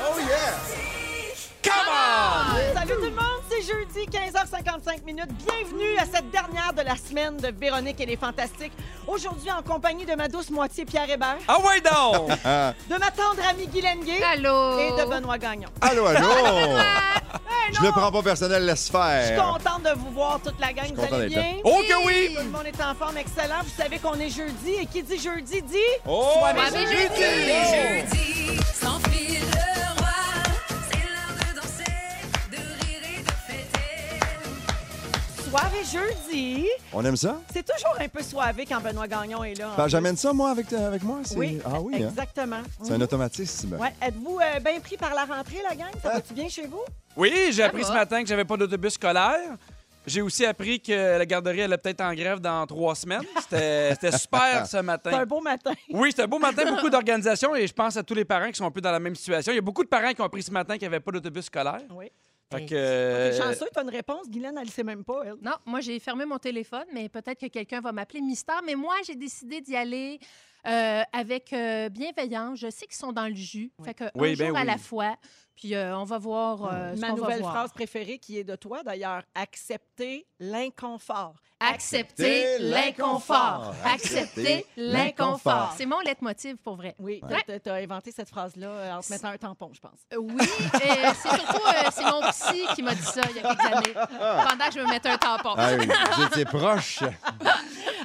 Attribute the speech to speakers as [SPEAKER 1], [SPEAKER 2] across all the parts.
[SPEAKER 1] Oh yeah!
[SPEAKER 2] Salut tout le monde, c'est jeudi 15h55 minutes. Bienvenue à cette dernière de la semaine de Véronique et les Fantastiques. Aujourd'hui en compagnie de ma douce moitié Pierre Hébert,
[SPEAKER 3] Ah ouais donc!
[SPEAKER 2] de ma tendre amie Guylaine Gay
[SPEAKER 4] Allô?
[SPEAKER 2] et de Benoît Gagnon.
[SPEAKER 1] Allô, allô! Je le prends pas personnel, laisse
[SPEAKER 2] Je suis
[SPEAKER 1] faire.
[SPEAKER 2] contente de vous voir toute la gang.
[SPEAKER 1] suis
[SPEAKER 2] Vous
[SPEAKER 1] content
[SPEAKER 2] allez
[SPEAKER 1] d'être
[SPEAKER 2] bien?
[SPEAKER 3] oh que oui!
[SPEAKER 2] Tout le monde est en forme, excellent. Vous savez qu'on est jeudi et qui dit jeudi dit...
[SPEAKER 3] Oh,
[SPEAKER 4] Ah, mais je dis-
[SPEAKER 5] Jeudi, sans fil le roi, c'est l'heure de danser, de rire et de fêter.
[SPEAKER 2] Soirée jeudi.
[SPEAKER 1] On aime ça?
[SPEAKER 2] C'est toujours un peu soivé quand Benoît Gagnon est là. en
[SPEAKER 1] Ben,
[SPEAKER 2] plus.
[SPEAKER 1] J'amène ça, moi, avec, avec moi? c'est-
[SPEAKER 2] Oui,
[SPEAKER 1] Ah oui, hein?
[SPEAKER 2] exactement. Mm.
[SPEAKER 1] C'est un automatisme.
[SPEAKER 2] Ouais. Êtes-vous euh, bien pris par la rentrée, la gang? Ça va-tu bien chez vous?
[SPEAKER 3] Oui, j'ai appris
[SPEAKER 4] va.
[SPEAKER 3] ce matin que j'avais pas d'autobus scolaire. J'ai aussi appris que la garderie allait peut-être en grève dans trois semaines. C'était c'était super ce
[SPEAKER 2] C'est un
[SPEAKER 3] matin.
[SPEAKER 2] beau matin.
[SPEAKER 3] Oui, c'était un beau matin, beaucoup d'organisations et je pense à tous les parents qui sont un peu dans la même situation. Il y a beaucoup de parents qui ont appris ce matin qu'il n'y avait pas d'autobus scolaire.
[SPEAKER 2] Oui.
[SPEAKER 3] Fait que, euh,
[SPEAKER 2] T'es chanceux, t'as une réponse. Guylaine, elle le sait même pas, elle.
[SPEAKER 4] Non, moi, j'ai fermé mon téléphone, mais peut-être que quelqu'un va m'appeler mystère. Mais moi, j'ai décidé d'y aller euh, avec euh, bienveillance. Je sais qu'ils sont dans le jus. Fait que
[SPEAKER 3] Oui,
[SPEAKER 4] un
[SPEAKER 3] ben
[SPEAKER 4] jour à
[SPEAKER 3] oui.
[SPEAKER 4] la fois. Puis euh, on va voir euh, ce
[SPEAKER 2] Ma
[SPEAKER 4] qu'on va
[SPEAKER 2] nouvelle
[SPEAKER 4] voir.
[SPEAKER 2] phrase préférée qui est de toi, d'ailleurs. Accepter l'inconfort.
[SPEAKER 4] Accepter l'inconfort. Accepter l'inconfort. C'est mon leitmotiv pour vrai.
[SPEAKER 2] Oui,
[SPEAKER 4] Ouais.
[SPEAKER 2] t'as- t'as inventé cette phrase-là euh, en te mettant un tampon, je pense.
[SPEAKER 4] Euh, Oui, euh, c'est surtout euh, c'est mon psy qui m'a dit ça il y a quelques années, pendant que je me mettais un tampon.
[SPEAKER 1] Ah oui, j'étais proche.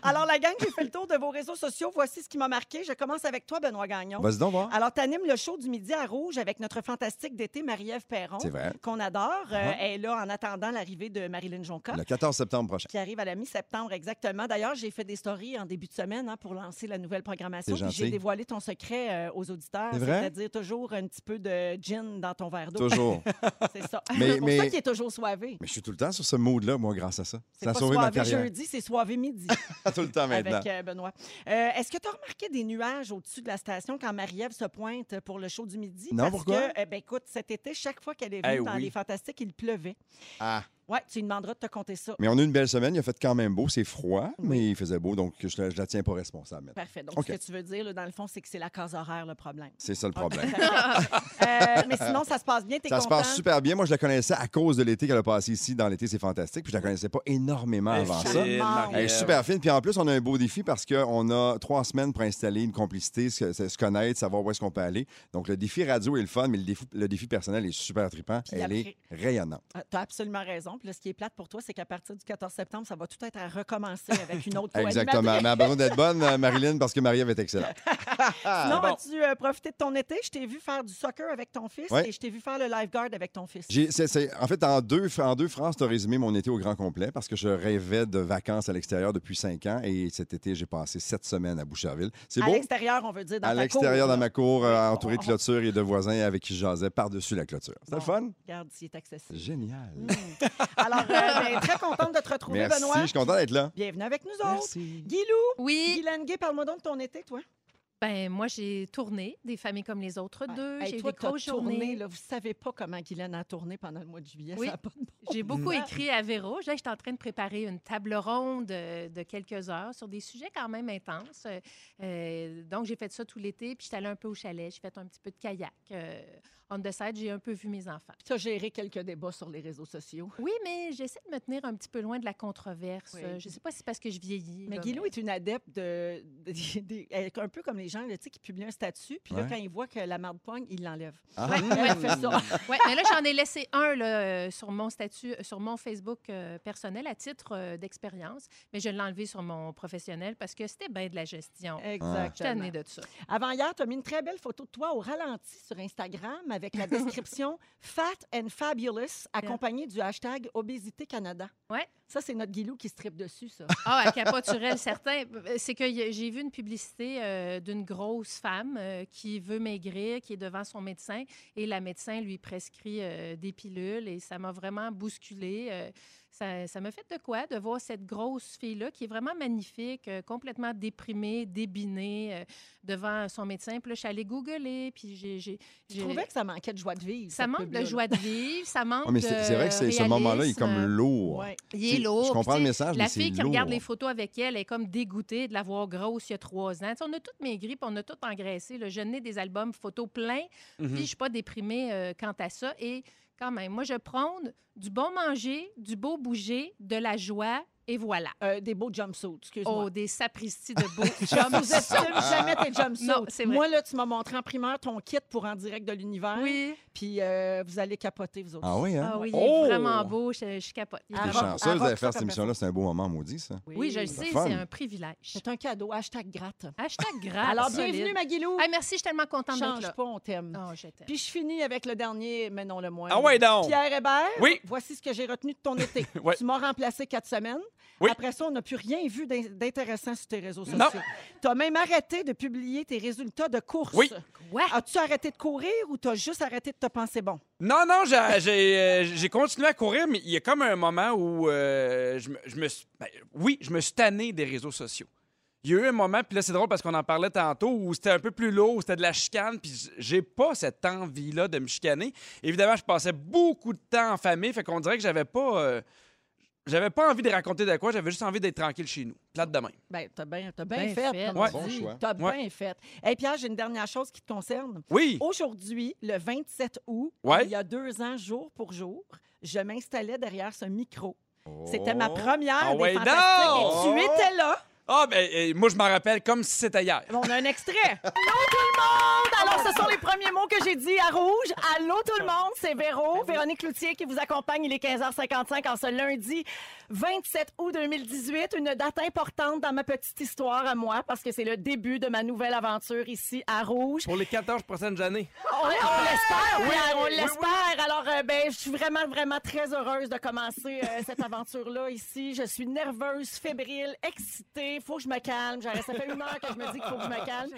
[SPEAKER 2] Alors, la gang, j'ai fait le tour de vos réseaux sociaux. Voici ce qui m'a marqué. Je commence avec toi, Benoît Gagnon.
[SPEAKER 1] Vas-y donc voir.
[SPEAKER 2] Alors, t'animes le show du midi à Rouge avec notre fantastique d'été, Marie-Ève Perron,
[SPEAKER 1] C'est vrai.
[SPEAKER 2] qu'on adore. Euh,
[SPEAKER 1] Ah.
[SPEAKER 2] Elle est là en attendant l'arrivée de Marilyn Jonca.
[SPEAKER 1] Le 14 septembre prochain.
[SPEAKER 2] qui arrive à la mi-septembre exactement. D'ailleurs, j'ai fait des stories en début de semaine hein, pour lancer la nouvelle programmation.
[SPEAKER 1] C'est
[SPEAKER 2] puis J'ai
[SPEAKER 1] gentil.
[SPEAKER 2] dévoilé ton secret euh, aux auditeurs,
[SPEAKER 1] C'est vrai?
[SPEAKER 2] c'est-à-dire toujours un petit peu de gin dans ton verre d'eau.
[SPEAKER 1] Toujours.
[SPEAKER 2] C'est ça.
[SPEAKER 1] Mais-
[SPEAKER 2] C'est pour
[SPEAKER 1] mais-
[SPEAKER 2] ça qu'il est toujours soivé.
[SPEAKER 1] Mais je suis tout le temps sur ce mood-là, moi, grâce à ça.
[SPEAKER 2] C'est
[SPEAKER 1] Ça a
[SPEAKER 2] pas
[SPEAKER 1] sauvé ma
[SPEAKER 2] soivé
[SPEAKER 1] carrière.
[SPEAKER 2] jeudi, c'est soivé midi
[SPEAKER 1] tout le temps maintenant.
[SPEAKER 2] avec euh, Benoît. Euh, Est-ce que tu as remarqué des nuages au-dessus de la station quand Marie-Ève se pointe pour le show du midi?
[SPEAKER 1] Non,
[SPEAKER 2] Parce
[SPEAKER 1] pourquoi?
[SPEAKER 2] Que, euh, ben, écoute, cet été, chaque fois qu'elle est
[SPEAKER 3] Eh
[SPEAKER 2] venue dans
[SPEAKER 3] oui.
[SPEAKER 2] Les Fantastiques, il pleuvait.
[SPEAKER 1] Ah.
[SPEAKER 2] Ouais, tu lui demanderas de te compter ça.
[SPEAKER 1] Mais on a eu une belle semaine. Il a fait quand même beau. C'est froid, mais il faisait beau, donc je la, je la tiens pas responsable maintenant.
[SPEAKER 2] Parfait. Donc,
[SPEAKER 1] OK.
[SPEAKER 2] ce que tu veux dire, là, dans le fond, c'est que c'est la case horaire le problème.
[SPEAKER 1] C'est ça le problème.
[SPEAKER 2] Euh, mais sinon, ça se passe bien, t'es
[SPEAKER 1] Ça
[SPEAKER 2] content?
[SPEAKER 1] se passe super bien. Moi, je la connaissais à cause de l'été qu'elle a passé ici. Dans l'été, c'est fantastique. Puis je la connaissais pas énormément avant
[SPEAKER 3] Phil,
[SPEAKER 1] ça.
[SPEAKER 3] euh, Marie-Ève.
[SPEAKER 1] Elle est super fine. Puis en plus, on a un beau défi parce qu'on a trois semaines pour installer une complicité, se, se- se connaître, savoir où est-ce qu'on peut aller. Donc, le défi radio est le fun, mais le défi, le défi personnel est super trippant.
[SPEAKER 2] Puis
[SPEAKER 1] Elle
[SPEAKER 2] après-
[SPEAKER 1] est rayonnante.
[SPEAKER 2] Ah, T'as absolument raison. Puis là, ce qui est plate pour toi, c'est qu'à partir du 14 septembre, ça va tout être à recommencer avec une autre co-animatrice.
[SPEAKER 1] Exactement. Mais elle a besoin d'être bonne, euh, Marilyn, parce que Marie-Ève est excellente.
[SPEAKER 2] Sinon,
[SPEAKER 3] Bon.
[SPEAKER 2] as-tu euh, profité de ton été? Je t'ai vu faire du soccer avec ton fils
[SPEAKER 1] Ouais.
[SPEAKER 2] et je t'ai vu faire le lifeguard avec ton fils.
[SPEAKER 1] J'ai- c'est- c'est- en fait, en deux, en deux phrases, tu as résumé mon été au grand complet parce que je rêvais de vacances à l'extérieur depuis cinq ans et cet été, j'ai passé sept semaines à Boucherville. C'est
[SPEAKER 2] À
[SPEAKER 1] beau?
[SPEAKER 2] l'extérieur, on veut dire, dans
[SPEAKER 1] à
[SPEAKER 2] ta cour,
[SPEAKER 1] l'extérieur
[SPEAKER 2] là.
[SPEAKER 1] dans ma cour, euh,
[SPEAKER 2] Oui,
[SPEAKER 1] entouré de
[SPEAKER 2] on-
[SPEAKER 1] clôtures et de voisins avec qui je jasais par-dessus la clôture. C'était le
[SPEAKER 2] Bon.
[SPEAKER 1] fun?
[SPEAKER 2] Regarde, s'il est accessible. Hmm.
[SPEAKER 1] Génial.
[SPEAKER 2] Alors, euh, ben, très contente de te retrouver,
[SPEAKER 1] Merci,
[SPEAKER 2] Benoît.
[SPEAKER 1] je suis content d'être là.
[SPEAKER 2] Bienvenue avec nous autres.
[SPEAKER 1] Merci.
[SPEAKER 2] Guilou,
[SPEAKER 4] Oui,
[SPEAKER 2] Guylaine Gay, parle-moi donc de ton été, toi.
[SPEAKER 4] ben moi, j'ai tourné des familles comme les autres deux.
[SPEAKER 2] Hey,
[SPEAKER 4] j'ai eu
[SPEAKER 2] toi,
[SPEAKER 4] des
[SPEAKER 2] t'as
[SPEAKER 4] grosses
[SPEAKER 2] tourné,
[SPEAKER 4] journées.
[SPEAKER 2] là, vous savez pas comment Guylaine a tourné pendant le mois de juillet.
[SPEAKER 4] Oui.
[SPEAKER 2] ça a pas de bon
[SPEAKER 1] Oh.
[SPEAKER 4] J'ai beaucoup
[SPEAKER 2] sens.
[SPEAKER 4] écrit à Véro. Là, j'étais en train de préparer une table ronde euh, de quelques heures sur des sujets quand même intenses. Euh, euh, donc, j'ai fait ça tout l'été, puis j'étais allée un peu au chalet, j'ai fait un petit peu de kayak. Euh, on the side, j'ai un peu vu mes enfants.
[SPEAKER 2] Tu as géré quelques débats sur les réseaux sociaux.
[SPEAKER 4] Oui, mais j'essaie de me tenir un petit peu loin de la controverse.
[SPEAKER 2] Oui.
[SPEAKER 4] Euh, Je ne sais pas si c'est parce que je vieillis.
[SPEAKER 2] Mais
[SPEAKER 4] là,
[SPEAKER 2] Guilou est une adepte de, de- des- elle est un peu comme les gens là, tu sais, qui publient un statut, puis là,
[SPEAKER 1] Ouais.
[SPEAKER 2] quand ils voient que la marde pogne, ils l'enlèvent.
[SPEAKER 1] Ah.
[SPEAKER 2] Ouais, elle fait ça.
[SPEAKER 4] Ouais, mais là, j'en ai laissé un là, euh, sur mon statut, euh, sur mon Facebook euh, personnel à titre euh, d'expérience, mais je l'ai enlevé sur mon professionnel parce que c'était bien de la gestion. Je suis
[SPEAKER 2] Exactement.
[SPEAKER 4] tannée de ça.
[SPEAKER 2] Avant hier, tu as mis une très belle photo de toi au ralenti sur Instagram avec avec la description Fat and Fabulous, accompagné du hashtag Obésité Canada.
[SPEAKER 4] Ouais.
[SPEAKER 2] Ça, c'est notre Guilou qui se tripe dessus, ça.
[SPEAKER 4] Ah, à Capoturel, certain. C'est que y- j'ai vu une publicité euh, d'une grosse femme euh, qui veut maigrir, qui est devant son médecin, et la médecin lui prescrit euh, des pilules, et ça m'a vraiment bousculée. euh, ça ça m'a fait de quoi de voir cette grosse fille-là qui est vraiment magnifique, euh, complètement déprimée, débinée euh, devant son médecin. Puis là, je suis allée googler, puis j'ai... j'ai-
[SPEAKER 2] Je
[SPEAKER 4] j'ai-
[SPEAKER 2] trouvais que ça manquait de joie de vivre.
[SPEAKER 4] Ça
[SPEAKER 2] cette
[SPEAKER 4] manque de
[SPEAKER 2] pub-là,
[SPEAKER 4] joie de vivre, ça manque
[SPEAKER 1] Ouais, Oh, mais c'est c'est vrai que c'est-
[SPEAKER 4] de
[SPEAKER 1] ce moment-là, il est comme
[SPEAKER 4] réalisme.
[SPEAKER 1] lourd.
[SPEAKER 2] Ouais.
[SPEAKER 4] Il
[SPEAKER 1] Tu
[SPEAKER 4] est
[SPEAKER 1] sais,
[SPEAKER 4] lourd.
[SPEAKER 1] Je
[SPEAKER 4] Puis,
[SPEAKER 1] comprends
[SPEAKER 4] tu
[SPEAKER 1] le
[SPEAKER 4] sais,
[SPEAKER 1] message, Ah, mais
[SPEAKER 4] La
[SPEAKER 1] c'est
[SPEAKER 4] fille qui regarde
[SPEAKER 1] lourd.
[SPEAKER 4] les photos avec elle est comme dégoûtée de la voir grosse il y a trois ans. Tu sais, on a toutes maigri, puis on a toutes engraissé. là. Je n'ai des albums photos pleins,
[SPEAKER 3] Mhm.
[SPEAKER 1] Hmm.
[SPEAKER 4] puis je suis pas déprimée euh, quant à ça. Et quand même, moi, je prône du bon manger, du beau bouger, de la joie, et voilà.
[SPEAKER 2] Euh, des beaux jumpsuits, excuse-moi.
[SPEAKER 4] Oh, des sapristis de beaux
[SPEAKER 2] Vous n'assumes jamais tes jumpsuits.
[SPEAKER 4] Non, c'est vrai.
[SPEAKER 2] Moi, là, tu m'as montré en primeur ton kit pour En direct de l'univers.
[SPEAKER 4] Oui.
[SPEAKER 2] Puis euh, vous allez capoter, vous autres.
[SPEAKER 1] Ah oui, hein?
[SPEAKER 4] Ah oui, il est
[SPEAKER 3] Oh!
[SPEAKER 4] vraiment beau. Je, je capote. Il est
[SPEAKER 2] Ah,
[SPEAKER 1] T'es
[SPEAKER 4] vraiment-
[SPEAKER 2] rock- ah,
[SPEAKER 1] chanceuse
[SPEAKER 2] rock
[SPEAKER 1] d'aller faire
[SPEAKER 2] ça,
[SPEAKER 1] cette
[SPEAKER 2] comme
[SPEAKER 1] émission-là, c'est un beau moment maudit, ça.
[SPEAKER 4] Oui, je le
[SPEAKER 1] C'est
[SPEAKER 4] sais,
[SPEAKER 1] fun.
[SPEAKER 4] c'est un privilège.
[SPEAKER 2] C'est un cadeau. Hashtag gratte.
[SPEAKER 4] Hashtag grâce.
[SPEAKER 2] Alors,
[SPEAKER 4] Ah, solide.
[SPEAKER 2] bienvenue, Maguilou.
[SPEAKER 4] Ah, merci, je suis tellement contente d'être
[SPEAKER 2] Change
[SPEAKER 4] là.
[SPEAKER 2] pas, on t'aime.
[SPEAKER 4] Oh, je t'aime.
[SPEAKER 2] Puis je finis avec le dernier, mais non le moins.
[SPEAKER 3] Ah ouais, donc.
[SPEAKER 2] Pierre Hébert,
[SPEAKER 3] Oui.
[SPEAKER 2] voici ce que j'ai retenu de ton été.
[SPEAKER 3] Ouais.
[SPEAKER 2] Tu m'as remplacé quatre semaines.
[SPEAKER 3] Oui.
[SPEAKER 2] Après ça, on n'a plus rien vu d'in- d'intéressant sur tes réseaux
[SPEAKER 3] Non.
[SPEAKER 2] sociaux. Tu as même arrêté de publier tes résultats de course.
[SPEAKER 3] Oui.
[SPEAKER 4] Ouais.
[SPEAKER 2] As-tu arrêté de courir ou t'as juste arrêté de te penser bon?
[SPEAKER 3] Non, non, j'ai- j'ai euh, j'ai continué à courir, mais il y a comme un moment où euh, je, me, je me suis. ben, oui, je me suis tanné des réseaux sociaux. Il y a eu un moment, puis là, c'est drôle parce qu'on en parlait tantôt, où c'était un peu plus lourd, où c'était de la chicane, puis j- j'ai pas cette envie-là de me chicaner. Évidemment, je passais beaucoup de temps en famille, fait qu'on dirait que j'avais pas. euh, j'avais pas envie de raconter de quoi, j'avais juste envie d'être tranquille chez nous. Plate de même.
[SPEAKER 2] Ben, t'as bien t'as bien
[SPEAKER 4] Ben
[SPEAKER 2] fait.
[SPEAKER 4] fait.
[SPEAKER 2] comme
[SPEAKER 3] Ouais.
[SPEAKER 2] on dit.
[SPEAKER 1] Bon choix.
[SPEAKER 2] T'as
[SPEAKER 3] Ouais.
[SPEAKER 2] bien fait. Et Pierre, j'ai une dernière chose qui te concerne.
[SPEAKER 3] Oui!
[SPEAKER 2] Aujourd'hui, le 27 août,
[SPEAKER 3] Ouais.
[SPEAKER 2] il y a deux ans, jour pour jour, je m'installais derrière ce micro. C'était
[SPEAKER 1] Oh.
[SPEAKER 2] ma première
[SPEAKER 3] Ah
[SPEAKER 2] des
[SPEAKER 3] ouais,
[SPEAKER 2] Fantastiques.
[SPEAKER 3] donc!
[SPEAKER 2] Et tu étais là.
[SPEAKER 3] Ah, ben, euh, moi, je m'en rappelle comme si c'était hier.
[SPEAKER 2] On a un extrait. Allô tout le monde! Alors, ce sont les premiers mots que j'ai dit à Rouge. Allô tout le monde, c'est Véro, Véronique Cloutier qui vous accompagne. Il est 15h55 en ce lundi 27 août 2018. Une date importante dans ma petite histoire à moi parce que c'est le début de ma nouvelle aventure ici à Rouge.
[SPEAKER 6] Pour les 14 prochaines années.
[SPEAKER 2] On, on
[SPEAKER 3] Ah,
[SPEAKER 2] l'espère, oui, on l'espère. Alors, euh, ben, je suis vraiment, vraiment très heureuse de commencer euh, cette aventure-là ici. Je suis nerveuse, fébrile, excitée. Faut que je me calme. Genre, ça fait une heure que je me dis qu'il faut que je me calme.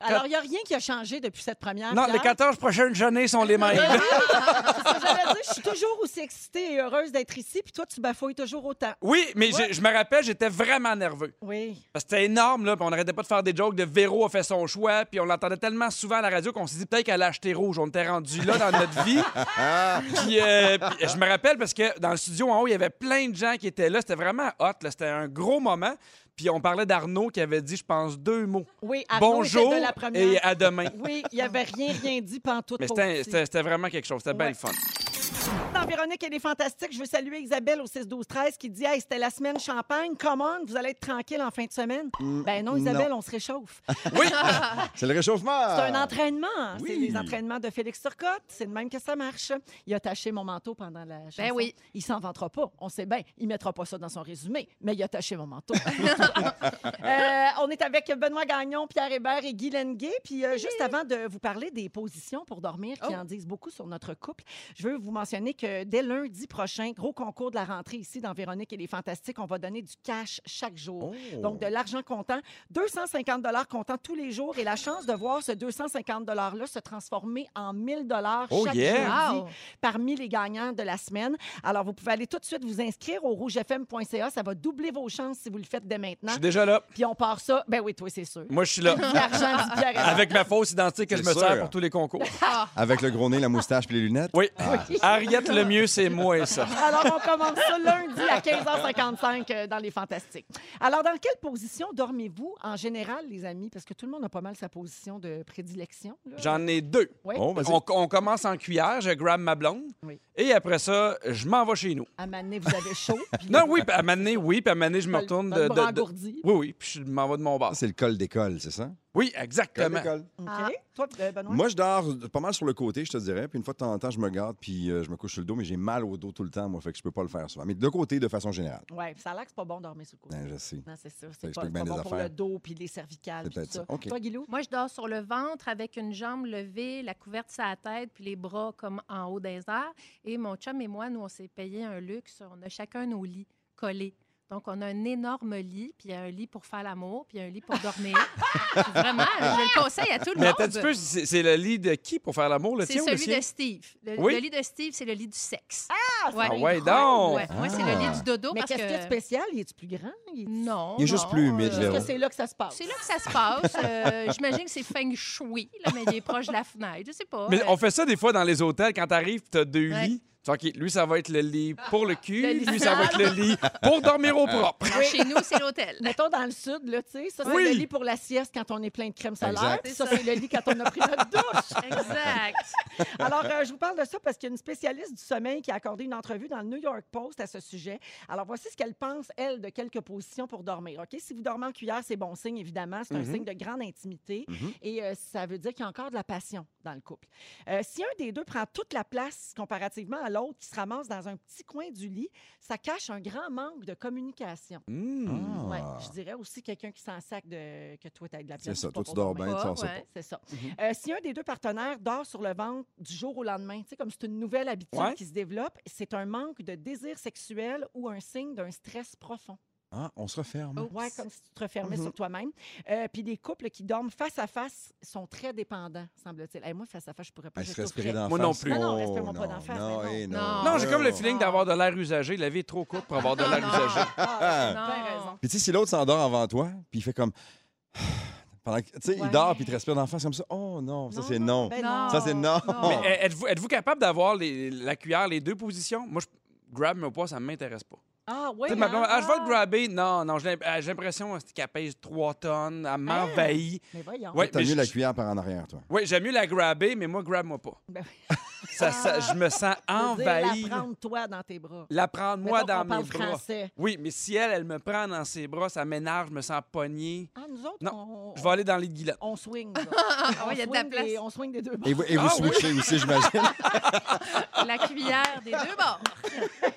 [SPEAKER 2] Alors, il n'y a rien qui a changé depuis cette première.
[SPEAKER 3] Non, les
[SPEAKER 2] Pierre.
[SPEAKER 3] 14 prochaines années sont les mêmes.
[SPEAKER 2] C'est ce que j'allais dire. Je suis toujours aussi excitée et heureuse d'être ici. Puis toi, tu bafouilles toujours autant.
[SPEAKER 3] Oui, mais j'ai- je me rappelle, j'étais vraiment nerveux.
[SPEAKER 2] Oui.
[SPEAKER 3] Parce que c'était énorme, là, puis on n'arrêtait pas de faire des jokes de Véro a fait son choix, puis on l'entendait tellement souvent à la radio qu'on s'est dit peut-être qu'elle a acheté rouge. On était rendu là dans notre vie. puis, euh, puis je me rappelle parce que dans le studio en haut, il y avait plein de gens qui étaient là. C'était vraiment hot, là. c'était un gros moment. Puis on parlait d'Arnaud qui avait dit, je pense, deux mots.
[SPEAKER 2] Oui, Arnaud était
[SPEAKER 3] Bonjour
[SPEAKER 2] de la première.
[SPEAKER 3] et à demain.
[SPEAKER 2] Oui, il n'y avait rien, rien dit pantoute.
[SPEAKER 3] Mais
[SPEAKER 2] pas
[SPEAKER 3] c'était
[SPEAKER 2] aussi.
[SPEAKER 3] c'était- c'était vraiment quelque chose. C'était bien
[SPEAKER 2] Ouais.
[SPEAKER 3] le fun.
[SPEAKER 2] Dans Véronique, elle est fantastique. Je veux saluer Isabelle au 6-12-13 qui dit Hey, c'était la semaine champagne. Comment vous allez être tranquille en fin de semaine? ben non, Isabelle, on se réchauffe.
[SPEAKER 1] C'est le réchauffement!
[SPEAKER 2] C'est un entraînement. hein. C'est
[SPEAKER 1] Oui.
[SPEAKER 2] les entraînements de Félix Turcotte. C'est de même que ça marche. Il a taché mon manteau pendant la chanson.
[SPEAKER 4] Ben oui.
[SPEAKER 2] Il s'en vantera pas. On sait bien. Il mettra pas ça dans son résumé, mais il a taché mon manteau. Euh, on est avec Benoît Gagnon, Pierre Hébert et Guy Lenguet. Puis euh, juste avant de vous parler des positions pour dormir qui
[SPEAKER 4] Oh.
[SPEAKER 2] en disent beaucoup sur notre couple, je veux vous mentionner que dès lundi prochain, gros concours de la rentrée ici dans Véronique et les Fantastiques, on va donner du cash chaque jour.
[SPEAKER 3] Oh.
[SPEAKER 2] Donc, de l'argent comptant. 250 dollars comptant tous les jours et la chance de voir ce 250 $-là se transformer en 1000 dollars
[SPEAKER 3] Oh,
[SPEAKER 2] chaque
[SPEAKER 3] yeah!
[SPEAKER 2] jeudi
[SPEAKER 4] Wow.
[SPEAKER 2] parmi les gagnants de la semaine. Alors, vous pouvez aller tout de suite vous inscrire au rougefm.ca. Ça va doubler vos chances si vous le faites dès
[SPEAKER 3] Je
[SPEAKER 2] maintenant.
[SPEAKER 3] suis déjà là.
[SPEAKER 2] Puis on part ça. Ben oui, toi, c'est sûr.
[SPEAKER 3] Moi, je suis là.
[SPEAKER 2] L'argent du Pierre Hébert.
[SPEAKER 3] Avec ma fausse identité que je
[SPEAKER 1] C'est
[SPEAKER 3] me
[SPEAKER 1] sûr.
[SPEAKER 3] sers pour tous les concours.
[SPEAKER 1] Avec le gros nez, la moustache puis les lunettes.
[SPEAKER 3] Oui. Ariette, le mieux, c'est moi et ça.
[SPEAKER 2] Alors, on commence ça lundi à 15h55 euh, dans Les Fantastiques. Alors, dans quelle position dormez-vous en général, les amis? Parce que tout le monde a pas mal sa position de prédilection. là.
[SPEAKER 3] J'en ai deux.
[SPEAKER 2] Oui,
[SPEAKER 1] Oh, vas-y.
[SPEAKER 3] On, on commence en cuillère, je grabe ma blonde.
[SPEAKER 2] Oui.
[SPEAKER 3] Et après ça, je m'en vais chez nous.
[SPEAKER 2] à Mané, vous avez chaud. puis
[SPEAKER 3] Non, oui, puis à un moment donné, oui, puis à un moment donné, je me
[SPEAKER 2] t'as le-
[SPEAKER 3] retourne
[SPEAKER 2] t'as le
[SPEAKER 3] de,
[SPEAKER 2] bras
[SPEAKER 3] de- de-
[SPEAKER 2] engourdi.
[SPEAKER 3] Oui, oui, puis je m'en vais de mon bar.
[SPEAKER 1] Ça, C'est le col d'école, c'est ça?
[SPEAKER 3] Oui,
[SPEAKER 1] Comme
[SPEAKER 3] exactement.
[SPEAKER 1] l'école.
[SPEAKER 7] Ah.
[SPEAKER 2] Toi, euh, Benoît?
[SPEAKER 1] Moi, je dors pas mal sur le côté, je te dirais. Puis une fois de temps en temps, je me garde, puis euh, je me couche sur le dos, mais j'ai mal au dos tout le temps, moi, fait que je peux pas le faire souvent. Mais de côté, de façon générale.
[SPEAKER 2] Ouais, ça a l'air que c'est pas bon de dormir sur le côté.
[SPEAKER 1] Ben, je sais.
[SPEAKER 2] Non, c'est ça.
[SPEAKER 1] Ça
[SPEAKER 2] C'est pas,
[SPEAKER 1] explique
[SPEAKER 2] c'est
[SPEAKER 1] bien
[SPEAKER 2] pas
[SPEAKER 1] des
[SPEAKER 2] bon pour
[SPEAKER 1] affaires.
[SPEAKER 2] le dos puis les cervicales.
[SPEAKER 1] C'est
[SPEAKER 2] Ah, puis
[SPEAKER 1] peut-être
[SPEAKER 2] tout
[SPEAKER 1] ça.
[SPEAKER 2] ça.
[SPEAKER 1] OK.
[SPEAKER 2] Toi, Guilou?
[SPEAKER 4] Moi, je dors sur le ventre avec une jambe levée, la couverte sur la tête, puis les bras comme en haut des airs. Et mon chum et moi, nous, on s'est payé un luxe. On a chacun nos lits collés. Donc, on a un énorme lit, puis il y a un lit pour faire l'amour, puis il y a un lit pour dormir. Vraiment, je le conseille à tout le
[SPEAKER 3] Mais
[SPEAKER 4] monde.
[SPEAKER 3] attends un petit peu, c'est c'est le lit de qui pour faire l'amour, le
[SPEAKER 4] C'est
[SPEAKER 3] tien ou le
[SPEAKER 4] celui
[SPEAKER 3] sien?
[SPEAKER 4] de Steve. Le,
[SPEAKER 3] Oui.
[SPEAKER 4] le lit de Steve, c'est le lit du sexe.
[SPEAKER 2] c'est
[SPEAKER 4] Ouais.
[SPEAKER 3] Ah ouais, donc!
[SPEAKER 4] Ouais. Moi, c'est le lit du dodo
[SPEAKER 2] Mais
[SPEAKER 4] parce
[SPEAKER 2] qu'est-ce
[SPEAKER 4] que...
[SPEAKER 2] qu'il y a de spécial? Il est-tu plus grand? Il est-
[SPEAKER 4] Non,
[SPEAKER 1] Il est juste
[SPEAKER 4] non,
[SPEAKER 1] plus humide,
[SPEAKER 4] euh,
[SPEAKER 2] Est-ce
[SPEAKER 1] Véro.
[SPEAKER 2] que c'est là que ça se passe?
[SPEAKER 4] C'est là que ça se passe. Euh, J'imagine que c'est feng shui, là, mais il est proche de la fenêtre. Je sais pas.
[SPEAKER 3] Mais
[SPEAKER 4] Euh,
[SPEAKER 3] on fait ça des fois dans les hôtels. Quand t'arrives, t'as deux
[SPEAKER 4] Ouais.
[SPEAKER 3] lits. Tu vois, OK, lui, ça va être le lit pour le cul.
[SPEAKER 4] Le lit
[SPEAKER 3] lui, ça va être le lit pour dormir au propre.
[SPEAKER 4] non, Euh, Chez nous, c'est l'hôtel.
[SPEAKER 2] Mettons dans le sud, là, tu sais, ça, c'est
[SPEAKER 3] Oui.
[SPEAKER 2] le lit pour la sieste quand on est plein de crème solaire.
[SPEAKER 1] Exact.
[SPEAKER 2] puis Ça, c'est le lit quand on a pris notre douche.
[SPEAKER 4] Exact.
[SPEAKER 2] Alors, euh, je vous parle de ça parce qu'il y a une spécialiste du sommeil qui a accordé une entrevue dans le New York Post à ce sujet. Alors, voici ce qu'elle pense, elle, de quelques positions pour dormir. OK? Si vous dormez en cuillère, c'est bon signe, évidemment. C'est
[SPEAKER 1] Mhm.
[SPEAKER 2] un signe de grande intimité. Et euh, ça veut dire qu'il y a encore de la passion dans le couple. Euh, si un des deux prend toute la place comparativement à l'autre qui se ramasse dans un petit coin du lit, ça cache un grand manque de communication.
[SPEAKER 3] Hmm.
[SPEAKER 1] Ah.
[SPEAKER 2] Ouais, je dirais aussi quelqu'un qui s'en sac de que toi, tu de la
[SPEAKER 1] C'est
[SPEAKER 2] place.
[SPEAKER 1] ça,
[SPEAKER 2] pas Ah,
[SPEAKER 1] toi, tu
[SPEAKER 2] pour
[SPEAKER 1] dors
[SPEAKER 2] dormir.
[SPEAKER 1] bien, tu
[SPEAKER 4] pas,
[SPEAKER 1] sors ça
[SPEAKER 4] ouais.
[SPEAKER 2] C'est ça.
[SPEAKER 3] Mhm.
[SPEAKER 2] Euh, si un des deux partenaires dort sur le ventre du jour au lendemain, tu sais, comme c'est une nouvelle habitude
[SPEAKER 3] Ouais.
[SPEAKER 2] qui se développe, c'est un manque de désir sexuel ou un signe d'un stress profond.
[SPEAKER 1] Ah, on se referme.
[SPEAKER 2] Ouais, comme si tu
[SPEAKER 3] Mhm.
[SPEAKER 2] te refermais sur toi-même. Euh, Puis des couples qui dorment face à face sont très dépendants, semble-t-il. Hey, moi, face à face, je pourrais pas.
[SPEAKER 1] Elle
[SPEAKER 2] je
[SPEAKER 1] se respirer
[SPEAKER 2] t'offrais.
[SPEAKER 1] d'en
[SPEAKER 3] Moi non plus.
[SPEAKER 2] Ah non, respire-moi pas d'en face,
[SPEAKER 1] Non,
[SPEAKER 2] mais non.
[SPEAKER 1] hey,
[SPEAKER 4] Non.
[SPEAKER 3] Non, j'ai comme le
[SPEAKER 1] Non.
[SPEAKER 3] feeling d'avoir de l'air usagé. La vie est trop courte pour avoir de l'air
[SPEAKER 4] Non.
[SPEAKER 3] usagé.
[SPEAKER 2] Ah,
[SPEAKER 4] Non.
[SPEAKER 2] t'as raison.
[SPEAKER 1] Puis tu sais, si l'autre s'endort avant toi, puis il fait comme... Pendant que, tu sais, il
[SPEAKER 2] Ouais.
[SPEAKER 1] dort, puis il te respire d'en face comme ça. Oh non, ça
[SPEAKER 4] Non,
[SPEAKER 1] c'est non.
[SPEAKER 2] Ben
[SPEAKER 4] Non.
[SPEAKER 1] Ça, c'est non.
[SPEAKER 3] Mais euh, êtes-vous êtes-vous capable d'avoir les- la cuillère, les deux positions? Moi, je grab mon poids, ça ne m'intéresse pas.
[SPEAKER 2] Ah, oui.
[SPEAKER 3] Tu sais, ma blonde,
[SPEAKER 2] hein?
[SPEAKER 3] ah, je vais le grabber. Non, non, j'ai l'im- ah, j'ai l'impression qu'elle pèse 3 tonnes,
[SPEAKER 2] Ah.
[SPEAKER 3] elle m'envahit.
[SPEAKER 2] Mais voyons.
[SPEAKER 3] Ouais,
[SPEAKER 1] T'as
[SPEAKER 3] mais
[SPEAKER 1] mieux
[SPEAKER 3] je-
[SPEAKER 1] la cuillère par en arrière, toi.
[SPEAKER 3] Oui, j'aime mieux la grabber, mais moi, grab-moi pas.
[SPEAKER 2] Ben
[SPEAKER 3] Ça- ça- je me sens
[SPEAKER 2] Faut dire, la
[SPEAKER 3] envahi.
[SPEAKER 2] prendre toi dans tes bras.
[SPEAKER 3] La prendre moi
[SPEAKER 2] Mettons qu'on
[SPEAKER 3] dans mes
[SPEAKER 2] parle
[SPEAKER 3] bras.
[SPEAKER 2] français.
[SPEAKER 3] Oui, mais si elle, elle me prend dans ses bras, ça m'énerve, je me sens pogné.
[SPEAKER 2] Ah, nous autres,
[SPEAKER 3] Non,
[SPEAKER 2] on,
[SPEAKER 3] je vais aller dans les guilettes.
[SPEAKER 2] on swing. là.
[SPEAKER 4] Ah
[SPEAKER 2] On
[SPEAKER 4] ouais, il y a de la
[SPEAKER 2] swing
[SPEAKER 4] place.
[SPEAKER 2] des- on swing des deux bords.
[SPEAKER 1] Et vous, et vous
[SPEAKER 3] Ah oui.
[SPEAKER 1] switchez aussi, j'imagine.
[SPEAKER 4] La cuillère des deux bords.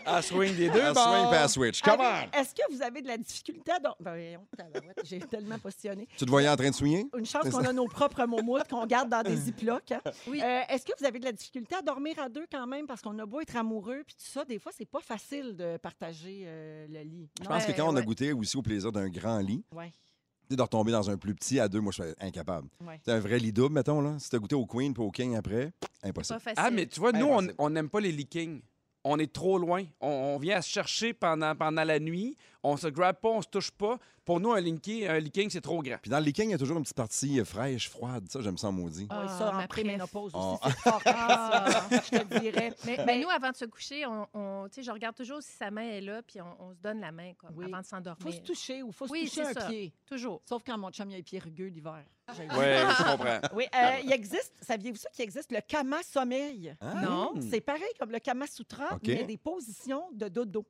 [SPEAKER 3] À swing des deux
[SPEAKER 1] Un swing,
[SPEAKER 3] bords.
[SPEAKER 1] pas à switch. Come
[SPEAKER 2] Avez-
[SPEAKER 1] on!
[SPEAKER 2] Est-ce que vous avez de la difficulté à dormir? Ben, voyons, tabarouette, j'ai tellement positionné.
[SPEAKER 1] Tu te voyais en train de swinguer?
[SPEAKER 2] Une chance
[SPEAKER 1] C'est
[SPEAKER 2] qu'on a nos propres moumoutes qu'on garde dans des ziplocs. hein.
[SPEAKER 4] Oui.
[SPEAKER 2] Euh, Est-ce que vous avez de la difficulté à dormir à deux quand même? Parce qu'on a beau être amoureux, puis tout ça, des fois, c'est pas facile de partager euh, le lit.
[SPEAKER 1] Je
[SPEAKER 2] Non?
[SPEAKER 1] pense que quand on a
[SPEAKER 4] ouais.
[SPEAKER 1] goûté aussi au plaisir d'un grand lit,
[SPEAKER 2] Ouais.
[SPEAKER 1] Tu sais, de retomber dans un plus petit à deux, moi, je serais incapable.
[SPEAKER 2] Ouais.
[SPEAKER 1] C'est un vrai lit double, mettons, là. Si t'as goûté au Queen puis au King après,
[SPEAKER 4] Pas
[SPEAKER 1] impossible.
[SPEAKER 4] facile.
[SPEAKER 3] Ah, mais tu vois, nous, on
[SPEAKER 1] Impossible.
[SPEAKER 3] on n'aime pas les leakings. On est trop loin. On, on vient à se chercher pendant, pendant la nuit. On se grab pas, on se touche pas. Pour nous, un linking, un leaking, c'est trop grand.
[SPEAKER 1] Puis dans le King, il y a toujours une petite partie euh, fraîche, froide. Ça, j'aime ça en maudit.
[SPEAKER 2] Ouais,
[SPEAKER 4] Ah,
[SPEAKER 2] ça, en
[SPEAKER 4] ma Ah.
[SPEAKER 2] préménopause
[SPEAKER 1] Oh.
[SPEAKER 2] aussi, c'est fort impressionnant, je te dirais.
[SPEAKER 4] Mais,
[SPEAKER 2] Ben-
[SPEAKER 4] mais nous, avant de se coucher, on, on- tu sais, je regarde toujours si sa main est là, puis on, on se donne la main comme,
[SPEAKER 2] Oui.
[SPEAKER 4] avant
[SPEAKER 2] Faut
[SPEAKER 4] de
[SPEAKER 2] se
[SPEAKER 4] s'endormir.
[SPEAKER 2] toucher ou faut se
[SPEAKER 4] Oui,
[SPEAKER 2] toucher
[SPEAKER 4] c'est
[SPEAKER 2] un
[SPEAKER 4] ça.
[SPEAKER 2] pied.
[SPEAKER 4] Toujours.
[SPEAKER 2] Sauf quand mon chum, il a les pieds rugueux l'hiver. J'ai-
[SPEAKER 3] Ouais, je comprends.
[SPEAKER 2] Oui, euh, il existe, saviez-vous ça qu'il existe le Kama Sommeil?
[SPEAKER 1] Ah.
[SPEAKER 4] Non.
[SPEAKER 2] C'est pareil comme le Kama Sutra,
[SPEAKER 1] OK.
[SPEAKER 2] mais des positions de dodo.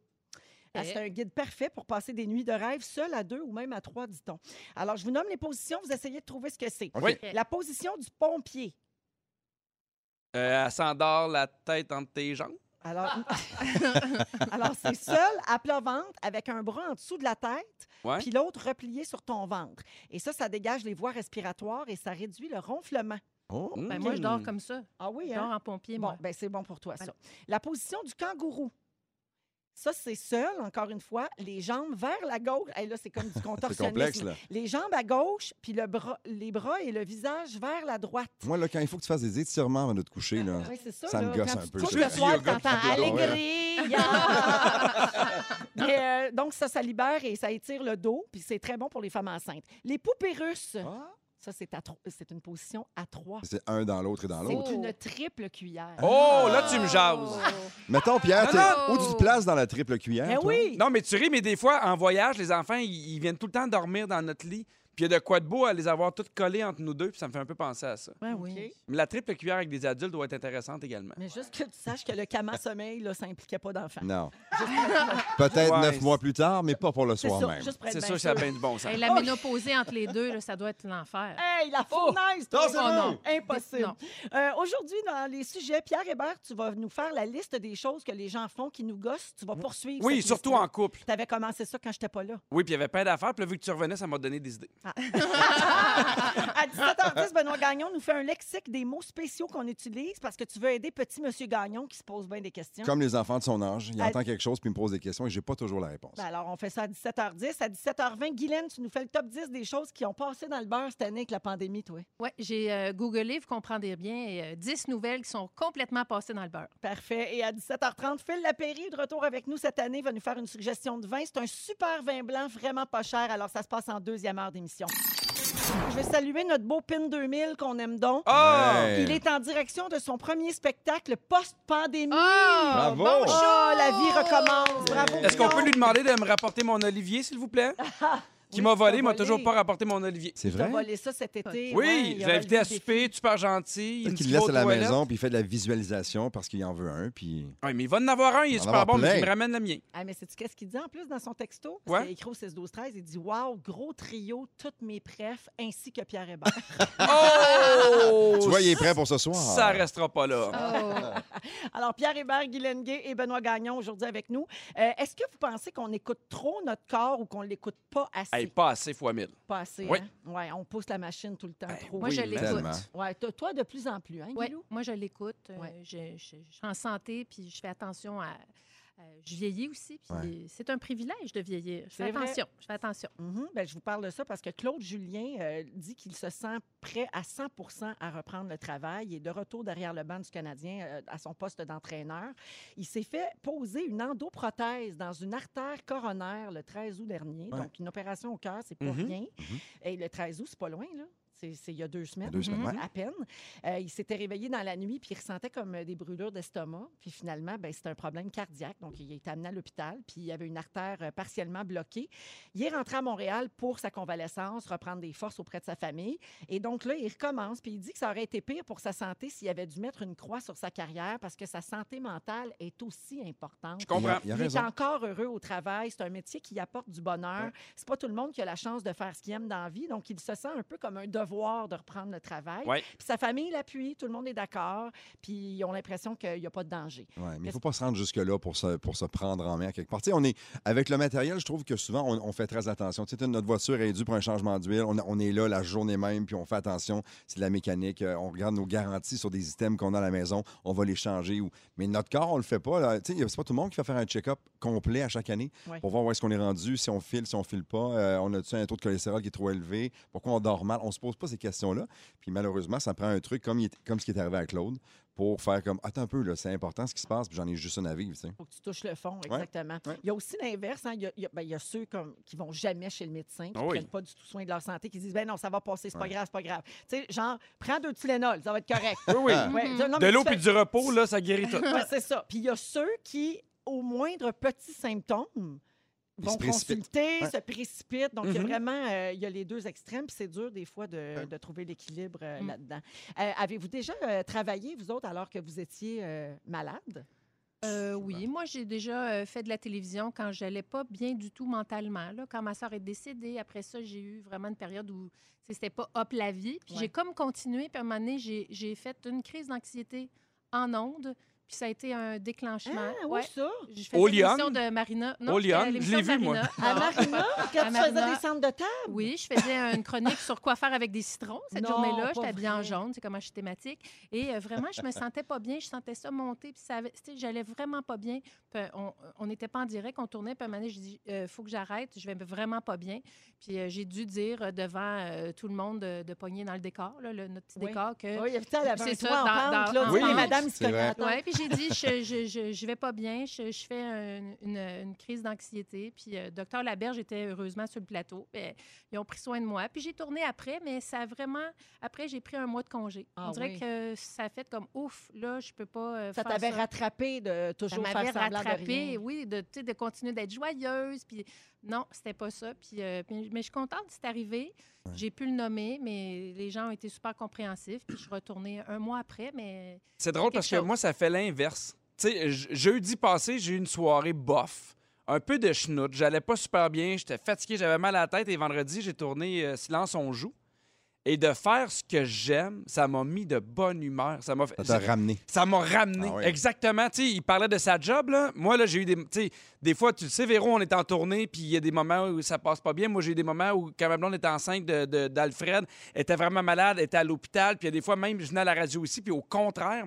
[SPEAKER 2] Ah,
[SPEAKER 4] Eh.
[SPEAKER 2] C'est un guide parfait pour passer des nuits de rêve seul à deux ou même à trois, dit-on. Alors, je vous nomme les positions, vous essayez de trouver ce que c'est.
[SPEAKER 1] OK.
[SPEAKER 3] Oui.
[SPEAKER 2] La position du pompier.
[SPEAKER 3] Euh, elle s'endort la tête entre tes jambes.
[SPEAKER 2] Alors, Alors c'est seul, à plat ventre, avec un bras en dessous de la tête,
[SPEAKER 3] Ouais.
[SPEAKER 2] puis l'autre replié sur ton ventre. Et ça, ça dégage les voies respiratoires et ça réduit le ronflement.
[SPEAKER 1] Oh.
[SPEAKER 4] Ben,
[SPEAKER 3] Hmm.
[SPEAKER 4] moi, je dors comme ça.
[SPEAKER 2] Ah oui,
[SPEAKER 4] Je
[SPEAKER 2] hein?
[SPEAKER 4] dors en pompier,
[SPEAKER 2] Bon,
[SPEAKER 4] moi.
[SPEAKER 2] ben c'est bon pour toi, ça.
[SPEAKER 4] Voilà.
[SPEAKER 2] La position du kangourou. Ça, c'est seul, encore une fois, les jambes vers la gauche. Hey, là, c'est comme du
[SPEAKER 1] C'est complexe,
[SPEAKER 2] contorsionnisme.
[SPEAKER 1] là.
[SPEAKER 2] les jambes à gauche, puis le bras, les bras et le visage vers la droite.
[SPEAKER 1] Moi, là, quand il faut que tu fasses des étirements avant de te coucher, là.
[SPEAKER 2] Oui, c'est ça.
[SPEAKER 1] Ça me
[SPEAKER 2] là.
[SPEAKER 1] gosse
[SPEAKER 2] Quand
[SPEAKER 1] un
[SPEAKER 2] tu
[SPEAKER 1] peu,
[SPEAKER 2] te couches
[SPEAKER 1] ça.
[SPEAKER 2] le
[SPEAKER 1] Du
[SPEAKER 2] soir,
[SPEAKER 1] yoga,
[SPEAKER 2] t'entends
[SPEAKER 1] puis tout, ouais.
[SPEAKER 2] Allégria. Mais, euh, donc, ça, ça libère et ça étire le dos, puis c'est très bon pour les femmes enceintes. Les poupées russes,
[SPEAKER 1] Ah.
[SPEAKER 2] ça, c'est à tro- c'est une position à trois.
[SPEAKER 1] C'est un dans l'autre et dans
[SPEAKER 2] C'est
[SPEAKER 1] l'autre.
[SPEAKER 2] une triple cuillère.
[SPEAKER 3] Oh, là,
[SPEAKER 4] Ah!
[SPEAKER 3] tu me jases.
[SPEAKER 4] Oh.
[SPEAKER 1] Mettons, Pierre,
[SPEAKER 3] Non,
[SPEAKER 1] t'es-
[SPEAKER 4] non.
[SPEAKER 1] où tu te places dans la triple cuillère?
[SPEAKER 2] Mais
[SPEAKER 1] hein, toi?
[SPEAKER 2] Ah, Eh oui!
[SPEAKER 3] Non, mais tu ris, mais des fois, en voyage, les enfants, ils, ils viennent tout le temps dormir dans notre lit. Puis il y a de quoi de beau à les avoir toutes collées entre nous deux, puis ça me fait un peu penser à ça.
[SPEAKER 7] Ben
[SPEAKER 2] OK.
[SPEAKER 7] oui.
[SPEAKER 3] Mais la triple cuillère avec des adultes doit être intéressante également.
[SPEAKER 2] Mais juste que tu saches que le cama sommeil, là, ça impliquait pas d'enfant.
[SPEAKER 1] Non. Peut-être
[SPEAKER 3] Ouais.
[SPEAKER 1] neuf mois plus tard, mais pas pour le
[SPEAKER 2] C'est
[SPEAKER 1] soir
[SPEAKER 2] ça,
[SPEAKER 1] même.
[SPEAKER 2] juste pour être
[SPEAKER 3] C'est
[SPEAKER 2] bien
[SPEAKER 3] sûr que ça a
[SPEAKER 2] sûr.
[SPEAKER 3] bien du bon sens.
[SPEAKER 4] Hey, la ménopausée entre les deux, là, ça doit être l'enfer.
[SPEAKER 2] Hey,
[SPEAKER 3] Oh!
[SPEAKER 2] la fournaise! toi!
[SPEAKER 1] Non, c'est
[SPEAKER 4] Oh non.
[SPEAKER 1] bon.
[SPEAKER 2] Impossible.
[SPEAKER 4] Non.
[SPEAKER 2] Euh, Aujourd'hui, dans les sujets, Pierre Hébert, tu vas nous faire la liste des choses que les gens font qui nous gossent. Tu vas poursuivre.
[SPEAKER 3] Mm. Oui, surtout en couple.
[SPEAKER 2] Tu avais commencé ça quand j'étais pas là.
[SPEAKER 3] Oui, puis il y avait plein d'affaires. Puis là, vu que tu revenais, ça m'a donné des idées.
[SPEAKER 2] À 17h10, Benoît Gagnon nous fait un lexique des mots spéciaux qu'on utilise parce que tu veux aider petit monsieur Gagnon qui se pose bien des questions.
[SPEAKER 1] Comme les enfants de son âge, il
[SPEAKER 2] À-
[SPEAKER 1] entend quelque chose puis il me pose des questions et j'ai pas toujours la réponse.
[SPEAKER 2] Ben alors, on fait ça à 17h10. À 17h20, Guylaine, tu nous fais le top 10 des choses qui ont passé dans le beurre cette année avec la pandémie, toi.
[SPEAKER 4] Ouais, j'ai euh, googlé, vous comprendrez bien, et, euh, 10 nouvelles qui sont complètement passées dans le beurre.
[SPEAKER 2] Parfait. Et à 17h30, Phil Lapéry, de retour avec nous cette année, va nous faire une suggestion de vin. C'est un super vin blanc, vraiment pas cher. Alors, ça se passe en deuxième heure d'émission. Je vais saluer notre beau PIN 2000 qu'on aime donc.
[SPEAKER 3] Ah!
[SPEAKER 1] Hey.
[SPEAKER 2] Il est en direction de son premier spectacle post-pandémie.
[SPEAKER 4] Ah!
[SPEAKER 1] Bravo!
[SPEAKER 2] Oh! Bon show, la vie recommence. Bravo.
[SPEAKER 3] Est-ce qu'on peut
[SPEAKER 2] Guillaume.
[SPEAKER 3] lui demander de me rapporter mon olivier, s'il vous plaît? Qui
[SPEAKER 2] Oui,
[SPEAKER 3] m'a
[SPEAKER 2] tu
[SPEAKER 3] volé,
[SPEAKER 2] t'as
[SPEAKER 3] m'a
[SPEAKER 2] volé.
[SPEAKER 3] toujours pas rapporté mon olivier.
[SPEAKER 1] C'est
[SPEAKER 2] Il t'a
[SPEAKER 1] vrai?
[SPEAKER 2] volé ça cet été. Ouais,
[SPEAKER 3] Oui,
[SPEAKER 2] il
[SPEAKER 3] je
[SPEAKER 2] a
[SPEAKER 3] l'ai invité à
[SPEAKER 2] volé des-
[SPEAKER 3] souper, super gentil.
[SPEAKER 1] Peut-être qu'il
[SPEAKER 3] une petite
[SPEAKER 1] le laisse
[SPEAKER 3] peau
[SPEAKER 1] à
[SPEAKER 3] aux
[SPEAKER 1] la
[SPEAKER 3] toilettes.
[SPEAKER 1] maison puis il fait de la visualisation parce qu'il en veut un. Puis...
[SPEAKER 3] Oui, mais il va en avoir un, il est
[SPEAKER 1] Il va en
[SPEAKER 3] super
[SPEAKER 1] avoir
[SPEAKER 3] bon, mais
[SPEAKER 1] plein.
[SPEAKER 3] il me ramène le mien.
[SPEAKER 2] Ah, mais sais-tu qu'est-ce qu'il dit en plus dans son texto?
[SPEAKER 3] Quoi?
[SPEAKER 2] Parce qu'il a écrit au 16 12 13 il dit Wow, gros trio, toutes mes prefs, ainsi que Pierre Hébert.
[SPEAKER 3] Oh!
[SPEAKER 1] Tu vois, il est prêt pour ce soir.
[SPEAKER 3] Ça restera pas
[SPEAKER 2] Ah,
[SPEAKER 3] là.
[SPEAKER 4] Oh.
[SPEAKER 2] Alors, Pierre Hébert, Guylaine Gay et Benoît Gagnon aujourd'hui avec nous. Euh, Est-ce que vous pensez qu'on écoute trop notre corps ou qu'on l'écoute pas assez?
[SPEAKER 3] Hey, pas assez fois mille.
[SPEAKER 2] Pas assez,
[SPEAKER 3] Oui.
[SPEAKER 2] hein? Ouais, on pousse la machine tout le temps
[SPEAKER 3] Ben,
[SPEAKER 2] trop.
[SPEAKER 4] Moi,
[SPEAKER 3] Oui,
[SPEAKER 4] je
[SPEAKER 1] tellement.
[SPEAKER 4] l'écoute.
[SPEAKER 2] Ouais, to- toi, de plus en plus, hein,
[SPEAKER 4] Ouais,
[SPEAKER 2] Guilou?
[SPEAKER 4] moi, je l'écoute. Euh,
[SPEAKER 2] Ouais.
[SPEAKER 4] je, je- je suis en santé, puis je fais attention à. euh, je vieillis aussi, puis
[SPEAKER 1] Ouais.
[SPEAKER 4] c'est un privilège de vieillir. Je
[SPEAKER 2] C'est
[SPEAKER 4] fais
[SPEAKER 2] vrai.
[SPEAKER 4] attention. Je fais attention.
[SPEAKER 2] Mhm, ben, je vous parle de ça parce que Claude Julien euh, dit qu'il se sent prêt à 100 à reprendre le travail. Il est de retour derrière le banc du Canadien euh, à son poste d'entraîneur. Il s'est fait poser une endoprothèse dans une artère coronaire le 13 août dernier.
[SPEAKER 1] Ouais. Mm-hmm.
[SPEAKER 2] Donc, une opération au cœur, c'est pas
[SPEAKER 3] Mhm,
[SPEAKER 2] rien. Et le 13 août, c'est pas loin, là. C'est c'est il y a deux semaines. Mm-hmm.
[SPEAKER 1] Deux semaines,
[SPEAKER 4] Mhm.
[SPEAKER 1] ouais.
[SPEAKER 2] À peine. Euh, il s'était réveillé dans la nuit, puis il ressentait comme euh, des brûlures d'estomac. Puis finalement, ben, c'était un problème cardiaque. Donc, il a été amené à l'hôpital, puis il y avait une artère euh, partiellement bloquée. Il est rentré à Montréal pour sa convalescence, reprendre des forces auprès de sa famille. Et donc là, il recommence, puis il dit que ça aurait été pire pour sa santé s'il avait dû mettre une croix sur sa carrière, parce que sa santé mentale est aussi importante.
[SPEAKER 3] Je comprends.
[SPEAKER 1] Il a
[SPEAKER 2] Il est
[SPEAKER 1] raison.
[SPEAKER 2] encore heureux au travail. C'est un métier qui apporte du bonheur.
[SPEAKER 3] Ouais.
[SPEAKER 2] C'est pas tout le monde qui a la chance de faire ce qu'il aime dans la vie. Donc, il se sent un peu comme un devoir de reprendre le travail.
[SPEAKER 3] Ouais.
[SPEAKER 2] Puis sa famille l'appuie, tout le monde est d'accord. Puis ils ont l'impression qu'il n'y a pas de danger.
[SPEAKER 1] Ouais, mais il faut pas se rendre jusque-là pour se, pour se prendre en main à quelque part. Tu sais, on est, avec le matériel, je trouve que souvent, on, on fait très attention. Tu sais, notre voiture est due pour un changement d'huile. On, on est là la journée même, puis on fait attention. C'est de la mécanique. Euh, on regarde nos garanties sur des items qu'on a à la maison. On va les changer. Ou... Mais notre corps, on le fait pas. là. Tu sais, c'est pas tout le monde qui va faire un check-up complet à chaque année
[SPEAKER 2] Ouais.
[SPEAKER 1] pour voir où est-ce qu'on est rendu, si on file, si on file pas. Euh, on a-tu un taux de cholestérol qui est trop élevé? Pourquoi on dort mal? On se pose pas ces questions-là. Puis malheureusement, ça prend un truc comme, il est- comme ce qui est arrivé à Claude pour faire comme attends un peu là, c'est important ce qui se passe, puis j'en ai juste une à vivre, tu sais.
[SPEAKER 2] Faut que tu touches le fond, exactement.
[SPEAKER 1] ouais.
[SPEAKER 2] Il y a aussi l'inverse. hein. Il, y a- il y a- ben, il y a ceux comme, qui vont jamais chez le médecin, qui
[SPEAKER 3] Ah oui.
[SPEAKER 2] prennent pas du tout soin de leur santé, qui disent ben non, ça va passer, c'est pas
[SPEAKER 1] Ouais.
[SPEAKER 2] grave, c'est pas grave. Tu sais, genre, prends deux Tylenol, ça va être correct.
[SPEAKER 3] Oui, oui.
[SPEAKER 2] Ouais. Non,
[SPEAKER 3] De
[SPEAKER 2] mais tu
[SPEAKER 3] l'eau
[SPEAKER 2] fais-
[SPEAKER 3] puis du repos, là, ça guérit tout.
[SPEAKER 2] Ouais, c'est ça. Puis il y a ceux qui, au moindre petit symptôme,
[SPEAKER 1] Ils
[SPEAKER 2] vont
[SPEAKER 1] se précipitent.
[SPEAKER 2] consulter,
[SPEAKER 1] Ouais.
[SPEAKER 2] se précipitent. Donc, il y a
[SPEAKER 3] Mhm.
[SPEAKER 2] vraiment euh, il y a les deux extrêmes, puis c'est dur des fois de, de trouver l'équilibre euh,
[SPEAKER 4] Mm.
[SPEAKER 2] là-dedans. Euh, Avez-vous déjà euh, travaillé, vous autres, alors que vous étiez euh, malade?
[SPEAKER 4] Euh, oui, moi, j'ai déjà euh, fait de la télévision quand j'allais pas bien du tout mentalement. Là. Quand ma soeur est décédée, après ça, j'ai eu vraiment une période où tu sais, c'était pas hop la vie. Puis
[SPEAKER 2] Ouais.
[SPEAKER 4] j'ai comme continué, puis à un moment donné, j'ai, j'ai fait une crise d'anxiété en onde, puis ça a été un déclenchement.
[SPEAKER 2] où
[SPEAKER 4] Ouais.
[SPEAKER 2] ça?
[SPEAKER 4] Je
[SPEAKER 3] Au
[SPEAKER 4] faisais
[SPEAKER 3] Lyon?
[SPEAKER 4] l'émission de Marina.
[SPEAKER 3] Au
[SPEAKER 4] c'était
[SPEAKER 3] Lyon? Je
[SPEAKER 4] l'émission
[SPEAKER 3] l'ai
[SPEAKER 4] de
[SPEAKER 3] vu, moi.
[SPEAKER 4] Marina.
[SPEAKER 2] À
[SPEAKER 4] Ah.
[SPEAKER 2] Marina, quand tu faisais
[SPEAKER 4] Marina.
[SPEAKER 2] des centres de table?
[SPEAKER 4] Oui, je faisais une chronique sur quoi faire avec des citrons cette
[SPEAKER 2] Non,
[SPEAKER 4] journée-là.
[SPEAKER 2] pas
[SPEAKER 4] J'étais habillée
[SPEAKER 2] vrai.
[SPEAKER 4] en jaune, c'est comment je suis thématique. Et euh, vraiment, je me sentais pas bien. Je sentais ça monter. Puis ça avait- tu sais, j'allais vraiment pas bien. Puis, euh, on- on n'était pas en direct, on tournait. Puis à un moment donné, je dis, euh, faut que j'arrête. Je vais vraiment pas bien. Puis euh, j'ai dû dire euh, devant euh, tout le monde euh, de pogner dans le décor, là, le- notre petit
[SPEAKER 2] Oui.
[SPEAKER 4] décor, que
[SPEAKER 2] Oui, putain, elle avait
[SPEAKER 4] C'est
[SPEAKER 2] un
[SPEAKER 4] ça,
[SPEAKER 2] toit en
[SPEAKER 4] dans-
[SPEAKER 2] pente,
[SPEAKER 4] dans-
[SPEAKER 2] là.
[SPEAKER 4] en
[SPEAKER 2] Oui,
[SPEAKER 4] pente.
[SPEAKER 2] madame,
[SPEAKER 1] C'est vrai.
[SPEAKER 4] Ouais, puis j'ai dit, je, je, je, je vais pas bien, je, je fais un- une, une crise d'anxiété. Puis euh, docteur Laberge était heureusement sur le plateau. Ben, ils ont pris soin de moi. Puis j'ai tourné après, mais ça a vraiment... Après, j'ai pris un mois de congé.
[SPEAKER 2] Ah
[SPEAKER 4] On dirait
[SPEAKER 2] oui.
[SPEAKER 4] que ça a fait comme, ouf, là, je peux pas euh,
[SPEAKER 2] Ça
[SPEAKER 4] faire
[SPEAKER 2] t'avait
[SPEAKER 4] ça.
[SPEAKER 2] rattrapé de
[SPEAKER 4] Ça
[SPEAKER 2] toujours faire
[SPEAKER 4] m'avait
[SPEAKER 2] semblant de
[SPEAKER 4] rattrapé,
[SPEAKER 2] rien.
[SPEAKER 4] oui, de, tu sais, de continuer d'être joyeuse, puis Non, c'était pas ça. Puis, euh, puis- mais je suis contente, c'est arrivé. J'ai pu le nommer, mais les gens ont été super compréhensifs. Puis je suis retournée un mois après, mais
[SPEAKER 3] C'est drôle parce que
[SPEAKER 4] quelque chose.
[SPEAKER 3] moi, ça fait l'inverse. Tu sais, je- jeudi passé, j'ai eu une soirée bof, un peu de schnout. J'allais pas super bien, j'étais fatigué, j'avais mal à la tête. Et vendredi, j'ai tourné euh, Silence, on joue. Et de faire ce que j'aime, ça m'a mis de bonne humeur. Ça m'a fait.
[SPEAKER 1] Ça t'a ramené.
[SPEAKER 3] Ça m'a ramené.
[SPEAKER 1] Ah oui.
[SPEAKER 3] Exactement. Tu sais, il parlait de sa job, là. Moi, là, j'ai eu des. Tu sais, des fois, tu le sais, Véro, on est en tournée, puis il y a des moments où ça passe pas bien. Moi, j'ai eu des moments où, quand ma blonde était enceinte de- de- d'Alfred, elle était vraiment malade, elle était à l'hôpital, puis il y a des fois, même, je venais à la radio aussi, puis au contraire,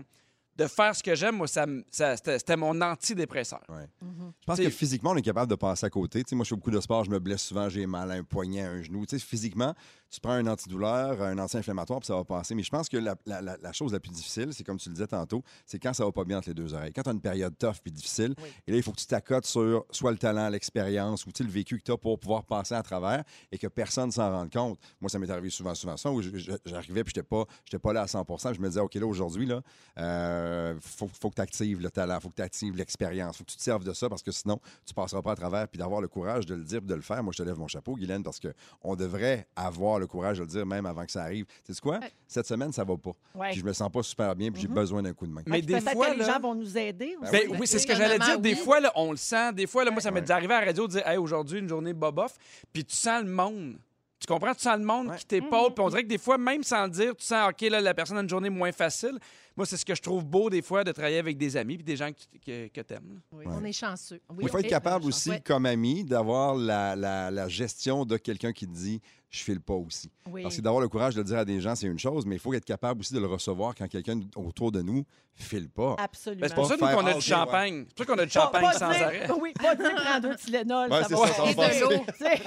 [SPEAKER 3] de faire ce que j'aime, moi, ça, me- ça- c'était c'était mon antidépresseur.
[SPEAKER 2] Ah,
[SPEAKER 1] Je pense
[SPEAKER 3] T'sais-
[SPEAKER 1] que physiquement, on est capable de passer à côté. T'sais, moi, je fais beaucoup de sport, je me blesse souvent, j'ai mal à un poignet, à un genou. T'sais, physiquement, tu prends un antidouleur, un anti-inflammatoire, puis ça va passer. Mais je pense que la, la- la- la chose la plus difficile, c'est comme tu le disais tantôt, c'est quand ça va pas bien entre les deux oreilles. Quand tu as une période tough puis difficile, et là, il faut que tu t'accotes sur soit le talent, l'expérience ou t'sais, le vécu que tu as pour pouvoir passer à travers et que personne s'en rende compte. Moi, ça m'est arrivé souvent, souvent, ça, où je- je- j'arrivais puis je n'étais pas, j'étais pas là à 100 puis Je me disais, OK, là, aujourd'hui, là, euh, faut, faut que tu actives le talent, faut que tu actives l'expérience, faut que tu te serves de ça parce que sinon, tu passeras pas à travers. Puis d'avoir le courage de le dire, de le faire. Moi, je te lève mon chapeau, Guylaine, parce qu'on devrait avoir le courage de le dire même avant que ça arrive. Tu sais quoi?
[SPEAKER 4] Ouais.
[SPEAKER 1] Cette semaine, ça va pas.
[SPEAKER 2] Ouais.
[SPEAKER 1] Puis je me sens pas super bien, puis j'ai besoin d'un coup de main.
[SPEAKER 3] Mais des
[SPEAKER 2] Peut-être
[SPEAKER 3] fois,
[SPEAKER 2] que les
[SPEAKER 3] là-
[SPEAKER 2] gens vont nous aider aussi.
[SPEAKER 3] Ben,
[SPEAKER 4] oui.
[SPEAKER 3] oui, c'est ce que
[SPEAKER 4] Oui,
[SPEAKER 3] j'allais dire.
[SPEAKER 4] normalement,
[SPEAKER 3] Des
[SPEAKER 4] oui.
[SPEAKER 3] fois, là, on le sent. Des fois, là, moi, ça m'est
[SPEAKER 1] Ouais.
[SPEAKER 3] déjà arrivé à la radio de dire Hey, aujourd'hui, une journée bobof. Puis tu sens le monde. Tu comprends? Tu sens le monde
[SPEAKER 1] Ouais.
[SPEAKER 3] qui t'épaule. Puis on dirait que des fois, même sans le dire, tu sens OK, là, la personne a une journée moins facile. Moi, c'est ce que je trouve beau, des fois, de travailler avec des amis puis des gens que, tu- que, que t'aimes. là.
[SPEAKER 4] on est chanceux.
[SPEAKER 1] Il faut être capable aussi,
[SPEAKER 4] Ouais.
[SPEAKER 1] comme ami, d'avoir la, la- la gestion de quelqu'un qui te dit je file pas aussi.
[SPEAKER 2] Oui.
[SPEAKER 1] Parce que d'avoir le courage de le dire à des gens, c'est une chose, mais il faut être capable aussi de le recevoir quand quelqu'un autour de nous file pas.
[SPEAKER 2] Absolument.
[SPEAKER 3] Ben, c'est pour ça, nous,
[SPEAKER 1] faire
[SPEAKER 3] qu'on a
[SPEAKER 1] Ah,
[SPEAKER 3] du
[SPEAKER 1] ok,
[SPEAKER 3] champagne. C'est pour ça qu'on a du
[SPEAKER 2] Pas-
[SPEAKER 3] champagne
[SPEAKER 2] pas
[SPEAKER 3] sans
[SPEAKER 2] dire-
[SPEAKER 3] arrêt.
[SPEAKER 2] Oui, pas dire prends deux Tylenol.
[SPEAKER 1] Ouais,
[SPEAKER 2] ça
[SPEAKER 1] c'est
[SPEAKER 2] va
[SPEAKER 1] ça, ça
[SPEAKER 4] Et
[SPEAKER 1] va
[SPEAKER 4] de l'eau.
[SPEAKER 2] Tu sais,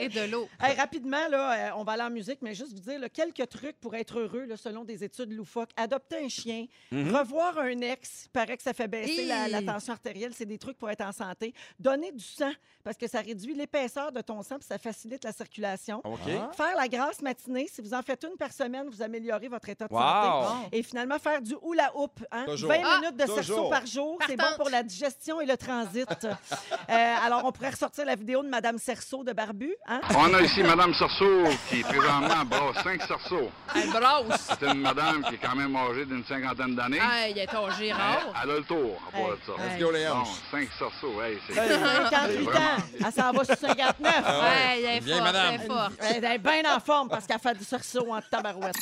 [SPEAKER 4] Et de l'eau.
[SPEAKER 2] hey, rapidement, là, euh, on va aller en musique, mais juste vous dire là, quelques trucs pour être heureux là, selon des études loufoques. Adopter un chien,
[SPEAKER 1] Mhm.
[SPEAKER 2] revoir un ex, il paraît que ça fait baisser la,
[SPEAKER 4] Hi.
[SPEAKER 2] la tension artérielle, c'est des trucs pour être en santé. Donner du sang, parce que ça réduit l'épaisseur de ton sang puis ça facilite la circulation.
[SPEAKER 3] OK.
[SPEAKER 1] Ah.
[SPEAKER 2] Faire la grasse matinée, si vous en faites une par semaine, vous améliorez votre état de
[SPEAKER 3] Wow.
[SPEAKER 2] santé.
[SPEAKER 4] Bon.
[SPEAKER 2] Et finalement, faire du hula hoop. Hein?
[SPEAKER 1] Toujours.
[SPEAKER 2] 20
[SPEAKER 4] Ah,
[SPEAKER 2] minutes de
[SPEAKER 1] toujours.
[SPEAKER 2] cerceau par jour, c'est bon
[SPEAKER 4] Partante.
[SPEAKER 2] pour la digestion et le transit. Euh, alors, on pourrait ressortir la vidéo de Madame Cerceau de Barbu. Hein?
[SPEAKER 8] On a ici Madame Sarceau qui présentement brasse cinq Sarceaux.
[SPEAKER 9] Elle brosse.
[SPEAKER 8] C'est une madame qui est quand même âgée d'une cinquantaine d'années.
[SPEAKER 4] Ah.
[SPEAKER 9] Hey, il est ton Gérard.
[SPEAKER 8] Elle a le tour à part de ça.
[SPEAKER 2] Hey,
[SPEAKER 1] Let's go, les
[SPEAKER 8] Bon,
[SPEAKER 1] Hanches.
[SPEAKER 8] cinq Sarceaux, hey, c'est...
[SPEAKER 2] 58
[SPEAKER 8] vraiment-
[SPEAKER 2] ans, elle s'en va sur 59.
[SPEAKER 4] Ah
[SPEAKER 9] Hey, elle est
[SPEAKER 1] Viens,
[SPEAKER 9] forte,
[SPEAKER 1] madame.
[SPEAKER 9] elle est forte.
[SPEAKER 2] Elle est bien en forme parce qu'elle fait du cerceau en tabarouette.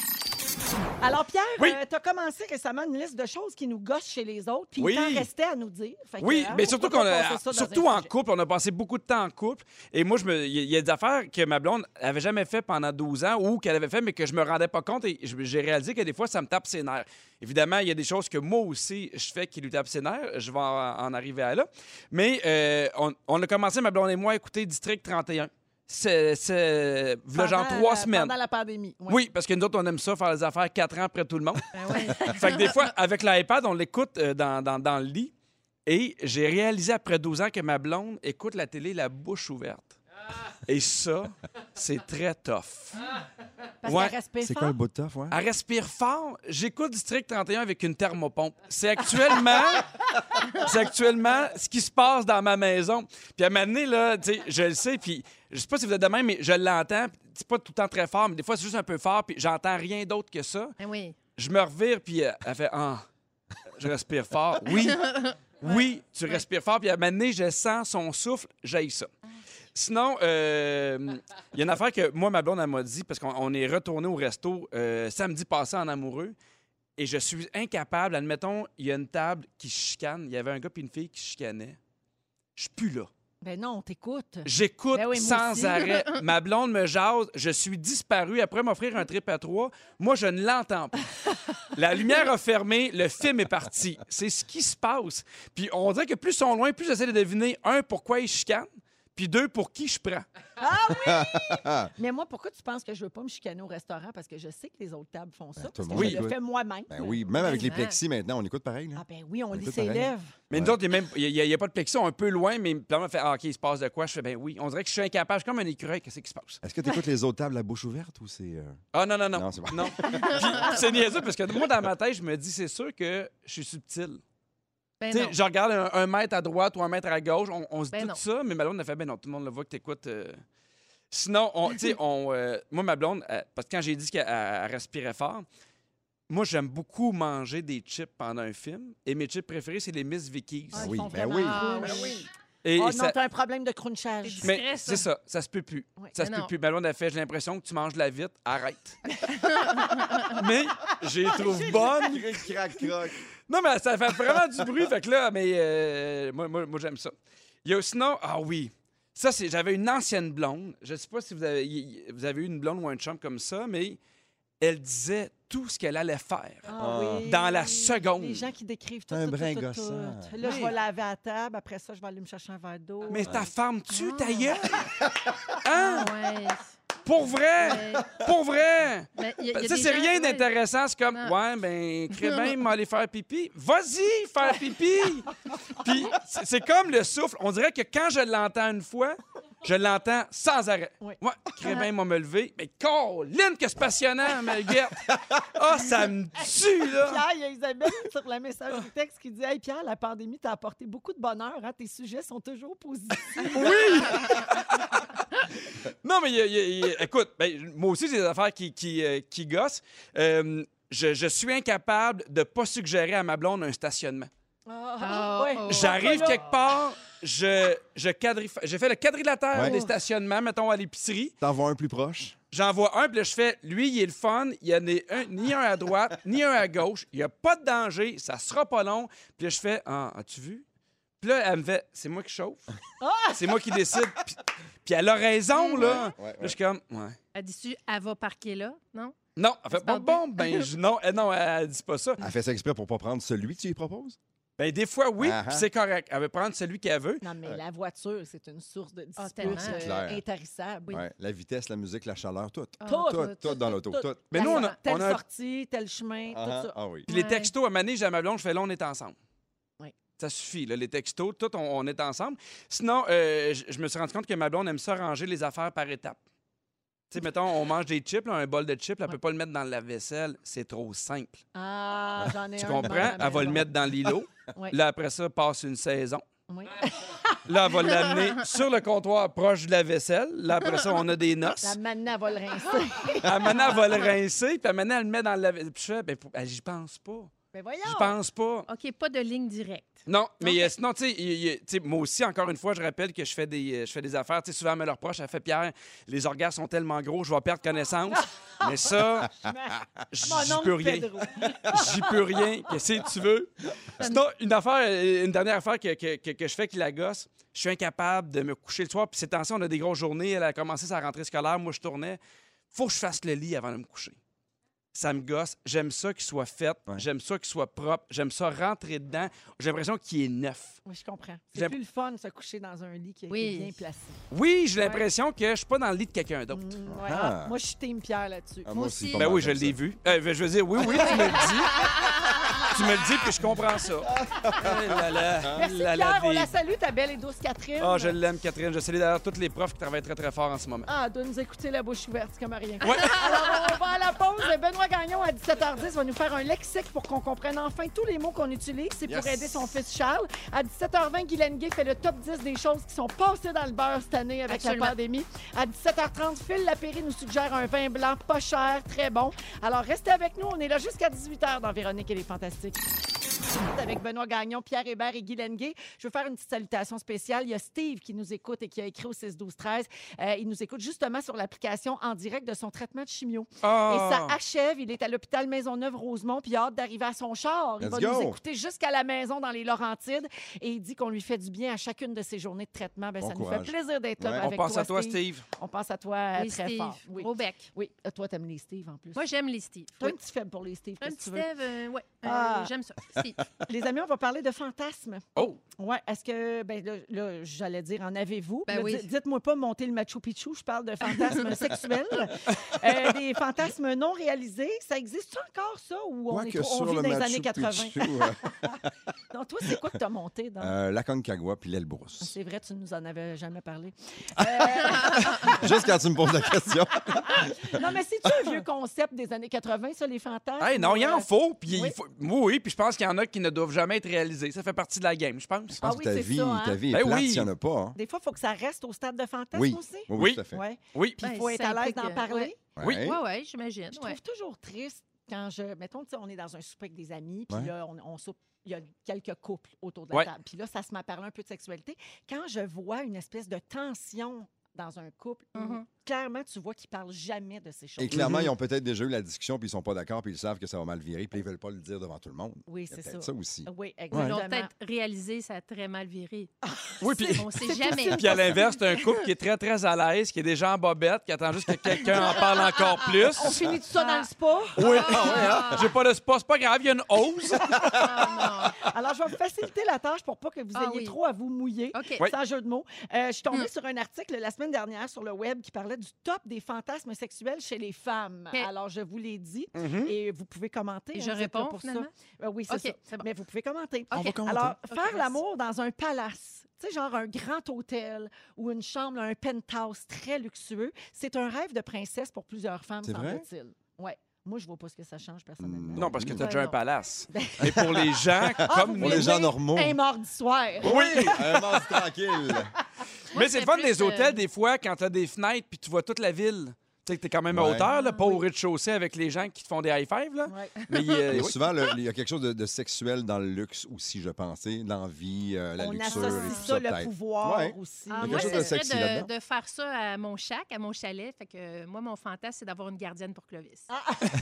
[SPEAKER 2] Alors, Pierre,
[SPEAKER 3] Oui.
[SPEAKER 2] tu as commencé récemment une liste de choses qui nous gossent chez les autres, puis
[SPEAKER 3] Oui.
[SPEAKER 2] il t'en restait à nous dire. Fait que,
[SPEAKER 3] Oui,
[SPEAKER 2] hein,
[SPEAKER 3] mais
[SPEAKER 2] on
[SPEAKER 3] surtout
[SPEAKER 2] peut pas
[SPEAKER 3] qu'on a,
[SPEAKER 2] passer ça dans
[SPEAKER 3] surtout
[SPEAKER 2] un
[SPEAKER 3] en
[SPEAKER 2] sujet.
[SPEAKER 3] couple, on a passé beaucoup de temps en couple. Et moi, je me- il y, a- il y a des affaires que ma blonde avait jamais fait pendant 12 ans ou qu'elle avait fait, mais que je me rendais pas compte. Et je- j'ai réalisé que des fois, ça me tape ses nerfs. Évidemment, il y a des choses que moi aussi, je fais qui lui tapent ses nerfs. Je vais en, en arriver à là. Mais euh, on, on a commencé, ma blonde et moi, à écouter District 31. C'est, c'est, v'là genre
[SPEAKER 2] Pendant
[SPEAKER 3] trois
[SPEAKER 2] la-
[SPEAKER 3] semaines.
[SPEAKER 2] Pendant la pandémie. ouais.
[SPEAKER 3] Oui, parce que nous autres, on aime ça, faire les affaires quatre ans après tout le monde.
[SPEAKER 4] Ben ouais.
[SPEAKER 3] Fait que des fois, avec l'iPad, on l'écoute euh, dans, dans- dans le lit. Et j'ai réalisé après 12 ans que ma blonde écoute la télé la bouche ouverte. Et ça, c'est très tough.
[SPEAKER 2] Parce
[SPEAKER 3] Ouais.
[SPEAKER 2] qu'elle respire
[SPEAKER 1] C'est
[SPEAKER 2] fort.
[SPEAKER 1] quoi le bout de taf, ouais?
[SPEAKER 3] Elle respire fort. J'écoute District 31 avec une thermopompe. C'est actuellement, c'est actuellement ce qui se passe dans ma maison. Puis à un moment donné, là, tu sais, je le sais, puis je sais pas si vous êtes de même, mais je l'entends. Puis C'est pas tout le temps très fort, mais des fois, c'est juste un peu fort, puis j'entends rien d'autre que ça
[SPEAKER 4] Ben oui.
[SPEAKER 3] je me revire, puis euh, elle fait Ah, je respire fort. Oui, oui, tu respires fort, puis à un moment donné, je sens son souffle, j'aille ça. Sinon, euh, il y a une affaire que moi, ma blonde, elle m'a dit, parce qu'on on est retourné au resto euh, samedi passé en amoureux, et je suis incapable. Admettons, il y a une table qui se chicane. Il y avait un gars puis une fille qui se chicanaient. Je suis plus là.
[SPEAKER 2] Ben non, on t'écoute.
[SPEAKER 3] J'écoute
[SPEAKER 2] Ben oui, moi
[SPEAKER 3] sans
[SPEAKER 2] aussi.
[SPEAKER 3] arrêt. Ma blonde me jase. Je suis disparu. Après m'offrir un trip à trois, moi, je ne l'entends pas. La lumière a fermé. Le film est parti. C'est ce qui se passe. Puis on dirait que plus ils sont loin, plus j'essaie de deviner, un, pourquoi ils chicanent, puis deux, pour qui je prends.
[SPEAKER 2] Mais moi, pourquoi tu penses que je veux pas me chicaner au restaurant? Parce que je sais que les autres tables font ça.
[SPEAKER 1] Ben, tout
[SPEAKER 2] parce
[SPEAKER 1] le
[SPEAKER 2] que
[SPEAKER 1] monde
[SPEAKER 2] je le
[SPEAKER 1] écoute.
[SPEAKER 2] fais moi-même.
[SPEAKER 1] Ben oui, même avec les
[SPEAKER 4] Tellement.
[SPEAKER 1] plexis maintenant, on écoute pareil. Là.
[SPEAKER 2] Ah ben oui, on, lit
[SPEAKER 1] écoute
[SPEAKER 2] ses
[SPEAKER 1] pareil.
[SPEAKER 2] lèvres.
[SPEAKER 3] Mais nous
[SPEAKER 1] Ouais.
[SPEAKER 3] autres, il n'y a, même- il y a- il y a pas de plexi, on est un peu loin, mais puis on fait ah, OK, il se passe de quoi? Je fais ben oui. On dirait que je suis incapable. Je suis comme un écureuil. Qu'est-ce qui se passe?
[SPEAKER 1] Est-ce que tu écoutes les autres tables la bouche ouverte ou c'est. euh,
[SPEAKER 3] Ah non, non, non.
[SPEAKER 1] Non, c'est bon.
[SPEAKER 3] Non. Puis c'est niaiseux parce que moi, dans ma tête, je me dis, c'est sûr que je suis subtil.
[SPEAKER 4] Ben
[SPEAKER 3] Tu sais,
[SPEAKER 4] non.
[SPEAKER 3] je regarde un, un mètre à droite ou un mètre à gauche, on, on se dit
[SPEAKER 4] Ben
[SPEAKER 3] tout
[SPEAKER 4] non.
[SPEAKER 3] ça, mais ma blonde a fait, ben non, tout le monde le voit que t'écoutes. euh. Sinon, on, tu sais, on, euh, moi, ma blonde, euh, parce que quand j'ai dit qu'elle elle- elle respirait fort, moi, j'aime beaucoup manger des chips pendant un film, et mes chips préférés, c'est les Miss Vickies.
[SPEAKER 1] Ah,
[SPEAKER 4] ils
[SPEAKER 1] oui,
[SPEAKER 4] sont
[SPEAKER 1] ben
[SPEAKER 4] vraiment-
[SPEAKER 1] oui.
[SPEAKER 4] Ah,
[SPEAKER 2] Ben oui.
[SPEAKER 3] Et
[SPEAKER 2] oh
[SPEAKER 3] ça-
[SPEAKER 2] non, t'as un problème de
[SPEAKER 4] C'est
[SPEAKER 2] crunchage.
[SPEAKER 4] discret,
[SPEAKER 3] mais
[SPEAKER 4] ça.
[SPEAKER 3] c'est ça, ça se peut plus.
[SPEAKER 2] Oui.
[SPEAKER 3] Ça se peut
[SPEAKER 4] Mais hein. ben non.
[SPEAKER 3] plus. Ma blonde a fait, j'ai l'impression que tu manges de la vite, arrête. mais je les trouve bonnes.
[SPEAKER 1] Crac, crac.
[SPEAKER 3] Non, mais ça fait vraiment du bruit. Fait que là, mais euh, moi, moi, moi, j'aime ça. Il y a sinon, ah oui, ça, c'est, j'avais une ancienne blonde. Je sais pas si vous avez, y- y- vous avez eu une blonde ou un chum comme ça, mais elle disait tout ce qu'elle allait faire.
[SPEAKER 2] Ah oui.
[SPEAKER 3] Dans la seconde.
[SPEAKER 2] Les gens qui décrivent tout,
[SPEAKER 1] Un
[SPEAKER 2] tout, tout,
[SPEAKER 1] brin
[SPEAKER 2] tout,
[SPEAKER 1] gossant.
[SPEAKER 2] tout. Là, je vais laver à table. Après ça, je vais aller me chercher un verre d'eau.
[SPEAKER 3] Mais ta femme tue ta
[SPEAKER 4] Ah.
[SPEAKER 3] gueule? Hein?
[SPEAKER 4] Ah, ouais.
[SPEAKER 3] Pour vrai?
[SPEAKER 4] Ouais.
[SPEAKER 3] Pour vrai?
[SPEAKER 4] Ben, il y a- il y a
[SPEAKER 3] Tu sais,
[SPEAKER 4] des
[SPEAKER 3] c'est
[SPEAKER 4] gens-
[SPEAKER 3] rien
[SPEAKER 4] ouais.
[SPEAKER 3] d'intéressant. C'est comme,
[SPEAKER 4] Non.
[SPEAKER 3] ouais, ben, crébin, m'a aller faire pipi. Vas-y, faire pipi! Puis, c'est c'est comme le souffle. On dirait que quand je l'entends une fois, je l'entends sans arrêt.
[SPEAKER 2] Oui.
[SPEAKER 3] Ouais, crébin,
[SPEAKER 4] Uh-huh.
[SPEAKER 3] m'a me lever. Mais colline, que c'est passionnant, Malguette! Ah, ça me tue, là!
[SPEAKER 2] Pierre, il y a Isabelle sur la message du texte qui dit Hey Pierre, la pandémie t'a apporté beaucoup de bonheur. hein. Tes sujets sont toujours positifs.
[SPEAKER 3] Non, mais il y a- il y a- il y a- écoute, ben, moi aussi, j'ai des affaires qui, qui, euh, qui gossent. Euh, je, je suis incapable de pas suggérer à ma blonde un stationnement.
[SPEAKER 2] Ah,
[SPEAKER 4] oh,
[SPEAKER 2] ouais.
[SPEAKER 4] oh.
[SPEAKER 3] J'arrive
[SPEAKER 2] Encore là.
[SPEAKER 3] quelque part, je, je quadrif- je fais le quadrilatère
[SPEAKER 1] Ouais.
[SPEAKER 3] des stationnements, mettons, à l'épicerie.
[SPEAKER 1] T'en vois un plus proche.
[SPEAKER 3] J'envoie un, puis là, je fais, lui, il est le fun. Il n'y en a un- ni un à droite, ni un à gauche. Il n'y a pas de danger. Ça sera pas long. Puis là, je fais, ah, as-tu vu? Puis là, elle me fait, c'est moi qui chauffe. C'est moi qui décide. Puis, puis elle a raison, là.
[SPEAKER 1] Ouais, ouais.
[SPEAKER 3] Là, je suis comme, ouais.
[SPEAKER 4] Elle dit-tu, elle va parquer là, non?
[SPEAKER 3] Non, elle fait
[SPEAKER 4] se
[SPEAKER 3] pas bon.
[SPEAKER 4] parle
[SPEAKER 3] Ben, je- non, elle, non, elle dit pas ça.
[SPEAKER 1] Elle fait ça exprès pour pas prendre celui que tu lui proposes?
[SPEAKER 3] Ben, des fois, oui,
[SPEAKER 1] Ah, ah.
[SPEAKER 3] puis c'est correct. Elle veut prendre celui qu'elle veut.
[SPEAKER 2] Non, mais la voiture, c'est une source de
[SPEAKER 4] Ah,
[SPEAKER 2] dispute
[SPEAKER 4] tellement.
[SPEAKER 2] euh,
[SPEAKER 1] Clair.
[SPEAKER 2] intarissable.
[SPEAKER 1] Ouais, La vitesse, la musique, la chaleur, tout.
[SPEAKER 4] Ah,
[SPEAKER 2] Tout,
[SPEAKER 1] Tout, tout dans l'auto,
[SPEAKER 2] tout.
[SPEAKER 1] tout.
[SPEAKER 3] Mais
[SPEAKER 2] La
[SPEAKER 3] nous, on a,
[SPEAKER 2] sorte- Telle
[SPEAKER 3] on a un
[SPEAKER 2] sortie, tel chemin,
[SPEAKER 1] Ah,
[SPEAKER 2] tout ça.
[SPEAKER 1] ah oui.
[SPEAKER 3] Puis les
[SPEAKER 4] Ouais.
[SPEAKER 3] textos, à Mané, j'ai à ma blonde, je fais là, on est ensemble.
[SPEAKER 2] Oui.
[SPEAKER 3] Ça suffit, là, les textos, tout, on, on est ensemble. Sinon, euh, je je me suis rendu compte que ma blonde aime ça ranger les affaires par étapes. Tu sais, mettons, on mange des chips, là, un bol de chips, là, elle peut pas le mettre dans la vaisselle, c'est trop simple.
[SPEAKER 2] Ah, j'en ai
[SPEAKER 3] Tu
[SPEAKER 2] un. de même à
[SPEAKER 3] comprends?
[SPEAKER 2] la
[SPEAKER 3] Elle va le
[SPEAKER 2] maison.
[SPEAKER 3] mettre dans l'îlot.
[SPEAKER 2] Oui.
[SPEAKER 3] Là, après ça, passe une saison.
[SPEAKER 2] Oui.
[SPEAKER 3] Là, elle va l'amener sur le comptoir proche de la vaisselle. Là, après ça, on a des
[SPEAKER 2] La
[SPEAKER 3] noces.
[SPEAKER 2] manna va le rincer.
[SPEAKER 3] À maintenant, elle va le rincer, puis à maintenant, elle le met dans la vaisselle. Puis je fais, ben, pour- elle, j'y pense pas.
[SPEAKER 2] Mais voyons.
[SPEAKER 3] J'y pense pas.
[SPEAKER 4] OK, pas de ligne directe.
[SPEAKER 3] Non, mais euh, sinon, tu sais, il- il- tu sais, moi aussi, encore une fois, je rappelle que je fais des, euh, je fais des affaires. Tu sais, souvent, elle me le reproche, elle fait Pierre, les organes sont tellement gros, je vais perdre connaissance. mais ça, j'y
[SPEAKER 2] Ah, Mon oncle
[SPEAKER 3] peux rien.
[SPEAKER 2] Pedro.
[SPEAKER 3] J'y peux rien. Qu'est-ce que tu veux? Sinon, une affaire, euh, une dernière affaire que, que- que- que je fais qui la gosse, je suis incapable de me coucher le soir. Puis ces temps-ci, on a des grosses journées. Elle a commencé sa rentrée scolaire. Moi, je tournais. Faut que je fasse le lit avant de me coucher. Ça me gosse. J'aime ça qu'il soit fait.
[SPEAKER 1] Ouais.
[SPEAKER 3] J'aime ça qu'il soit propre. J'aime ça rentrer dedans. J'ai l'impression qu'il est neuf.
[SPEAKER 2] Oui, je comprends. C'est
[SPEAKER 3] J'aime-
[SPEAKER 2] plus le fun de se coucher dans un lit qui est
[SPEAKER 4] Oui.
[SPEAKER 2] bien placé.
[SPEAKER 3] Oui, j'ai l'impression que je suis pas dans le lit de quelqu'un d'autre.
[SPEAKER 2] Mm, ouais.
[SPEAKER 1] Ah.
[SPEAKER 2] Ah, Moi, je suis team Pierre là-dessus.
[SPEAKER 1] Ah,
[SPEAKER 4] Moi aussi.
[SPEAKER 1] pas
[SPEAKER 3] Ben
[SPEAKER 1] mal
[SPEAKER 3] oui, je
[SPEAKER 1] comme ça.
[SPEAKER 3] l'ai vu. Euh, je veux dire, oui, oui, tu me le dis. tu me le dis, puis je comprends ça. Eh là là,
[SPEAKER 2] Merci
[SPEAKER 3] là là,
[SPEAKER 2] Pierre, on
[SPEAKER 3] des-
[SPEAKER 2] la salue, ta belle et douce Catherine.
[SPEAKER 3] Ah, je l'aime, Catherine. Je salue d'ailleurs tous les profs qui travaillent très, très fort en ce moment.
[SPEAKER 2] Ah, de nous écouter la bouche ouverte, c'est comme
[SPEAKER 3] Ouais.
[SPEAKER 2] rien. Alors, on va à la pause. Benoît Gagnon, à 17h10, va nous faire un lexique pour qu'on comprenne enfin tous les mots qu'on utilise. C'est pour
[SPEAKER 3] Yes.
[SPEAKER 2] aider son fils Charles. À 17h20, Guy Lenguet fait le top 10 des choses qui sont passées dans le beurre cette année avec
[SPEAKER 4] Absolument.
[SPEAKER 2] la pandémie. À 17h30, Phil Lapéry nous suggère un vin blanc pas cher, très bon. Alors, restez avec nous. On est là jusqu'à 18h dans Véronique et les Fantastiques avec Benoît Gagnon, Pierre Hébert et Guy Lenguet. Je veux faire une petite salutation spéciale. Il y a Steve qui nous écoute et qui a écrit au 6-12-13. Euh, il nous écoute justement sur l'application en direct de son traitement de chimio. Et
[SPEAKER 3] Ah!
[SPEAKER 2] ça
[SPEAKER 1] Ah.
[SPEAKER 2] achève. Il est à l'hôpital Maisonneuve-Rosemont, puis il a hâte d'arriver à son char. Il
[SPEAKER 1] Let's
[SPEAKER 2] va
[SPEAKER 1] go.
[SPEAKER 2] nous écouter jusqu'à la maison dans les Laurentides. Et il dit qu'on lui fait du bien à chacune de ses journées de traitement. Ben,
[SPEAKER 1] Bon
[SPEAKER 2] ça nous
[SPEAKER 1] courage.
[SPEAKER 2] fait plaisir d'être là
[SPEAKER 1] Ouais.
[SPEAKER 3] on
[SPEAKER 2] avec
[SPEAKER 3] pense
[SPEAKER 2] toi,
[SPEAKER 3] à toi, Steve.
[SPEAKER 2] On pense à toi euh,
[SPEAKER 4] les
[SPEAKER 2] très
[SPEAKER 4] Steve,
[SPEAKER 2] fort. Oui,
[SPEAKER 4] gros bec.
[SPEAKER 2] oui. Euh, toi, t'aimes les Steve en plus.
[SPEAKER 4] Moi, j'aime les Steve.
[SPEAKER 2] T'as
[SPEAKER 4] Oui.
[SPEAKER 2] un petit faible pour les Steve,
[SPEAKER 4] Un
[SPEAKER 2] qu'est-ce que tu
[SPEAKER 4] petit
[SPEAKER 2] veux?
[SPEAKER 4] Steve, euh, ouais. Euh,
[SPEAKER 2] Ah.
[SPEAKER 4] J'aime ça. Steve.
[SPEAKER 2] Les amis, on va parler de fantasmes.
[SPEAKER 3] Oh!
[SPEAKER 2] Oui, est-ce que, ben là, là, j'allais dire, en avez-vous?
[SPEAKER 4] Ben
[SPEAKER 2] Là,
[SPEAKER 4] oui.
[SPEAKER 2] di- Dites-moi pas monter le Machu Picchu, je parle de fantasmes sexuels, Euh, des fantasmes non réalisés. Ça existe encore, ça, ou on, est,
[SPEAKER 1] Quoique
[SPEAKER 2] trop- on
[SPEAKER 1] sur
[SPEAKER 2] vit
[SPEAKER 1] le
[SPEAKER 2] dans les
[SPEAKER 1] Machu
[SPEAKER 2] années 80?
[SPEAKER 1] Picchu, euh,
[SPEAKER 2] Non, toi, c'est quoi que t'as monté dans...
[SPEAKER 1] euh, la Concagua puis l'aile brousse.
[SPEAKER 2] C'est vrai, tu nous en avais jamais parlé. Ah,
[SPEAKER 1] Juste quand tu me poses la question.
[SPEAKER 2] Non, mais c'est-tu un vieux concept des années 80, ça, les fantasmes?
[SPEAKER 3] Hey, non, il en
[SPEAKER 2] Euh,
[SPEAKER 3] faut. Puis il
[SPEAKER 2] oui.
[SPEAKER 3] faut- oui, oui, puis je pense qu'il y en a qui ne doivent jamais être réalisées. Ça fait partie de la game, je pense.
[SPEAKER 1] Je pense
[SPEAKER 2] Ah oui,
[SPEAKER 1] que ta
[SPEAKER 2] c'est
[SPEAKER 1] vie,
[SPEAKER 2] ça, hein?
[SPEAKER 1] ta vie est
[SPEAKER 3] Ben
[SPEAKER 1] plate
[SPEAKER 3] oui.
[SPEAKER 1] s'il n'y en a pas. hein.
[SPEAKER 2] Des fois, il faut que ça reste au stade de fantasme
[SPEAKER 1] Oui.
[SPEAKER 2] aussi.
[SPEAKER 1] Oui, oui,
[SPEAKER 3] Oui.
[SPEAKER 1] tout à fait.
[SPEAKER 2] Ouais.
[SPEAKER 3] Oui.
[SPEAKER 2] Puis il
[SPEAKER 4] Ben,
[SPEAKER 2] faut être
[SPEAKER 4] ça
[SPEAKER 2] à l'aise
[SPEAKER 4] implique,
[SPEAKER 2] d'en
[SPEAKER 4] euh,
[SPEAKER 2] parler.
[SPEAKER 4] ouais.
[SPEAKER 3] Oui.
[SPEAKER 1] Ouais.
[SPEAKER 4] Oui, oui, j'imagine.
[SPEAKER 2] Hein? Je
[SPEAKER 4] ouais.
[SPEAKER 2] trouve toujours triste quand je. Mettons, tu sais, on est dans un souper avec des amis, puis
[SPEAKER 1] Ouais.
[SPEAKER 2] là, on, on soupe. Il y a quelques couples autour de la
[SPEAKER 3] Ouais.
[SPEAKER 2] table. Puis là, ça se m'a parlé un peu de sexualité. Quand je vois une espèce de tension dans un couple, où
[SPEAKER 4] Mhm.
[SPEAKER 2] clairement, tu vois qu'ils parlent jamais de ces choses.
[SPEAKER 1] Et clairement, ils ont peut-être déjà eu la discussion, puis ils sont pas d'accord, puis ils savent que ça va mal virer, puis ils veulent pas le dire devant tout le monde.
[SPEAKER 2] Oui,
[SPEAKER 1] C'est
[SPEAKER 2] c'est
[SPEAKER 1] peut-être
[SPEAKER 2] ça.
[SPEAKER 1] ça aussi.
[SPEAKER 2] Oui,
[SPEAKER 4] Ils
[SPEAKER 2] exactement.
[SPEAKER 4] l'ont peut-être réalisé, ça a très mal viré.
[SPEAKER 3] Oui, puis.
[SPEAKER 4] On sait jamais.
[SPEAKER 3] Puis à l'inverse, c'est un couple qui est très, très à l'aise, qui est déjà en bobette, qui attend juste que quelqu'un en parle encore plus.
[SPEAKER 2] On finit tout ça dans le spa.
[SPEAKER 3] Oui, hein? j'ai pas de spot, c'est pas grave, il y a une hausse.
[SPEAKER 4] Ah,
[SPEAKER 2] Alors, je vais vous faciliter la tâche pour pas que vous
[SPEAKER 4] Ah
[SPEAKER 2] ayez
[SPEAKER 4] oui.
[SPEAKER 2] trop à vous mouiller.
[SPEAKER 4] non. OK. Mm.
[SPEAKER 3] Oui.
[SPEAKER 2] Sans jeu de mots. Euh, je suis tombée sur un article la semaine dernière sur le web qui parlait du top des fantasmes sexuels chez les femmes.
[SPEAKER 4] Ok.
[SPEAKER 2] Alors, je vous l'ai dit
[SPEAKER 1] Mmh.
[SPEAKER 3] Mhm.
[SPEAKER 2] et vous pouvez commenter.
[SPEAKER 4] Et
[SPEAKER 2] hein,
[SPEAKER 4] je
[SPEAKER 2] vous êtes là
[SPEAKER 4] réponds,
[SPEAKER 2] pour ça.
[SPEAKER 4] finalement?
[SPEAKER 2] Euh, oui, c'est
[SPEAKER 4] OK,
[SPEAKER 2] ça.
[SPEAKER 4] c'est bon.
[SPEAKER 2] Mais vous pouvez commenter.
[SPEAKER 4] On va
[SPEAKER 2] OK.
[SPEAKER 1] commenter.
[SPEAKER 2] Alors,
[SPEAKER 4] OK,
[SPEAKER 2] faire
[SPEAKER 4] merci.
[SPEAKER 2] l'amour dans un palace, tu sais, genre un grand hôtel ou une chambre, un penthouse très luxueux, c'est un rêve de princesse pour plusieurs femmes,
[SPEAKER 1] C'est vrai?
[SPEAKER 2] semble-t-il. Oui. Moi, je vois pas ce que ça change personnellement.
[SPEAKER 3] Non, parce que t'as
[SPEAKER 4] Ben
[SPEAKER 3] déjà un
[SPEAKER 4] non.
[SPEAKER 3] palace. Mais pour les gens comme
[SPEAKER 1] Pour
[SPEAKER 3] nous.
[SPEAKER 1] les gens normaux.
[SPEAKER 2] Un mardi soir.
[SPEAKER 3] Oui!
[SPEAKER 1] Un monde tranquille.
[SPEAKER 3] Mais c'est le
[SPEAKER 4] je
[SPEAKER 3] fun
[SPEAKER 4] fais
[SPEAKER 3] des
[SPEAKER 4] plus, euh,
[SPEAKER 3] hôtels, des fois, quand t'as des fenêtres puis tu vois toute la ville. Tu sais que t'es quand même à
[SPEAKER 1] Ouais.
[SPEAKER 3] hauteur, là, pas au
[SPEAKER 2] oui. Ah.
[SPEAKER 3] rez-de-chaussée avec les gens qui te font des high-fives, là.
[SPEAKER 2] Ouais.
[SPEAKER 3] Mais euh,
[SPEAKER 1] Mais
[SPEAKER 3] oui.
[SPEAKER 1] souvent, le- il y a quelque chose de, de sexuel dans le luxe aussi, je pensais. L'envie, euh, la
[SPEAKER 2] On
[SPEAKER 1] luxure et
[SPEAKER 2] associe
[SPEAKER 1] tout
[SPEAKER 2] ça,
[SPEAKER 1] ça,
[SPEAKER 2] le
[SPEAKER 1] peut-être.
[SPEAKER 2] pouvoir
[SPEAKER 1] Ouais.
[SPEAKER 2] aussi.
[SPEAKER 4] Ah,
[SPEAKER 1] quelque
[SPEAKER 4] moi,
[SPEAKER 1] chose
[SPEAKER 4] ce
[SPEAKER 1] de
[SPEAKER 4] serait
[SPEAKER 1] sexy là-dedans.
[SPEAKER 4] de, de faire ça à mon chac, à mon chalet. Fait que euh, moi, mon fantasme, c'est d'avoir une gardienne pour Clovis.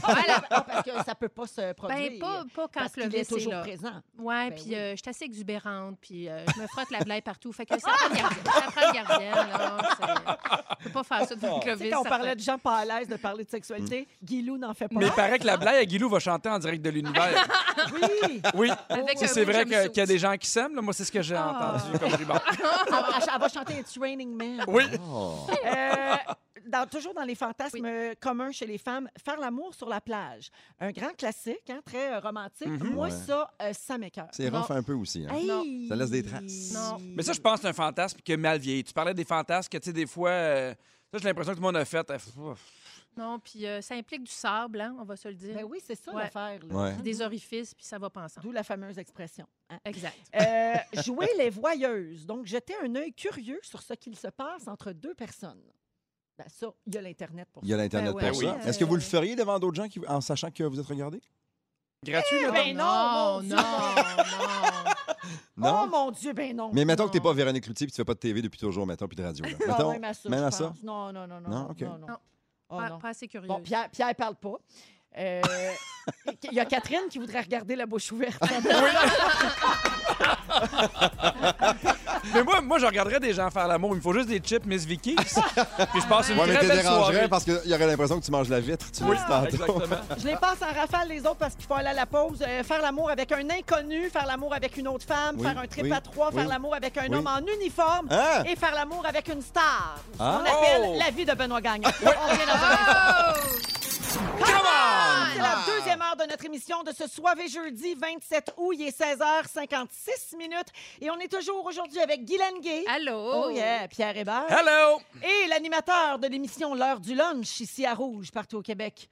[SPEAKER 2] Voilà. Ah, parce que ça peut pas se produire.
[SPEAKER 4] ben, pas, pas quand
[SPEAKER 2] parce qu'il
[SPEAKER 4] Clovis
[SPEAKER 2] est
[SPEAKER 4] est,
[SPEAKER 2] toujours
[SPEAKER 4] là.
[SPEAKER 2] présent.
[SPEAKER 4] Ouais,
[SPEAKER 2] Ben
[SPEAKER 4] puis
[SPEAKER 2] oui.
[SPEAKER 4] euh, je suis assez exubérante, puis euh, je me frotte la blague partout. Fait que ça prend une gardienne. Ça prend une gardienne, là. C'est- Je peux pas faire ça devant
[SPEAKER 2] Tu
[SPEAKER 4] Clovis.
[SPEAKER 2] sais, quand on
[SPEAKER 4] ça
[SPEAKER 2] parlait
[SPEAKER 4] fait-
[SPEAKER 2] de gens pas à l'aise de parler de sexualité,
[SPEAKER 1] Mmh.
[SPEAKER 2] Guilou n'en fait pas.
[SPEAKER 3] Mais il paraît que la blague à Guilou va chanter en direct de l'univers.
[SPEAKER 2] Oui!
[SPEAKER 3] Oui,
[SPEAKER 4] Avec
[SPEAKER 3] Ça,
[SPEAKER 4] un
[SPEAKER 3] c'est
[SPEAKER 4] rouge
[SPEAKER 3] vrai
[SPEAKER 4] à
[SPEAKER 3] que-
[SPEAKER 4] mousse.
[SPEAKER 3] qu'il y a des gens qui s'aiment. là. Moi, c'est ce que j'ai
[SPEAKER 4] Ah.
[SPEAKER 3] entendu comme rumeur.
[SPEAKER 2] Elle, elle- elle va chanter It's Raining Man.
[SPEAKER 3] Oui.
[SPEAKER 1] Oh.
[SPEAKER 2] Euh, dans- toujours dans les fantasmes euh, communs chez les femmes, faire l'amour sur la plage. Un grand classique, hein, très euh, romantique. Moi,
[SPEAKER 1] Mhm. Ouais.
[SPEAKER 2] ça, euh, ça m'écoeure.
[SPEAKER 1] C'est
[SPEAKER 4] Non.
[SPEAKER 1] rough un peu aussi. hein.
[SPEAKER 2] Hey!
[SPEAKER 1] Ça laisse des traces.
[SPEAKER 4] Non.
[SPEAKER 3] Mais ça, je pense que c'est un fantasme qui a mal vieilli. Tu parlais des fantasmes que, tu sais, des fois... euh, ça, j'ai l'impression que tout le monde a fait... euh, pff,
[SPEAKER 4] Non, puis euh, ça implique du sable, hein, on va se le dire.
[SPEAKER 2] Ben oui, c'est ça
[SPEAKER 4] Ouais.
[SPEAKER 2] l'affaire. là.
[SPEAKER 1] Ouais.
[SPEAKER 4] Puis Des orifices, puis ça va pas ensemble.
[SPEAKER 2] D'où la fameuse expression. hein.
[SPEAKER 4] Exact.
[SPEAKER 2] Euh, jouer les voyeuses. Donc, jeter un œil curieux sur ce qu'il se passe entre deux personnes. Ben, ça, il y a l'Internet pour
[SPEAKER 1] Il y a l'Internet
[SPEAKER 4] Ben
[SPEAKER 1] pour
[SPEAKER 3] ouais.
[SPEAKER 2] hein.
[SPEAKER 1] ça.
[SPEAKER 4] Ben oui.
[SPEAKER 1] Est-ce que vous le feriez devant d'autres gens qui, en sachant que vous êtes regardé?
[SPEAKER 3] Gratuit,
[SPEAKER 2] ça.
[SPEAKER 3] là.
[SPEAKER 2] Ben non, mon
[SPEAKER 4] Oh non, non,
[SPEAKER 2] Dieu.
[SPEAKER 4] non.
[SPEAKER 2] Oh
[SPEAKER 1] Non?
[SPEAKER 2] mon Dieu, ben non.
[SPEAKER 1] mais mettons que t'es
[SPEAKER 4] non.
[SPEAKER 1] pas Véronique Cloutier puis tu fais pas de TV depuis toujours, mettons, puis de radio. là.
[SPEAKER 2] Non,
[SPEAKER 1] Mettons-
[SPEAKER 2] même à ça.
[SPEAKER 1] même
[SPEAKER 2] je
[SPEAKER 1] à ça?
[SPEAKER 2] pense. Non, non, non, non.
[SPEAKER 1] Non, OK.
[SPEAKER 2] non, non.
[SPEAKER 4] Non.
[SPEAKER 3] Ah.
[SPEAKER 2] Oh,
[SPEAKER 4] pas,
[SPEAKER 2] non.
[SPEAKER 4] pas assez curieux.
[SPEAKER 2] Bon, Pierre, Pierre parle pas. Euh, il y a Catherine qui voudrait regarder la bouche ouverte.
[SPEAKER 3] Mais moi, moi, je regarderais des gens faire l'amour. Il me faut juste des chips Miss Vicky. Puis je passe une
[SPEAKER 1] Ouais, mais
[SPEAKER 3] très
[SPEAKER 1] t'es
[SPEAKER 3] belle
[SPEAKER 1] dérangerais
[SPEAKER 3] soirée.
[SPEAKER 1] parce qu'il y aurait l'impression que tu manges la vitre. Tu l'as dit tantôt.
[SPEAKER 3] Exactement.
[SPEAKER 2] Je les passe en rafale, les autres, parce qu'il faut aller à la pause. Euh, faire l'amour avec un inconnu, faire l'amour avec une autre femme,
[SPEAKER 1] Oui,
[SPEAKER 2] faire un trip
[SPEAKER 1] oui,
[SPEAKER 2] à trois,
[SPEAKER 1] oui.
[SPEAKER 2] faire l'amour avec un
[SPEAKER 1] Oui.
[SPEAKER 2] homme en uniforme
[SPEAKER 1] Hein?
[SPEAKER 2] et faire l'amour avec une star.
[SPEAKER 1] Ah.
[SPEAKER 2] On appelle
[SPEAKER 3] Oh!
[SPEAKER 2] la vie de Benoît Gagnon. On revient dans un instant.
[SPEAKER 4] Oh!
[SPEAKER 1] Ah!
[SPEAKER 2] C'est la deuxième heure de notre émission de ce soir et jeudi 27 août. Il est 16h56 minutes et on est toujours aujourd'hui avec Guylaine Gay.
[SPEAKER 4] Allô?
[SPEAKER 2] Oh yeah, Pierre Hébert.
[SPEAKER 3] Hello!
[SPEAKER 2] Et l'animateur de l'émission L'heure du lunch ici à Rouge, partout au Québec.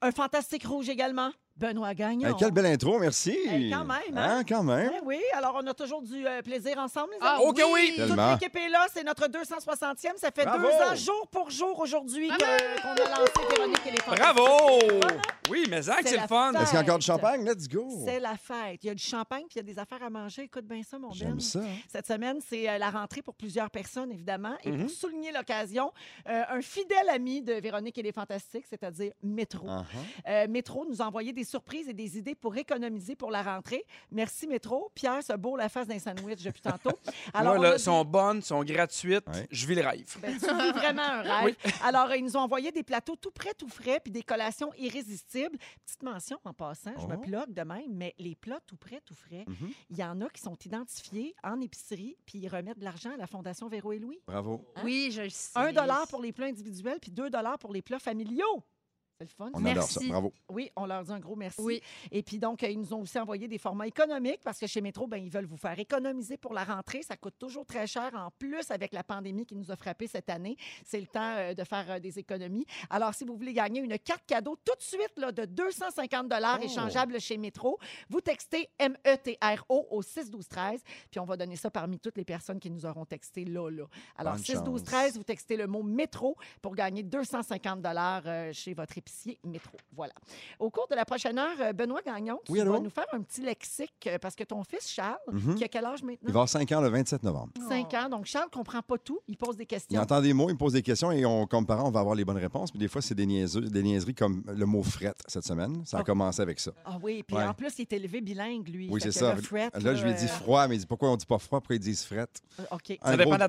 [SPEAKER 2] Un fantastique rouge également, Benoît Gagnon.
[SPEAKER 1] Hey, quelle belle intro, merci.
[SPEAKER 2] Hey, quand même, hein?
[SPEAKER 1] Hein, quand même.
[SPEAKER 2] Eh oui, alors on a toujours du euh, plaisir ensemble, les
[SPEAKER 4] Ah,
[SPEAKER 2] amis.
[SPEAKER 3] OK, oui.
[SPEAKER 4] oui.
[SPEAKER 2] Toute
[SPEAKER 1] Tellement.
[SPEAKER 2] l'équipe est là, c'est notre 260e. Ça fait
[SPEAKER 1] Bravo.
[SPEAKER 2] deux ans, jour pour jour, aujourd'hui, que- qu'on a lancé Véronique et les Fantastiques.
[SPEAKER 3] Bravo! Oui, mais Zach,
[SPEAKER 2] C'est
[SPEAKER 3] c'est
[SPEAKER 2] la
[SPEAKER 3] le fun.
[SPEAKER 2] fête.
[SPEAKER 1] Est-ce qu'il y a encore du champagne? Let's go.
[SPEAKER 2] C'est la fête. Il y a du champagne, puis il y a des affaires à manger. Écoute bien ça, mon Ben.
[SPEAKER 1] J'aime ça. hein.
[SPEAKER 2] Cette semaine, c'est euh, la rentrée pour plusieurs personnes, évidemment. Et
[SPEAKER 1] Mm-hmm.
[SPEAKER 2] pour souligner l'occasion, euh, un fidèle ami de Véronique et les Fantastiques, c'est-à-dire Métro.
[SPEAKER 1] Uh-huh.
[SPEAKER 2] Euh, Métro nous a envoyé des surprises et des idées pour économiser pour la rentrée. Merci, Métro. Pierre se bourre la face d'un sandwich depuis tantôt.
[SPEAKER 3] Moi,
[SPEAKER 2] on
[SPEAKER 3] là,
[SPEAKER 2] a dit-
[SPEAKER 3] sont bonnes, sont gratuites.
[SPEAKER 1] Ouais.
[SPEAKER 3] Je vis le rêve.
[SPEAKER 2] Ben, tu vis vraiment un rêve. Alors, euh, ils nous ont envoyé des plateaux tout prêts, tout frais, puis des collations irrésistibles. Petite mention en passant, je me
[SPEAKER 1] Oh.
[SPEAKER 2] plug de même, mais les plats tout prêts, tout frais, il
[SPEAKER 1] Mhm.
[SPEAKER 2] y en a qui sont identifiés en épicerie, puis ils remettent de l'argent à la Fondation Véro et Louis.
[SPEAKER 1] Bravo.
[SPEAKER 4] Oui, je le sais.
[SPEAKER 2] Un dollar pour les plats individuels, puis deux dollars pour les plats familiaux. C'est le fun.
[SPEAKER 1] On adore
[SPEAKER 4] Merci.
[SPEAKER 1] ça. Bravo.
[SPEAKER 2] Oui, on leur dit un gros merci.
[SPEAKER 4] Oui.
[SPEAKER 2] Et puis donc, euh, ils nous ont aussi envoyé des formats économiques parce que chez Métro, ben, ils veulent vous faire économiser pour la rentrée. Ça coûte toujours très cher. En plus, avec la pandémie qui nous a frappés cette année, c'est le temps euh, de faire euh, des économies. Alors, si vous voulez gagner une carte cadeau tout de suite là, de 250 dollars
[SPEAKER 1] Oh!
[SPEAKER 2] échangeable chez Métro, vous textez E METRO au 612-13. Puis on va donner ça parmi toutes les personnes qui nous auront texté là. là. Alors,
[SPEAKER 1] Bonne
[SPEAKER 2] 612-13,
[SPEAKER 1] chance.
[SPEAKER 2] vous textez le mot Métro pour gagner 250 dollars euh, chez votre épicier Métro. Voilà. Au cours de la prochaine heure, euh, Benoît Gagnon, tu
[SPEAKER 1] Oui, allô?
[SPEAKER 2] vas nous faire un petit lexique euh, parce que ton fils Charles,
[SPEAKER 1] Mhm.
[SPEAKER 2] qui a quel âge
[SPEAKER 1] Il
[SPEAKER 2] maintenant?
[SPEAKER 1] va avoir 5 ans le 27 novembre.
[SPEAKER 2] 5 ans. Donc, Charles comprend pas tout. Il pose des
[SPEAKER 1] Il
[SPEAKER 2] questions.
[SPEAKER 1] entend des mots, il me pose des questions et on, comme parents, on va avoir les bonnes réponses. Puis des fois, c'est des, niaiseux- des niaiseries comme le mot fret cette semaine. Ça a
[SPEAKER 2] Oh.
[SPEAKER 1] commencé avec ça.
[SPEAKER 2] Ah oui, puis
[SPEAKER 1] Ouais.
[SPEAKER 2] en plus, il est élevé bilingue, lui.
[SPEAKER 1] Oui,
[SPEAKER 2] Fait
[SPEAKER 1] c'est
[SPEAKER 2] que
[SPEAKER 1] ça.
[SPEAKER 2] le fret,
[SPEAKER 1] là, je lui ai dit
[SPEAKER 2] euh,
[SPEAKER 1] froid, mais il dit pourquoi on dit pas froid, pourquoi ils disent fret?
[SPEAKER 2] euh, OK.
[SPEAKER 3] Ça
[SPEAKER 1] Un
[SPEAKER 3] dépend
[SPEAKER 1] gros-
[SPEAKER 3] de la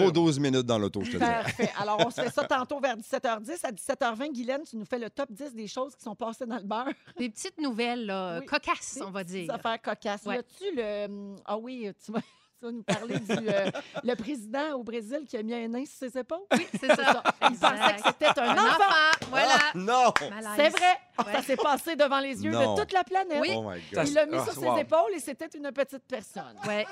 [SPEAKER 1] Un gros 12 minutes dans l'auto, je te dis.
[SPEAKER 2] Parfait. Alors, on se fait ça tantôt vers 17h10. À 17h20, Guylaine, tu nous fais le top 10 des choses qui sont passées dans le beurre.
[SPEAKER 4] Des petites nouvelles là,
[SPEAKER 2] Oui.
[SPEAKER 4] cocasses,
[SPEAKER 2] Des
[SPEAKER 4] on va dire.
[SPEAKER 2] Ça affaires cocasses.
[SPEAKER 4] Ouais.
[SPEAKER 2] As-tu le. Ah oui, tu vas, tu vas nous parler du euh, le président au Brésil qui a mis un nain sur ses épaules?
[SPEAKER 4] Oui, c'est ça.
[SPEAKER 2] Il pensait que c'était un
[SPEAKER 4] Un
[SPEAKER 2] enfant.
[SPEAKER 4] enfant, voilà.
[SPEAKER 1] Ah, non!
[SPEAKER 4] Malaise.
[SPEAKER 2] C'est vrai.
[SPEAKER 4] Ouais.
[SPEAKER 2] Ça s'est passé devant les yeux
[SPEAKER 1] Non.
[SPEAKER 2] de toute la planète.
[SPEAKER 4] Oui.
[SPEAKER 1] Oh my God.
[SPEAKER 2] Il l'a mis
[SPEAKER 3] Ah,
[SPEAKER 2] sur ses
[SPEAKER 3] wow.
[SPEAKER 2] épaules et c'était une petite personne.
[SPEAKER 4] Ouais.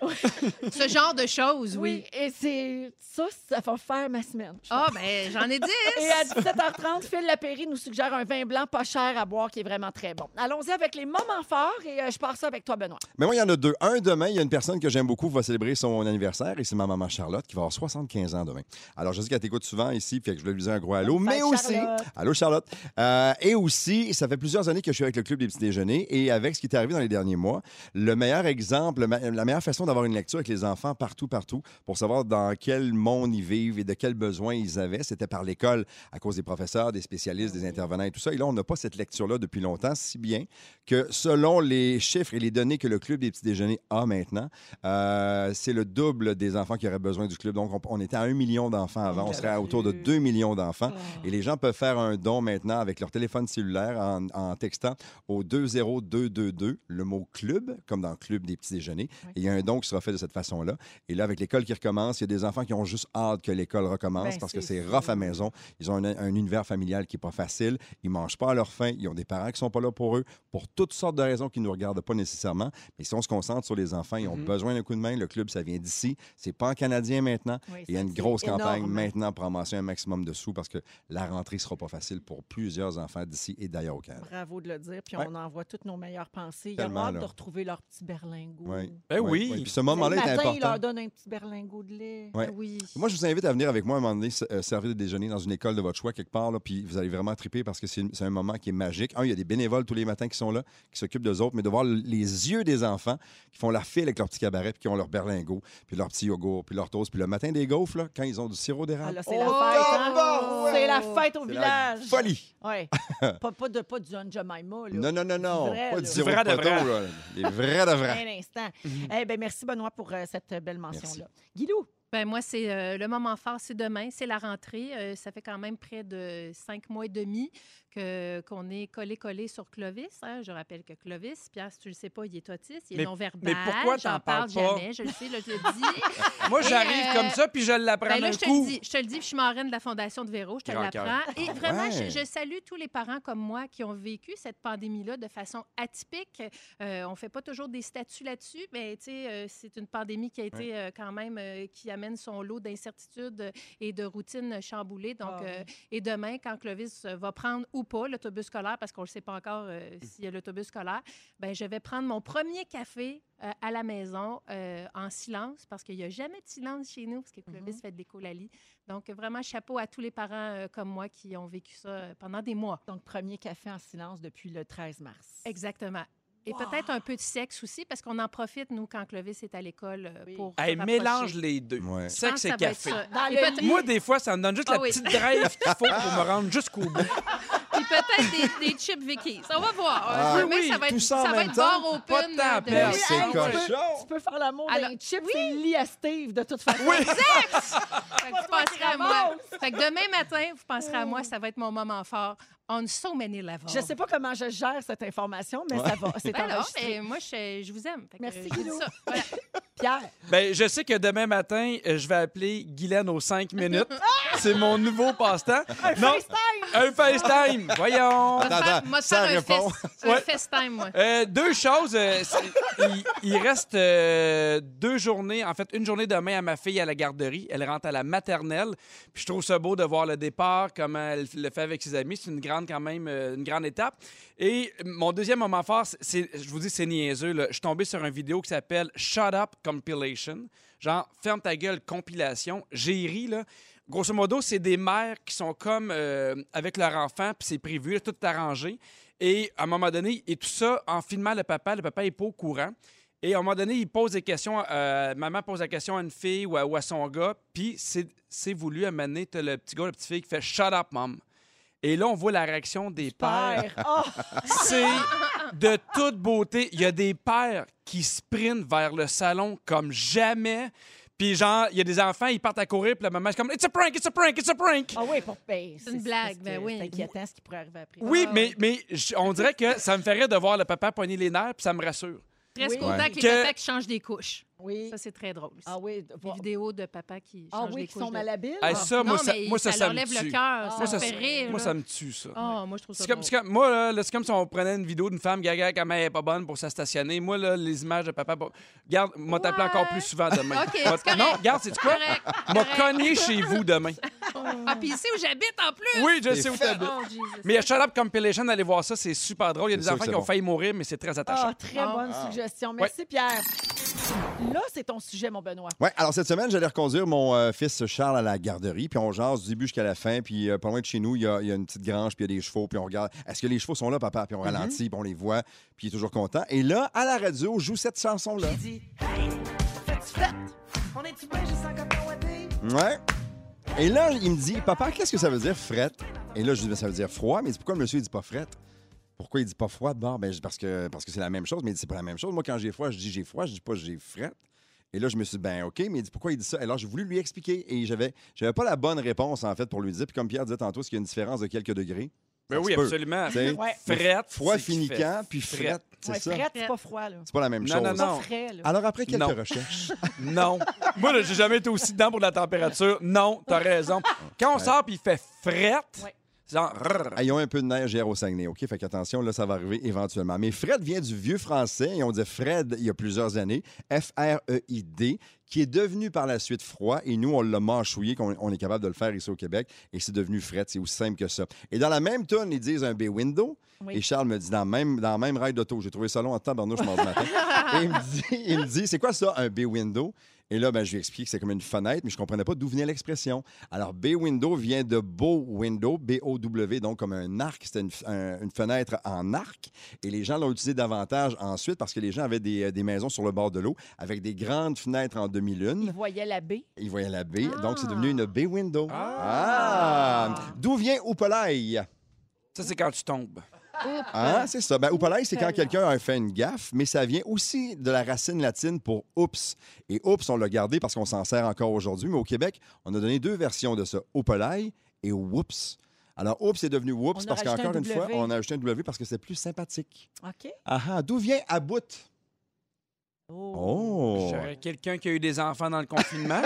[SPEAKER 4] Ce genre de choses, oui.
[SPEAKER 2] et c'est ça, ça va faire ma semaine. je
[SPEAKER 4] Ah, ben, j'en ai dit.
[SPEAKER 2] Et à 17h30, Phil Lapéry nous suggère un vin blanc pas cher à boire qui est vraiment très bon. Allons-y avec les moments forts et euh, je pars ça avec toi, Benoît.
[SPEAKER 1] Mais moi, il y en a deux. Un, demain, il y a une personne que j'aime beaucoup qui va célébrer son anniversaire et c'est ma maman Charlotte qui va avoir 75 ans demain. Alors, je sais qu'elle t'écoute souvent ici, fait que je voulais lui dire un gros allô, mais
[SPEAKER 2] fête,
[SPEAKER 1] aussi...
[SPEAKER 2] Charlotte.
[SPEAKER 1] Allô, Charlotte. Euh, et aussi, ça fait plusieurs années que je suis avec le Club des petits déjeuners et avec ce qui est arrivé dans les derniers mois, le meilleur exemple, le ma- la meilleure façon d'avoir une lecture avec les enfants partout, partout, pour savoir dans quel monde ils vivent et de quels besoins ils avaient, c'était par l'école, à cause des professeurs, des spécialistes, des intervenants et tout ça. Et là, on n'a pas cette lecture-là depuis longtemps, si bien que selon les chiffres et les données que le Club des petits déjeuners a maintenant, euh, c'est le double des enfants qui auraient besoin du club. Donc, on, on était à un million d'enfants avant, on serait à autour de 2 millions d'enfants.
[SPEAKER 2] Ah.
[SPEAKER 1] Et les gens peuvent faire un don maintenant avec leur téléphone cellulaire en, en textant au 20222 le mot club, comme dans le club des petits déjeuners. Et il y a un don qui sera fait de cette façon-là. Et là, avec l'école qui recommence, il y a des enfants qui ont juste hâte que l'école recommence
[SPEAKER 2] Ben,
[SPEAKER 1] parce que
[SPEAKER 2] c'est
[SPEAKER 1] c'est rough à maison. Ils ont un, un univers familial qui n'est pas facile. Ils mangent pas à leur faim. Ils ont des parents qui sont pas là pour eux pour toutes sortes de raisons qui ne nous regardent pas nécessairement. Mais si on se concentre sur les enfants,
[SPEAKER 2] Mm-hmm.
[SPEAKER 1] ils ont besoin d'un coup de main. Le club, ça vient d'ici. C'est pas en canadien maintenant.
[SPEAKER 2] Oui,
[SPEAKER 1] Il y a
[SPEAKER 2] ça,
[SPEAKER 1] une
[SPEAKER 2] c'est
[SPEAKER 1] grosse campagne
[SPEAKER 2] énorme.
[SPEAKER 1] maintenant pour ramasser un maximum de sous parce que la rentrée sera pas facile pour plusieurs enfants d'ici et d'ailleurs au Canada.
[SPEAKER 2] Bravo de le dire, puis
[SPEAKER 1] Ouais.
[SPEAKER 2] on envoie toutes nos meilleures pensées. Ils ont
[SPEAKER 1] Tellement,
[SPEAKER 2] hâte
[SPEAKER 1] là.
[SPEAKER 2] de retrouver leur petit berlingot.
[SPEAKER 1] Ouais.
[SPEAKER 3] Ben
[SPEAKER 1] Ouais,
[SPEAKER 3] oui.
[SPEAKER 1] ouais. Puis ce moment-là
[SPEAKER 2] Le
[SPEAKER 1] est
[SPEAKER 2] matin, ils
[SPEAKER 1] important.
[SPEAKER 2] leur donnent un petit berlingot de lait.
[SPEAKER 1] Ouais.
[SPEAKER 4] Oui.
[SPEAKER 1] Moi, je vous invite à venir avec moi à un moment donné se- euh, servir de déjeuner dans une école de votre choix quelque part, là, puis vous allez vraiment triper parce que c'est c'est un moment qui est magique. Un, il y a des bénévoles tous les matins qui sont là, qui s'occupent d'eux autres, mais de voir l- les yeux des enfants qui font la file avec leur petit cabaret, puis qui ont leur berlingot, puis leur petit yogourt, puis leur toast, puis le matin des gaufres, là, quand ils ont du sirop
[SPEAKER 2] Ah,
[SPEAKER 1] d'érable.
[SPEAKER 2] là, c'est la fête.
[SPEAKER 1] Oh,
[SPEAKER 2] hein?
[SPEAKER 1] tabarouette!
[SPEAKER 2] C'est la fête au
[SPEAKER 1] C'est la
[SPEAKER 2] village.
[SPEAKER 1] Folie!
[SPEAKER 2] Ouais. pas, pas, de, pas du John Jemima. Là.
[SPEAKER 1] Non, non, non, non,
[SPEAKER 2] Du vrai,
[SPEAKER 1] pas
[SPEAKER 2] là.
[SPEAKER 1] du sirop
[SPEAKER 3] Du vrai
[SPEAKER 1] de
[SPEAKER 3] de
[SPEAKER 1] poteau, là. Des vrais de vrais.
[SPEAKER 2] Un instant.
[SPEAKER 3] Mhm.
[SPEAKER 2] Eh ben, merci, Benoît, pour euh, cette belle mention-là. Guilou,
[SPEAKER 4] Ben moi, c'est euh, le moment fort, c'est demain, c'est la rentrée. Euh, ça fait quand même près de cinq mois et demi que qu'on est collé-collé sur Clovis. hein. Je rappelle que Clovis, Pierre, si tu le sais pas, il est autiste, il
[SPEAKER 3] Mais-
[SPEAKER 4] est non-verbal.
[SPEAKER 3] mais pourquoi
[SPEAKER 4] J'en
[SPEAKER 3] t'en parles
[SPEAKER 4] parle
[SPEAKER 3] pas?
[SPEAKER 4] jamais, je le sais, là, je le dis.
[SPEAKER 3] Moi,
[SPEAKER 4] Et,
[SPEAKER 3] j'arrive
[SPEAKER 4] euh,
[SPEAKER 3] comme ça, puis je l'apprends
[SPEAKER 4] Ben là,
[SPEAKER 3] d'un
[SPEAKER 4] je te le
[SPEAKER 3] coup.
[SPEAKER 4] dis, je te le dis, puis je suis marraine de la Fondation de Véro, je te
[SPEAKER 3] Grand
[SPEAKER 4] l'apprends. Et vraiment,
[SPEAKER 1] ouais.
[SPEAKER 4] je, je salue tous les parents comme moi qui ont vécu cette pandémie-là de façon atypique. Euh, on fait pas toujours des statuts là-dessus, mais tu sais, euh, c'est une pandémie qui a été euh, quand même, euh, qui amène son lot d'incertitudes euh, et de routines chamboulées. Donc,
[SPEAKER 2] Ah oui.
[SPEAKER 4] euh, et demain, quand Clovis euh, va prendre ou pas l'autobus scolaire, parce qu'on ne le sait pas encore euh, s'il y a l'autobus scolaire, ben, je vais prendre mon premier café euh, à la maison euh, en silence, parce qu'il n'y a jamais de silence chez nous, parce que Clovis fait de l'écolalie. Donc, vraiment, chapeau à tous les parents euh, comme moi qui ont vécu ça euh, pendant des mois.
[SPEAKER 2] donc premier café en silence depuis le 13 mars.
[SPEAKER 4] Exactement. Et
[SPEAKER 2] Wow.
[SPEAKER 4] peut-être un peu de sexe aussi, parce qu'on en profite, nous, quand Clovis est à l'école, euh,
[SPEAKER 2] Oui.
[SPEAKER 4] pour.
[SPEAKER 3] Hey,
[SPEAKER 4] se
[SPEAKER 3] mélange
[SPEAKER 4] rapprocher.
[SPEAKER 3] les deux.
[SPEAKER 1] Ouais.
[SPEAKER 4] Je pense
[SPEAKER 3] Sexe
[SPEAKER 4] que
[SPEAKER 3] et
[SPEAKER 4] ça va être
[SPEAKER 3] café.
[SPEAKER 4] ça.
[SPEAKER 2] Dans
[SPEAKER 4] Et
[SPEAKER 2] le
[SPEAKER 4] peut-
[SPEAKER 2] lit.
[SPEAKER 3] Moi, des fois, ça me donne juste
[SPEAKER 4] Ah
[SPEAKER 3] la
[SPEAKER 4] oui.
[SPEAKER 3] petite drive qu'il faut pour me rendre jusqu'au bout.
[SPEAKER 4] Et peut-être des, des chips Vickies. On va voir.
[SPEAKER 1] Ah,
[SPEAKER 4] Demain,
[SPEAKER 1] oui,
[SPEAKER 4] ça va être,
[SPEAKER 1] tout ça en
[SPEAKER 4] ça va
[SPEAKER 1] même
[SPEAKER 4] être
[SPEAKER 1] temps.
[SPEAKER 4] bar
[SPEAKER 3] Pas
[SPEAKER 4] open.
[SPEAKER 3] de temps à
[SPEAKER 4] euh, de-
[SPEAKER 3] perdre.
[SPEAKER 4] Oui,
[SPEAKER 1] C'est
[SPEAKER 4] hey,
[SPEAKER 1] cochon!
[SPEAKER 2] Tu peux faire l'amour
[SPEAKER 4] Alors,
[SPEAKER 2] d'un chip, c'est lié à Steve, de toute façon.
[SPEAKER 4] Fait que vous penserez à moi. Fait que demain matin, vous penserez à moi, ça va être mon moment fort. On so many levels.
[SPEAKER 2] Je sais pas comment je gère cette information, mais ça va. C'est
[SPEAKER 4] Ben là,
[SPEAKER 2] enregistré.
[SPEAKER 4] mais moi, je, je vous aime. Fait que,
[SPEAKER 2] Merci,
[SPEAKER 4] euh, je vous dis
[SPEAKER 2] Guido.
[SPEAKER 4] ça. Voilà.
[SPEAKER 2] Pierre,
[SPEAKER 3] Ben, je sais que demain matin, euh, je vais appeler Guylaine aux 5 minutes. C'est mon nouveau passe-temps. Non,
[SPEAKER 2] FaceTime!
[SPEAKER 3] Un FaceTime, voyons.
[SPEAKER 1] Attends, attends,
[SPEAKER 9] Moi,
[SPEAKER 1] ça
[SPEAKER 9] faire un
[SPEAKER 1] répond.
[SPEAKER 9] fest-
[SPEAKER 3] Ouais.
[SPEAKER 9] un FaceTime, moi.
[SPEAKER 3] Euh, deux choses. euh, c'est- il, il reste euh, deux journées. En fait, une journée demain à ma fille à la garderie. Elle rentre à la maternelle. Puis je trouve ça beau de voir le départ, comment elle le fait avec ses amis. C'est une grande, quand même, euh, une grande étape. Et mon deuxième moment fort, c'est- c'est- je vous dis, c'est niaiseux. là. Je suis tombé sur une vidéo qui s'appelle Shut Up Compilation. Genre, ferme ta gueule, compilation. J'ai ri, là. Grosso modo, c'est des mères qui sont comme euh, avec leur enfant, puis c'est prévu, là, tout est arrangé. Et à un moment donné, et tout ça en filmant le papa, le papa n'est pas au courant. Et à un moment donné, il pose des questions, euh, maman pose la question à une fille ou à, ou à son gars, puis c'est c'est voulu amener t'as le petit gars, la petite fille qui fait Shut up, mom. Et là, on voit la réaction des pères.
[SPEAKER 2] Père. Ah,
[SPEAKER 3] C'est de toute beauté. Il y a des pères qui sprintent vers le salon comme jamais. Puis genre, il y a des enfants, ils partent à courir, puis la maman, c'est comme « It's a prank, it's a prank, it's a prank! »
[SPEAKER 4] Oh
[SPEAKER 2] ah oui, pour payer.
[SPEAKER 4] C'est une blague, ben oui.
[SPEAKER 2] C'est inquiétant ce qui pourrait arriver après.
[SPEAKER 3] Oui,
[SPEAKER 4] Ah,
[SPEAKER 3] mais, mais j- on dirait que ça me ferait de voir le papa poigner les nerfs, puis ça me rassure.
[SPEAKER 4] Presque
[SPEAKER 2] Oui.
[SPEAKER 4] autant
[SPEAKER 3] Ouais.
[SPEAKER 4] que les
[SPEAKER 3] Que-
[SPEAKER 4] papas qui changent des couches.
[SPEAKER 2] Oui.
[SPEAKER 4] Ça, c'est très drôle.
[SPEAKER 2] Ah oui.
[SPEAKER 4] Les vidéos de papas qui
[SPEAKER 2] Ah
[SPEAKER 4] changent
[SPEAKER 2] oui,
[SPEAKER 4] des
[SPEAKER 2] qui
[SPEAKER 4] couches.
[SPEAKER 2] sont
[SPEAKER 4] de-
[SPEAKER 2] malhabiles.
[SPEAKER 3] Ah, ça, moi,
[SPEAKER 4] non,
[SPEAKER 3] ça,
[SPEAKER 4] mais
[SPEAKER 3] moi, ça,
[SPEAKER 4] ça,
[SPEAKER 3] ça
[SPEAKER 4] leur
[SPEAKER 3] me
[SPEAKER 4] lève
[SPEAKER 3] tue.
[SPEAKER 4] le cœur.
[SPEAKER 2] Moi,
[SPEAKER 4] ça, me
[SPEAKER 3] ça-
[SPEAKER 4] fait rire.
[SPEAKER 3] Moi,
[SPEAKER 4] là.
[SPEAKER 3] ça me tue, ça.
[SPEAKER 4] Ah, moi, je trouve ça
[SPEAKER 3] C'est comme,
[SPEAKER 4] drôle.
[SPEAKER 3] c'est comme- moi, là, là, c'est comme si on prenait une vidéo d'une femme gaga comme elle est pas bonne pour se stationner. Moi, là, les images de papa. bon, Garde, m'a t'appeler
[SPEAKER 4] Ouais.
[SPEAKER 3] encore plus souvent demain.
[SPEAKER 9] OK,
[SPEAKER 3] M'a-
[SPEAKER 9] c'est correct.
[SPEAKER 3] non, garde, c'est quoi?
[SPEAKER 9] Correct,
[SPEAKER 3] M'a
[SPEAKER 9] correct.
[SPEAKER 3] cogné chez vous demain.
[SPEAKER 9] Ah, puis ici où j'habite, en plus!
[SPEAKER 3] Oui, je
[SPEAKER 1] C'est
[SPEAKER 3] sais où
[SPEAKER 1] fait.
[SPEAKER 3] t'habites.
[SPEAKER 4] Oh, Jesus.
[SPEAKER 3] Mais Shut Up Compilation, allez voir ça, c'est super drôle. Il y a
[SPEAKER 1] C'est
[SPEAKER 3] des
[SPEAKER 1] sûr
[SPEAKER 3] enfants
[SPEAKER 1] que
[SPEAKER 3] qui
[SPEAKER 1] c'est
[SPEAKER 3] ont
[SPEAKER 1] bon.
[SPEAKER 3] failli mourir, mais c'est très attachant.
[SPEAKER 2] Ah, très bonne suggestion. Merci, Pierre. Là, c'est ton sujet, mon Benoît.
[SPEAKER 1] Ouais, alors cette semaine, j'allais reconduire mon euh, fils Charles à la garderie, puis on jase du début jusqu'à la fin, puis euh, pas loin de chez nous, il y, a, il y a une petite grange, puis il y a des chevaux, puis on regarde, est-ce que les chevaux sont là, papa? Puis on ralentit, puis on les voit, puis il est toujours content. Et là, à la radio, joue cette chanson-là. Ouais. Et là, il me dit, papa, qu'est-ce que ça veut dire, fret? Et là, je lui dis, Ben, ça veut dire froid, mais c'est pourquoi le monsieur, il dit pas fret? Pourquoi il dit pas froid de bord? Ben, je- parce que parce que c'est la même chose, mais il dit, c'est pas la même chose. Moi, quand j'ai froid, je dis j'ai froid, je dis pas j'ai fret. Et là, je me suis dit, ben OK, mais il dit, pourquoi il dit ça? Alors, j'ai voulu lui expliquer et j'avais j'avais pas la bonne réponse, en fait, pour lui dire. Puis comme Pierre disait tantôt, est-ce qu'il y a une différence de quelques degrés?
[SPEAKER 3] Mais
[SPEAKER 1] Ça
[SPEAKER 3] Ben oui,
[SPEAKER 1] se peut.
[SPEAKER 3] absolument.
[SPEAKER 1] Tu sais,
[SPEAKER 2] Ouais.
[SPEAKER 3] Fret,
[SPEAKER 1] Froid
[SPEAKER 3] c'est qui
[SPEAKER 1] fini
[SPEAKER 3] fait
[SPEAKER 1] quand, puis fret,
[SPEAKER 3] fret.
[SPEAKER 1] c'est
[SPEAKER 2] Ouais,
[SPEAKER 1] ça?
[SPEAKER 2] frette, c'est pas froid, là.
[SPEAKER 1] C'est pas la même
[SPEAKER 3] Non,
[SPEAKER 1] chose.
[SPEAKER 3] non,
[SPEAKER 2] Pas
[SPEAKER 3] Non.
[SPEAKER 2] frais, là.
[SPEAKER 1] Alors, après quelques
[SPEAKER 3] Non.
[SPEAKER 1] recherches,
[SPEAKER 3] Non. Moi, là, j'ai jamais été aussi dedans pour la température. Non, t'as raison. Quand on sort puis il fait fret,
[SPEAKER 2] Ouais.
[SPEAKER 3] c'est genre. rrr.
[SPEAKER 1] ayons Ah, un peu de neige hier au Saguenay, OK? Fait qu'attention, là, ça va arriver éventuellement. Mais Fred vient du vieux français, et on dit Fred il y a plusieurs années, F-R-E-I-D, qui est devenu par la suite froid, et nous, on l'a mâchouillé, qu'on on est capable de le faire ici au Québec, et c'est devenu Fred, c'est aussi simple que ça. Et dans la même tonne, ils disent un B-window,
[SPEAKER 2] Oui.
[SPEAKER 1] et Charles me dit, dans le même, dans le même rail d'auto, j'ai trouvé ça long en temps, Bernard, je m'en matin. Et il me dit, il me dit, c'est quoi ça, un B-window? Et là, ben, je lui explique que c'est comme une fenêtre, mais je ne comprenais pas d'où venait l'expression. Alors, B-window vient de beau window, B-O-W, donc comme un arc. C'était une, f- un- une fenêtre en arc. Et les gens l'ont utilisé davantage ensuite parce que les gens avaient des, euh, des maisons sur le bord de l'eau avec des grandes fenêtres en
[SPEAKER 2] Il
[SPEAKER 1] demi-lune.
[SPEAKER 2] voyait la baie.
[SPEAKER 1] Ils voyaient la baie,
[SPEAKER 4] Ah.
[SPEAKER 1] donc c'est devenu une B-window.
[SPEAKER 3] Ah.
[SPEAKER 1] D'où vient Oupolaï?
[SPEAKER 3] Ça, c'est quand tu tombes.
[SPEAKER 1] Hein, c'est ça. Ben, oupalaï, c'est quand quelqu'un a fait une gaffe, mais ça vient aussi de la racine latine pour oups. Et oups, on l'a gardé parce qu'on s'en sert encore aujourd'hui, mais au Québec, on a donné deux versions de ça, oupalaï et whoops. Alors, oups est devenu
[SPEAKER 2] On
[SPEAKER 1] whoops
[SPEAKER 2] a
[SPEAKER 1] parce
[SPEAKER 2] rajouté
[SPEAKER 1] qu'encore
[SPEAKER 2] un
[SPEAKER 1] une fois,
[SPEAKER 2] W.
[SPEAKER 1] on a ajouté un W parce que c'est plus sympathique.
[SPEAKER 2] OK.
[SPEAKER 1] Ah ah, d'où vient about? Oh!
[SPEAKER 3] J'aurais quelqu'un qui a eu des enfants dans le confinement.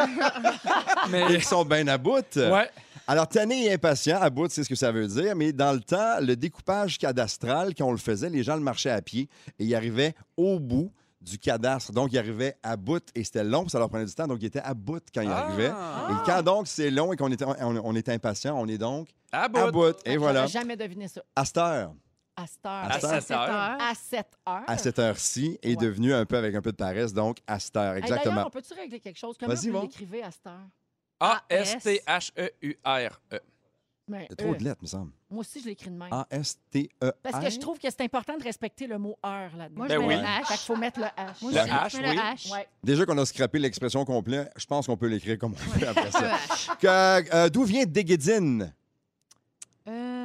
[SPEAKER 3] mais.
[SPEAKER 1] Ils sont bien à bout.
[SPEAKER 3] Ouais.
[SPEAKER 1] Alors, tanné et impatient, à bout, c'est ce que ça veut dire, mais dans le temps, le découpage cadastral, quand on le faisait, les gens le marchaient à pied et ils arrivaient au bout du cadastre. Donc, ils arrivaient à bout et c'était long, puis ça leur prenait du temps, donc ils étaient à bout quand ils arrivaient.
[SPEAKER 3] Ah.
[SPEAKER 1] Et quand donc c'est long et qu'on est, on, on est impatient, on est donc
[SPEAKER 3] À bout.
[SPEAKER 1] à bout. Et voilà,
[SPEAKER 2] J'aurais jamais deviné ça.
[SPEAKER 1] à cette heure,
[SPEAKER 2] À cette heure.
[SPEAKER 1] À cette heure.
[SPEAKER 2] À
[SPEAKER 3] Ça,
[SPEAKER 2] cette-
[SPEAKER 3] ça heure.
[SPEAKER 4] Ah.
[SPEAKER 2] à cette heure.
[SPEAKER 1] à cette heure-ci, est
[SPEAKER 2] Ah! Ouais.
[SPEAKER 1] devenu un peu avec un peu de paresse, donc à cette heure,
[SPEAKER 2] Hey, D'ailleurs,
[SPEAKER 1] exactement.
[SPEAKER 2] on peut-tu régler quelque chose? Comment
[SPEAKER 1] Vas-y,
[SPEAKER 2] vous
[SPEAKER 1] va.
[SPEAKER 2] l'écrivez à cette heure?
[SPEAKER 3] A-S-T-H-E-U-R-E.
[SPEAKER 2] Mais,
[SPEAKER 1] Il y a trop
[SPEAKER 2] euh,
[SPEAKER 1] de Ah, hein? lettres, me semble.
[SPEAKER 2] Moi aussi, je l'écris de même.
[SPEAKER 1] A-S-T-E-R.
[SPEAKER 2] Parce que je trouve que c'est important de respecter le mot heure là-dedans.
[SPEAKER 4] Moi, je
[SPEAKER 3] Ben
[SPEAKER 4] mets
[SPEAKER 3] oui.
[SPEAKER 4] le H.
[SPEAKER 2] Fait qu'il faut mettre le H.
[SPEAKER 4] Moi
[SPEAKER 3] Le
[SPEAKER 4] aussi,
[SPEAKER 3] H,
[SPEAKER 4] je mets le
[SPEAKER 3] oui.
[SPEAKER 4] H.
[SPEAKER 2] Ouais.
[SPEAKER 1] Déjà qu'on a scrappé l'expression complète, je pense qu'on peut l'écrire comme on veut après
[SPEAKER 4] Le
[SPEAKER 1] ça.
[SPEAKER 4] H.
[SPEAKER 1] Que, euh, D'où vient Déguédine?
[SPEAKER 4] Euh,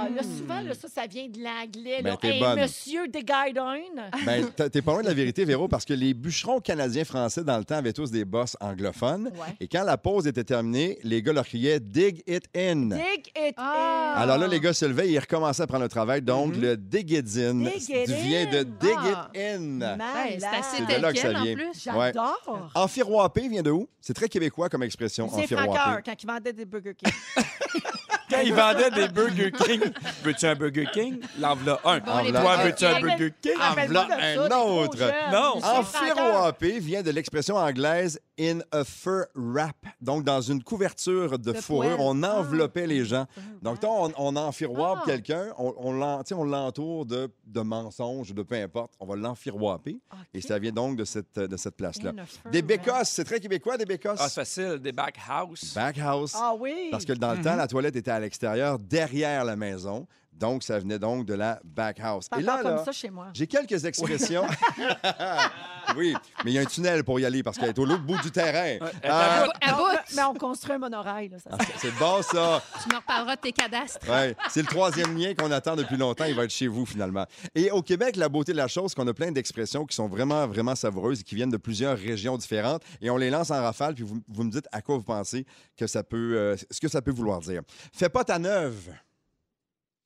[SPEAKER 2] Ah, là, souvent, là, ça, ça vient de l'anglais.
[SPEAKER 1] Ben,
[SPEAKER 2] là.
[SPEAKER 1] Hmm. t'es
[SPEAKER 2] Hey,
[SPEAKER 1] bonne.
[SPEAKER 2] monsieur des Guidelines.
[SPEAKER 1] Ben, t'as- t'es pas loin de la vérité, Véro, parce que les bûcherons canadiens-français, dans le temps, avaient tous des bosses anglophones.
[SPEAKER 2] Ouais.
[SPEAKER 1] Et quand la pause était terminée, les gars leur criaient « Dig it in
[SPEAKER 2] Dig it
[SPEAKER 4] Ah.
[SPEAKER 2] in.
[SPEAKER 1] Alors là, les gars se levaient et ils recommençaient à prendre le travail. Donc, le « Dig it in »
[SPEAKER 2] Dig it
[SPEAKER 1] vient de « Dig
[SPEAKER 4] Ah.
[SPEAKER 1] it in
[SPEAKER 4] Ben, c'est assez
[SPEAKER 1] C'est de
[SPEAKER 4] tel
[SPEAKER 1] là que ça
[SPEAKER 4] quel, en
[SPEAKER 1] vient.
[SPEAKER 4] plus.
[SPEAKER 1] Ouais.
[SPEAKER 2] J'adore. ».
[SPEAKER 1] Enfiroapé vient de où? C'est très québécois comme expression,
[SPEAKER 2] C'est Franqueur
[SPEAKER 1] enfiroapé.
[SPEAKER 2] quand il vendait des Burger King.
[SPEAKER 3] Quand ils vendaient des Burger King, veux-tu un Burger King? L'enveloppe un.
[SPEAKER 9] Bon, les
[SPEAKER 3] Toi,
[SPEAKER 9] Burger
[SPEAKER 3] veux-tu un
[SPEAKER 9] King.
[SPEAKER 3] Burger King?
[SPEAKER 4] Ah,
[SPEAKER 2] Rappelle-moi de
[SPEAKER 1] voilà
[SPEAKER 2] ça,
[SPEAKER 1] un
[SPEAKER 2] t'es trop
[SPEAKER 1] autre.
[SPEAKER 2] jeune.
[SPEAKER 3] Non.
[SPEAKER 2] Michel Francaire.
[SPEAKER 1] Enfiroapé vient de l'expression anglaise in a fur wrap. Donc, dans une couverture de
[SPEAKER 4] De
[SPEAKER 1] fourrure,
[SPEAKER 4] poêle.
[SPEAKER 1] on
[SPEAKER 4] Ah.
[SPEAKER 1] enveloppait les gens. Donc, on, on enfiroipe
[SPEAKER 4] Ah.
[SPEAKER 1] quelqu'un, on, on l'en- tu sais, on l'entoure de, de mensonges, de peu importe. On va l'enfiroiper. Et ça vient donc de cette, de cette place-là.
[SPEAKER 2] hein.
[SPEAKER 1] Des bécosses, c'est très québécois, des bécosses.
[SPEAKER 3] Ah, c'est facile, des backhouse.
[SPEAKER 1] Backhouse.
[SPEAKER 2] Ah oui.
[SPEAKER 1] Parce que dans le temps, la toilette était à l'extérieur, derrière la maison. Donc, ça venait donc de la backhouse. Et
[SPEAKER 2] Parle
[SPEAKER 1] là,
[SPEAKER 2] comme
[SPEAKER 1] là,
[SPEAKER 2] ça chez moi.
[SPEAKER 1] j'ai quelques expressions. oui, mais il y a un tunnel pour y aller parce qu'elle est au l'autre bout du terrain.
[SPEAKER 3] Euh,
[SPEAKER 1] Ah,
[SPEAKER 9] À
[SPEAKER 2] Mais on-
[SPEAKER 9] bout.
[SPEAKER 2] mais on construit un monorail. Là, ça
[SPEAKER 1] ah, c'est bon, ça.
[SPEAKER 4] Tu me reparleras de tes cadastres.
[SPEAKER 1] Ouais. C'est le troisième lien qu'on attend depuis longtemps. Il va être chez vous, finalement. Et au Québec, la beauté de la chose, c'est qu'on a plein d'expressions qui sont vraiment, vraiment savoureuses et qui viennent de plusieurs régions différentes. Et on les lance en rafale, puis vous, vous me dites à quoi vous pensez que ça peut, euh, ce que ça peut vouloir dire. Fais pas ta neuve.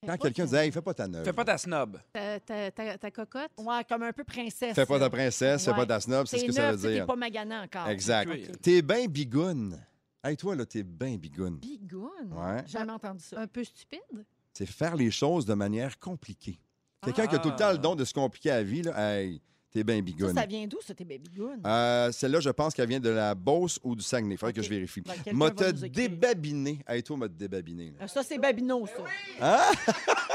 [SPEAKER 1] Quand quelqu'un dit, hey, fais pas ta neuve.
[SPEAKER 3] Fais pas ta snob.
[SPEAKER 4] Ta, ta- ta- ta cocotte.
[SPEAKER 2] Ouais, comme un peu princesse.
[SPEAKER 1] Fais pas
[SPEAKER 2] là.
[SPEAKER 1] ta princesse, fais
[SPEAKER 2] Ouais.
[SPEAKER 1] pas ta snob, c'est ce
[SPEAKER 2] T'es
[SPEAKER 1] que ça
[SPEAKER 2] neuf,
[SPEAKER 1] veut
[SPEAKER 2] t'es
[SPEAKER 1] dire.
[SPEAKER 2] pas maganant encore.
[SPEAKER 1] Exact.
[SPEAKER 3] Ok.
[SPEAKER 1] T'es bien bigoune. Hey, toi, là, t'es bien bigoune.
[SPEAKER 2] Bigoune.
[SPEAKER 1] Ouais. Ah,
[SPEAKER 2] Jamais entendu ça.
[SPEAKER 4] Un peu stupide.
[SPEAKER 1] C'est faire les choses de manière compliquée. Quelqu'un qui a tout le temps le don de se compliquer la vie, là, hey, t'es bien
[SPEAKER 2] Ça,
[SPEAKER 1] bigoune.
[SPEAKER 2] Ah. ça vient d'où, ça, tes bigoune?
[SPEAKER 1] Euh, Celle-là, je pense qu'elle vient de la Beauce ou du Saguenay. Faudrait
[SPEAKER 2] Ok.
[SPEAKER 1] que je vérifie.
[SPEAKER 2] Ben, quelqu'un
[SPEAKER 1] M'a
[SPEAKER 2] va
[SPEAKER 1] te
[SPEAKER 2] nous écrire.
[SPEAKER 1] débabiné. Hey, toi, m'a te débabiné. là.
[SPEAKER 2] Ça, c'est Babino, ça.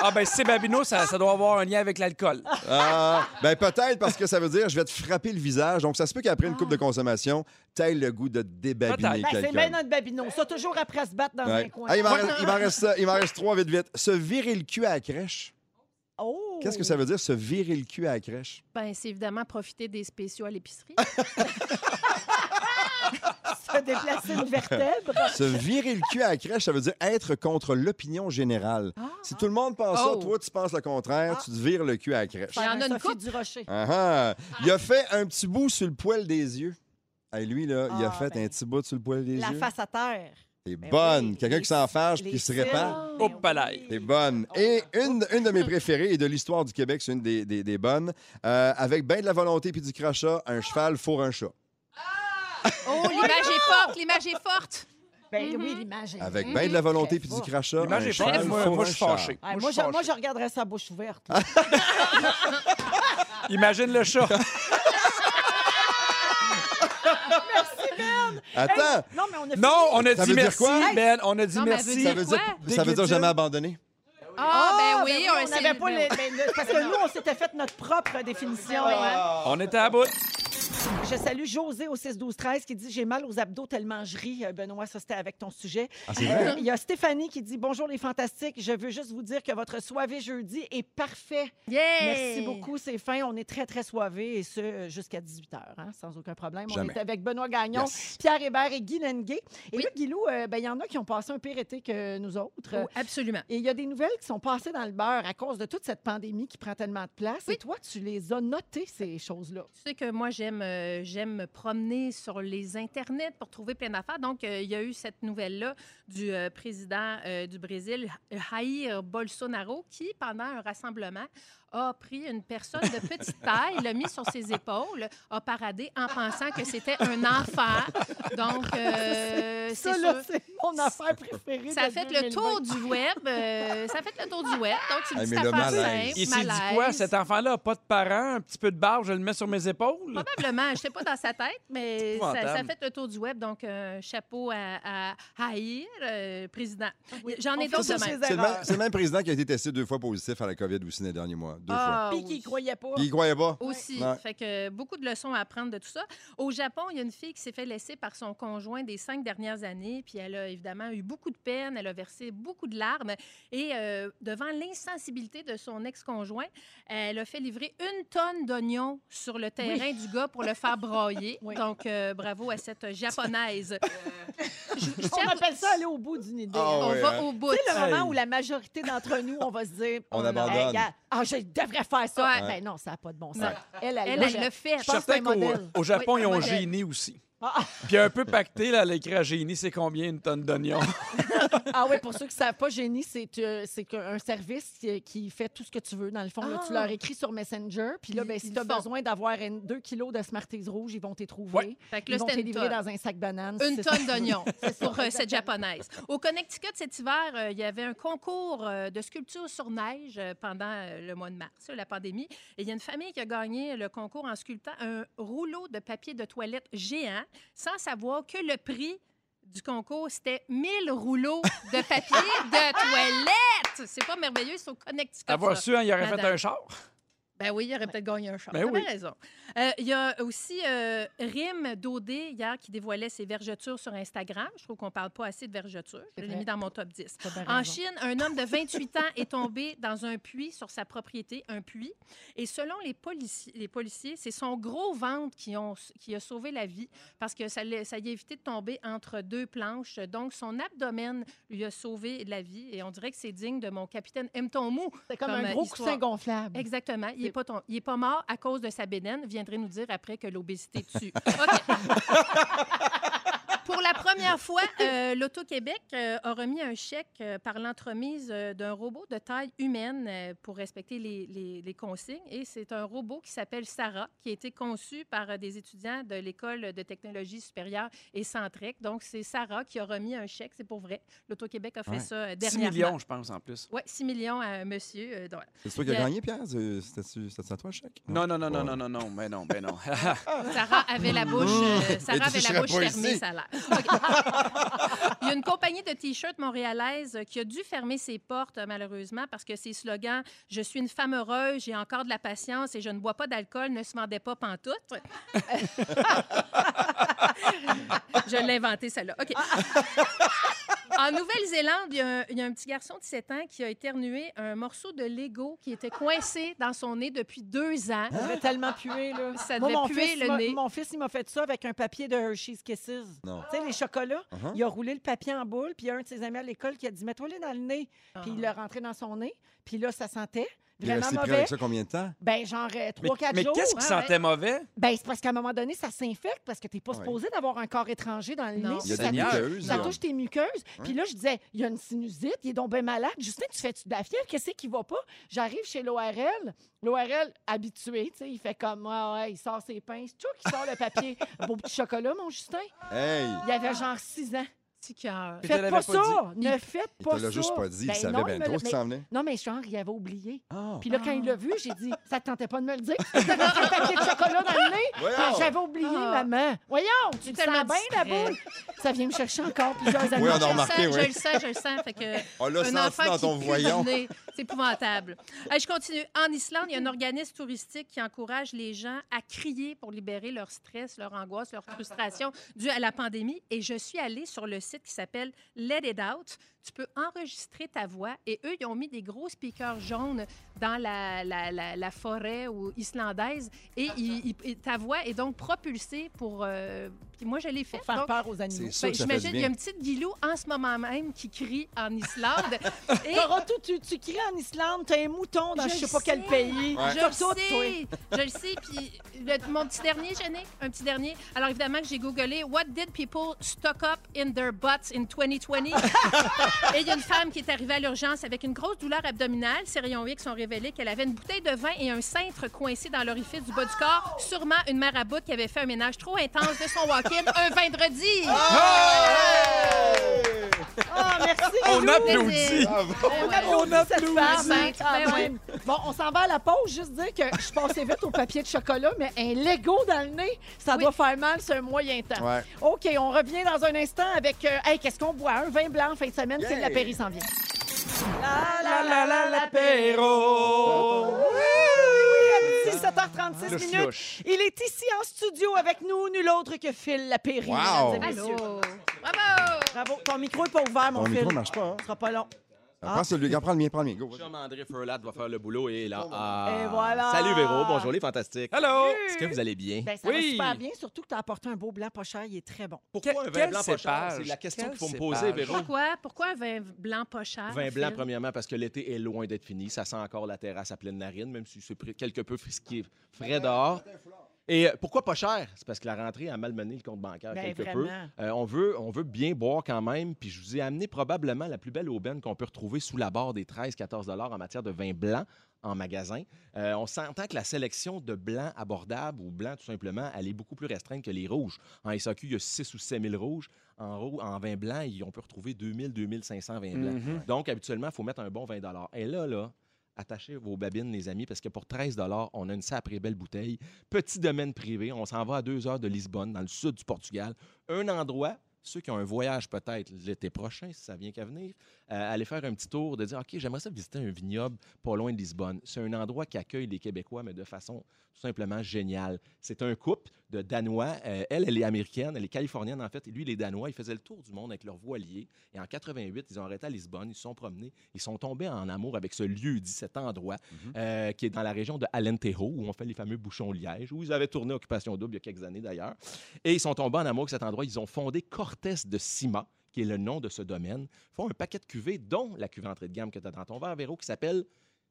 [SPEAKER 3] Ah, ben, si c'est Babino, ça, ça doit avoir un lien avec l'alcool.
[SPEAKER 1] Ah, ben peut-être parce que ça veut dire je vais te frapper le visage. Donc, ça se peut qu'après une coupe de consommation, t'aies le goût de débabiner
[SPEAKER 3] Peut-être.
[SPEAKER 2] Ah. Ben, c'est
[SPEAKER 1] quelqu'un.
[SPEAKER 2] bien notre Babino. Ça, toujours après se battre dans
[SPEAKER 1] Ouais.
[SPEAKER 2] un coin.
[SPEAKER 1] Ah, il m'en reste- il m'en reste, euh, il m'en reste trois, vite, vite. Se virer le cul à la crèche.
[SPEAKER 2] Oh!
[SPEAKER 1] Qu'est-ce que ça veut dire, se virer le cul à la crèche?
[SPEAKER 4] Ben, c'est évidemment profiter des spéciaux à l'épicerie.
[SPEAKER 2] Se déplacer une vertèbre?
[SPEAKER 1] Se virer le cul à la crèche, ça veut dire être contre l'opinion générale.
[SPEAKER 2] Ah.
[SPEAKER 1] si tout le monde pense ça,
[SPEAKER 9] Oh.
[SPEAKER 1] toi, tu penses le contraire, tu te vires le cul à la crèche.
[SPEAKER 2] Faire un
[SPEAKER 4] Il y en a une
[SPEAKER 2] Sophie
[SPEAKER 4] coupe.
[SPEAKER 2] du rocher.
[SPEAKER 1] Ah ah. Il a fait un petit bout sur le poil des yeux. Hey, lui, là, il a
[SPEAKER 2] Ah,
[SPEAKER 1] fait
[SPEAKER 2] ben.
[SPEAKER 1] un petit bout sur le poil des
[SPEAKER 2] La
[SPEAKER 1] yeux.
[SPEAKER 2] face à terre.
[SPEAKER 1] T'es
[SPEAKER 2] Ben
[SPEAKER 1] bonne.
[SPEAKER 2] oui,
[SPEAKER 1] Quelqu'un
[SPEAKER 2] les-
[SPEAKER 1] qui s'en fâche puis
[SPEAKER 2] les
[SPEAKER 1] qui se
[SPEAKER 2] cils.
[SPEAKER 1] répand.
[SPEAKER 3] Au palais.
[SPEAKER 1] T'es bonne. Et une, une de mes préférées et de l'histoire du Québec, c'est une des, des- des bonnes. Euh, avec ben de la volonté puis du crachat, un cheval fourre un chat.
[SPEAKER 9] Oh, l'image est forte, l'image est forte.
[SPEAKER 2] Ben oui, l'image est
[SPEAKER 1] Avec ben de la volonté puis du crachat, un
[SPEAKER 3] L'image est
[SPEAKER 1] cheval
[SPEAKER 3] forte. Moi,
[SPEAKER 1] fourre
[SPEAKER 3] moi,
[SPEAKER 1] un
[SPEAKER 3] je suis
[SPEAKER 1] chat.
[SPEAKER 3] fâché.
[SPEAKER 2] Ouais,
[SPEAKER 3] Moi,
[SPEAKER 2] moi,
[SPEAKER 3] je
[SPEAKER 2] je,
[SPEAKER 3] suis
[SPEAKER 2] moi, je
[SPEAKER 3] fâché.
[SPEAKER 2] regarderais sa bouche ouverte.
[SPEAKER 1] Ah,
[SPEAKER 3] Imagine le chat.
[SPEAKER 1] Attends,
[SPEAKER 2] Ben. Non, mais on a
[SPEAKER 3] Non, on a
[SPEAKER 1] Ça
[SPEAKER 3] dit
[SPEAKER 1] veut dire
[SPEAKER 3] merci,
[SPEAKER 1] quoi?
[SPEAKER 3] Ben. On a dit
[SPEAKER 4] Non, mais elle veut
[SPEAKER 3] merci.
[SPEAKER 1] ça
[SPEAKER 4] dire
[SPEAKER 1] veut dire,
[SPEAKER 4] quoi?
[SPEAKER 1] ça veut dire
[SPEAKER 3] Dégueulasse.
[SPEAKER 1] jamais abandonné.
[SPEAKER 9] Ah, ben oui,
[SPEAKER 2] on
[SPEAKER 9] on
[SPEAKER 2] savait pas
[SPEAKER 9] ben
[SPEAKER 2] les-
[SPEAKER 9] oui.
[SPEAKER 2] ben, le- parce que nous, on s'était fait notre propre définition. hein.
[SPEAKER 3] On était à bout.
[SPEAKER 2] Je salue José au 6-12-13 qui dit J'ai mal aux abdos tellement je ris. Euh, Benoît, ça c'était avec ton sujet.
[SPEAKER 1] Ah,
[SPEAKER 2] Euh, Il y a Stéphanie qui dit Bonjour les fantastiques, je veux juste vous dire que votre soirée jeudi est parfait. Merci beaucoup, c'est fin. On est très, très soivés et ce, euh, jusqu'à 18 h, hein, sans aucun problème.
[SPEAKER 1] Jamais.
[SPEAKER 2] On est avec Benoît Gagnon,
[SPEAKER 1] Yes.
[SPEAKER 2] Pierre Hébert et Guy Lenguet. Et là, Guilou, euh, ben, il y en a qui ont passé un pire été que nous autres.
[SPEAKER 4] Oh, absolument.
[SPEAKER 2] Et il y a des nouvelles qui sont passées dans le beurre à cause de toute cette pandémie qui prend tellement de place.
[SPEAKER 4] Oui.
[SPEAKER 2] Et toi, tu les as notées, ces choses-là.
[SPEAKER 4] Tu sais que moi, j'aime euh, j'aime me promener sur les internets pour trouver plein d'affaires. Donc, euh, il y a eu cette nouvelle-là du euh, président euh, du Brésil, Jair Bolsonaro, qui, pendant un rassemblement, a pris une personne de petite taille, l'a mis sur ses épaules, a paradé en pensant que c'était un enfant. Donc, euh, c'est
[SPEAKER 2] Ça, là,
[SPEAKER 4] sûr.
[SPEAKER 2] c'est mon affaire préférée.
[SPEAKER 4] Ça a
[SPEAKER 2] de
[SPEAKER 4] fait le
[SPEAKER 2] 2020.
[SPEAKER 4] tour du web. euh, ça a fait le tour du web. Donc, c'est une
[SPEAKER 1] Hey, mais
[SPEAKER 4] petite
[SPEAKER 1] le
[SPEAKER 4] affaire
[SPEAKER 1] malaise.
[SPEAKER 4] simple,
[SPEAKER 3] Il s'est dit
[SPEAKER 4] malaise.
[SPEAKER 3] quoi? Cet enfant-là a pas de parents, un petit peu de barbe, je le mets sur mes épaules.
[SPEAKER 4] Probablement. Je sais pas dans sa tête, mais ça, ça a
[SPEAKER 3] épouvantable.
[SPEAKER 4] fait le tour du web. Donc, un chapeau à, à Haïr, euh, président. J'en
[SPEAKER 2] Ah
[SPEAKER 4] ai
[SPEAKER 2] On fait
[SPEAKER 4] d'autres
[SPEAKER 2] ça
[SPEAKER 4] de
[SPEAKER 2] chez
[SPEAKER 4] même.
[SPEAKER 1] C'est le, même,
[SPEAKER 2] erreurs.
[SPEAKER 1] c'est le même président qui a été testé deux fois positif à la COVID aussi les derniers mois. Deux fois.
[SPEAKER 4] Ah,
[SPEAKER 2] Puis
[SPEAKER 4] oui.
[SPEAKER 2] qui croyait pas.
[SPEAKER 1] Puis il croyait pas.
[SPEAKER 4] Aussi.
[SPEAKER 1] Ouais.
[SPEAKER 4] Fait que beaucoup de leçons à apprendre de tout ça. Au Japon, il y a une fille qui s'est fait laisser par son conjoint des cinq dernières années, puis elle a évidemment eu beaucoup de peine, elle a versé beaucoup de larmes, et euh, devant l'insensibilité de son ex-conjoint, elle a fait livrer une tonne d'oignons sur le terrain du gars pour le faire broyer.
[SPEAKER 2] Oui.
[SPEAKER 4] Donc, euh, bravo à cette japonaise. Je- je tiens
[SPEAKER 2] On
[SPEAKER 4] à-
[SPEAKER 2] appelle ça aller au bout d'une idée.
[SPEAKER 1] Ah,
[SPEAKER 4] On
[SPEAKER 1] ouais,
[SPEAKER 4] va
[SPEAKER 1] hein.
[SPEAKER 4] au bout.
[SPEAKER 2] C'est le
[SPEAKER 3] Hey.
[SPEAKER 2] moment où la majorité d'entre nous, on va se dire
[SPEAKER 1] On
[SPEAKER 2] non,
[SPEAKER 1] abandonne.
[SPEAKER 2] hey, gars, ah, je devrais faire ça.
[SPEAKER 4] Ouais.
[SPEAKER 2] Mais non, ça n'a pas de bon sens.
[SPEAKER 4] Non.
[SPEAKER 2] Elle,
[SPEAKER 4] Elle, elle
[SPEAKER 2] l'a-
[SPEAKER 4] le fait.
[SPEAKER 3] Je suis
[SPEAKER 2] pense que c'est
[SPEAKER 3] certain
[SPEAKER 2] un
[SPEAKER 3] qu'au
[SPEAKER 2] modèle.
[SPEAKER 3] au Japon,
[SPEAKER 4] Oui,
[SPEAKER 3] ils
[SPEAKER 4] un
[SPEAKER 3] ont
[SPEAKER 4] modèle.
[SPEAKER 3] génie aussi.
[SPEAKER 2] Ah,
[SPEAKER 3] Puis un peu pacté, là, elle a écrit à Génie, c'est combien une tonne d'oignons?
[SPEAKER 2] ah oui, pour ceux qui ne savent pas, Génie, c'est euh, c'est que- un service qui, qui fait tout ce que tu veux. Dans le fond, là, tu
[SPEAKER 4] Ah.
[SPEAKER 2] leur écris sur Messenger. Puis là,
[SPEAKER 4] Ils-
[SPEAKER 2] ben, si
[SPEAKER 4] ils
[SPEAKER 2] tu as
[SPEAKER 4] le font.
[SPEAKER 2] besoin d'avoir un- 2 kilos de Smarties rouges, ils vont t'y trouver.
[SPEAKER 3] Ouais.
[SPEAKER 4] Fait que
[SPEAKER 2] Ils
[SPEAKER 4] là,
[SPEAKER 2] vont te
[SPEAKER 4] c'était une
[SPEAKER 2] livrer
[SPEAKER 4] tonne.
[SPEAKER 2] dans un sac banane.
[SPEAKER 4] Une
[SPEAKER 2] C'est-
[SPEAKER 4] tonne d'oignons pour euh, cette japonaise. Au Connecticut, cet hiver, euh, il y avait un concours euh, de sculpture sur neige euh, pendant euh, le mois de mars, euh, la pandémie. Et il y a une famille qui a gagné le concours en sculptant un rouleau de papier de toilette géant, sans savoir que le prix du concours, c'était 1000 rouleaux de papier de toilette. C'est pas merveilleux, c'est au Connecticut. ça.
[SPEAKER 3] Avoir su, hein, il aurait fait
[SPEAKER 4] Madame.
[SPEAKER 3] un char.
[SPEAKER 4] Ben oui, il aurait peut-être gagné un char.
[SPEAKER 3] Ben
[SPEAKER 4] T'as
[SPEAKER 3] oui.
[SPEAKER 4] bien raison. Euh, Il y a aussi euh, Rim Daudé, hier, qui dévoilait ses vergetures sur Instagram. Je trouve qu'on parle pas assez de vergetures. Je
[SPEAKER 2] C'est
[SPEAKER 4] l'ai
[SPEAKER 2] vrai.
[SPEAKER 4] mis dans mon top 10.
[SPEAKER 2] T'as bien
[SPEAKER 4] En
[SPEAKER 2] raison.
[SPEAKER 4] Chine, un homme de 28 ans est tombé dans un puits sur sa propriété, un puits. Et selon les, policiers, les policiers, c'est son gros ventre qui, ont, qui a sauvé la vie parce que ça, l'a- ça y a évité de tomber entre deux planches. Donc, son abdomen lui a sauvé la vie. Et on dirait que c'est digne de mon capitaine M. Tomou.
[SPEAKER 2] C'est comme,
[SPEAKER 4] Comme,
[SPEAKER 2] un
[SPEAKER 4] euh,
[SPEAKER 2] gros
[SPEAKER 4] histoire.
[SPEAKER 2] coussin gonflable.
[SPEAKER 4] Exactement.
[SPEAKER 2] C'est-
[SPEAKER 4] Il n'est pas, ton- il est pas mort à cause de sa bédaine. Viendrait nous dire après que l'obésité tue. OK. Pour la première fois, euh, l'Auto-Québec euh, a remis un chèque euh, par l'entremise euh, d'un robot de taille humaine euh, pour respecter les, les- les consignes. Et c'est un robot qui s'appelle Sarah, qui a été conçu par euh, des étudiants de l'École de technologie supérieure et Centrec. Donc, c'est Sarah qui a remis un chèque, c'est pour vrai. L'Auto-Québec a fait
[SPEAKER 1] Ouais.
[SPEAKER 4] ça euh,
[SPEAKER 3] 6
[SPEAKER 4] dernièrement.
[SPEAKER 3] millions, je pense, en plus.
[SPEAKER 4] Oui, 6 millions à un monsieur. euh, donc,
[SPEAKER 1] C'est toi qui as
[SPEAKER 4] Yeah.
[SPEAKER 1] gagné, Pierre? C'est- C'était-tu c'était à toi, le chèque?
[SPEAKER 3] Non, non, non,
[SPEAKER 1] Ouais.
[SPEAKER 3] non, non, non, non, mais non, mais non.
[SPEAKER 4] Sarah avait la bouche,
[SPEAKER 1] Mmh.
[SPEAKER 4] euh, Sarah
[SPEAKER 1] tu
[SPEAKER 4] avait la
[SPEAKER 1] serais
[SPEAKER 4] bouche
[SPEAKER 1] pas
[SPEAKER 4] fermée,
[SPEAKER 1] ici.
[SPEAKER 4] ça a l'air. OK. Il y a une compagnie de t-shirts montréalaise qui a dû fermer ses portes, euh, malheureusement, parce que ses slogans « Je suis une femme heureuse, j'ai encore de la patience et je ne bois pas d'alcool » ne se vendaient pas pantoute. je l'ai inventé, celle-là. OK. En Nouvelle-Zélande, il y, a un- il y a un petit garçon de 7 ans qui a éternué un morceau de Lego qui était coincé dans son nez depuis deux ans.
[SPEAKER 2] Ça devait tellement puer, là.
[SPEAKER 4] Ça
[SPEAKER 2] Hein? Moi,
[SPEAKER 4] devait
[SPEAKER 2] mon
[SPEAKER 4] puer
[SPEAKER 2] fils,
[SPEAKER 4] le
[SPEAKER 2] m'a-
[SPEAKER 4] nez.
[SPEAKER 2] Mon fils, il m'a fait ça avec un papier de Hershey's Kisses.
[SPEAKER 1] Non.
[SPEAKER 2] Tu sais, les chocolats.
[SPEAKER 1] Uh-huh.
[SPEAKER 2] Il a roulé le papier en boule, puis il y a un de ses amis à l'école qui a dit Mets-toi-les dans le nez. Puis
[SPEAKER 4] Ah.
[SPEAKER 2] il l'a rentré dans son nez, puis là, ça sentait
[SPEAKER 1] Il est
[SPEAKER 2] vraiment
[SPEAKER 1] resté pris
[SPEAKER 2] mauvais.
[SPEAKER 1] avec ça combien de temps?
[SPEAKER 2] Ben, genre
[SPEAKER 3] Mais,
[SPEAKER 2] 3-4
[SPEAKER 3] mais
[SPEAKER 2] jours.
[SPEAKER 3] qu'est-ce qui
[SPEAKER 4] hein, ouais,
[SPEAKER 3] sentait mauvais?
[SPEAKER 2] Ben, c'est parce qu'à un moment donné, ça s'infecte parce que t'es pas
[SPEAKER 1] Ouais.
[SPEAKER 2] supposé d'avoir un corps étranger dans le
[SPEAKER 4] Non.
[SPEAKER 2] nez.
[SPEAKER 1] Il y a
[SPEAKER 2] Ça
[SPEAKER 1] des
[SPEAKER 3] Seigneur.
[SPEAKER 2] touche-
[SPEAKER 1] muqueuses.
[SPEAKER 2] Ça
[SPEAKER 1] là.
[SPEAKER 2] touche tes muqueuses. Puis là, je disais, il y a une sinusite, il est donc bien malade. Justin, tu fais-tu de la fièvre? Qu'est-ce qui va pas? J'arrive chez l'ORL. L'ORL, habitué, tu sais, il fait comme, ah ouais, il sort ses pinces. Tu vois qu'il sort le papier. Beau petit chocolat, mon Justin.
[SPEAKER 1] Hey!
[SPEAKER 2] Il avait genre 6 ans.
[SPEAKER 4] Petit cœur.
[SPEAKER 3] Il te
[SPEAKER 2] Faites
[SPEAKER 3] l'avait
[SPEAKER 2] pas,
[SPEAKER 3] pas
[SPEAKER 2] ça! Ne faites
[SPEAKER 1] Il
[SPEAKER 2] pas ça!
[SPEAKER 1] te l'a juste pas dit. Il
[SPEAKER 2] Ben
[SPEAKER 1] savait
[SPEAKER 2] non,
[SPEAKER 1] bien
[SPEAKER 2] il me
[SPEAKER 1] trop
[SPEAKER 2] l'a-
[SPEAKER 1] ce qui s'en venait.
[SPEAKER 2] Non, mais genre, il avait oublié.
[SPEAKER 1] Ah!
[SPEAKER 2] Puis là, quand il l'a vu, j'ai dit, ça te tentait pas de me le dire? T'as rentré un papier de chocolat dans le nez?
[SPEAKER 1] Voyons!
[SPEAKER 2] Ah, J'avais oublié,
[SPEAKER 4] Ah.
[SPEAKER 2] maman. Voyons, tu te
[SPEAKER 4] tellement
[SPEAKER 2] sens bien, la
[SPEAKER 4] discret.
[SPEAKER 2] boule. Ça vient me chercher encore plusieurs années.
[SPEAKER 1] Oui, on
[SPEAKER 4] Je
[SPEAKER 1] a
[SPEAKER 4] le
[SPEAKER 1] remarqué,
[SPEAKER 4] sens,
[SPEAKER 1] oui.
[SPEAKER 4] Je le sens, je le sens. Fait que
[SPEAKER 1] On l'a
[SPEAKER 4] un
[SPEAKER 1] senti
[SPEAKER 4] enfant
[SPEAKER 1] dans
[SPEAKER 4] qui
[SPEAKER 1] ton
[SPEAKER 4] pue
[SPEAKER 1] voyant.
[SPEAKER 4] du nez, C'est épouvantable. Euh, je continue. En Islande, il y a un organisme touristique qui encourage les gens à crier pour libérer leur stress, leur angoisse, leur frustration due à la pandémie. Et je suis allée sur le site qui s'appelle Let It Out. Tu peux enregistrer ta voix. Et eux, ils ont mis des gros speakers jaunes dans la, la- la- la forêt ou islandaise. Et, ils- ils- et ta voix est donc propulsée pour... euh, puis moi, je l'ai fait.
[SPEAKER 2] Pour faire
[SPEAKER 4] donc-
[SPEAKER 2] peur aux animaux.
[SPEAKER 1] C'est
[SPEAKER 4] ben,
[SPEAKER 1] sûr que ça fait du
[SPEAKER 4] J'imagine, il y a
[SPEAKER 1] bien.
[SPEAKER 4] une petite Guilou en ce moment même qui crie en Islande. Et
[SPEAKER 2] T'auras tout, tu, tu cries en Islande, t'as un mouton dans je,
[SPEAKER 4] Je
[SPEAKER 2] sais
[SPEAKER 4] le
[SPEAKER 2] pas quel
[SPEAKER 4] sais.
[SPEAKER 2] pays.
[SPEAKER 1] Ouais.
[SPEAKER 4] je
[SPEAKER 2] T'as
[SPEAKER 4] le
[SPEAKER 2] tout, toi.
[SPEAKER 4] sais, je le sais. Puis le- mon petit dernier, Jeannet, un petit dernier. Alors évidemment que j'ai googlé « What did people stock up in their butts in 2020? » Et il y a une femme qui est arrivée à l'urgence avec une grosse douleur abdominale. Ses rayons X ont révélé qu'elle avait une bouteille de vin et un cintre coincé dans l'orifice du bas du corps. Sûrement une marabout qui avait fait un ménage trop intense de son walk-in un vendredi.
[SPEAKER 2] Ah, merci.
[SPEAKER 3] On
[SPEAKER 2] Guilou.
[SPEAKER 3] applaudit!
[SPEAKER 2] On
[SPEAKER 4] Eh Ouais.
[SPEAKER 2] applaudit cette femme, hein,
[SPEAKER 4] Cinq,
[SPEAKER 2] quand
[SPEAKER 4] ben
[SPEAKER 2] même. Bon, on s'en va à la pause. Juste dire que je passais vite au papier de chocolat, mais un Lego dans le nez, ça
[SPEAKER 4] Oui.
[SPEAKER 2] doit faire mal sur un moyen temps.
[SPEAKER 1] Ouais.
[SPEAKER 2] OK, on revient dans un instant avec... euh, hey, qu'est-ce qu'on boit? Un vin blanc en fin de semaine.
[SPEAKER 1] Yeah.
[SPEAKER 2] C'est de la Péri s'en vient.
[SPEAKER 3] La la la l'apéro!
[SPEAKER 2] Oui, à 17h36
[SPEAKER 3] Le
[SPEAKER 2] minutes.
[SPEAKER 3] fioche.
[SPEAKER 2] Il est ici en studio avec nous, nul autre que Phil Lapéry.
[SPEAKER 1] Wow.
[SPEAKER 2] mesdames et messieurs.
[SPEAKER 4] Allô! Bravo!
[SPEAKER 2] Bravo. Ton micro n'est pas ouvert, mon
[SPEAKER 1] Mon
[SPEAKER 2] Phil.
[SPEAKER 1] micro marche pas, hein?
[SPEAKER 2] Ce sera pas long. Ah.
[SPEAKER 1] Prends celui, prends le mien, prends le mien. Go, vas-y.
[SPEAKER 10] Chum André Furlat va faire le boulot et
[SPEAKER 2] Oh,
[SPEAKER 10] là. ah.
[SPEAKER 2] Et voilà.
[SPEAKER 10] Salut Véro, bonjour les fantastiques.
[SPEAKER 3] Allô!
[SPEAKER 10] Est-ce que vous allez bien?
[SPEAKER 2] Ben, ça va
[SPEAKER 3] Oui.
[SPEAKER 2] super bien, surtout que tu as apporté un beau blanc pas cher, il est très bon.
[SPEAKER 10] Pourquoi
[SPEAKER 3] Quel-
[SPEAKER 10] un vin blanc
[SPEAKER 3] quel
[SPEAKER 10] pas cher?
[SPEAKER 3] cépage?
[SPEAKER 10] C'est la question
[SPEAKER 3] Quel
[SPEAKER 10] qu'il faut me
[SPEAKER 3] cépage?
[SPEAKER 10] poser, Véro.
[SPEAKER 4] Pourquoi? Pourquoi un vin blanc pas cher?
[SPEAKER 10] Vin blanc,
[SPEAKER 4] Phil?
[SPEAKER 10] premièrement, parce que l'été est loin d'être fini. Ça sent encore la terrasse à pleine narine, même si c'est pr- quelque peu fri- ce qui est frais dehors. Et euh, pourquoi pas cher? C'est parce que la rentrée a malmené le compte bancaire
[SPEAKER 2] Ben,
[SPEAKER 10] quelque peu.
[SPEAKER 2] vraiment.
[SPEAKER 10] Euh, on, veut, on veut bien boire quand même. Puis je vous ai amené probablement la plus belle aubaine qu'on peut retrouver sous la barre des 13-14 en matière de vin blanc en magasin. Euh, on s'entend que la sélection de blancs abordables ou blancs tout simplement, elle est beaucoup plus restreinte que les rouges. En SAQ, il y a 6 ou 7 000 rouges. En, rou- en vin blanc, il- on peut retrouver 2000, 2500 vins blancs.
[SPEAKER 3] Mhm.
[SPEAKER 10] Donc, habituellement, il faut mettre un bon 20 Et là, là, attachez vos babines, les amis, parce que pour 13 on a une sacrée belle bouteille. Petit domaine privé. On s'en va à deux heures de Lisbonne, dans le sud du Portugal. Un endroit, ceux qui ont un voyage peut-être l'été prochain, si ça vient qu'à venir, euh, aller faire un petit tour, de dire, OK, j'aimerais ça visiter un vignoble pas loin de Lisbonne. C'est un endroit qui accueille les Québécois, mais de façon tout simplement géniale. C'est un couple de Danois. Euh, elle, elle est américaine, elle est californienne en fait, et lui, il est Danois. Ils faisaient le tour du monde avec leur voilier. Et en 88, ils ont arrêté à Lisbonne, ils se sont promenés, ils sont tombés en amour avec ce lieu dit, cet endroit, euh, qui est dans la région de Alentejo, où on fait les fameux bouchons liège, où ils avaient tourné Occupation Double il y a quelques années d'ailleurs. Et ils sont tombés en amour avec cet endroit. Ils ont fondé Cortes de Cima, qui est le nom de ce domaine. Ils font un paquet de cuvées, dont la cuvée entrée de gamme que tu as dans ton verre, Véro, qui s'appelle...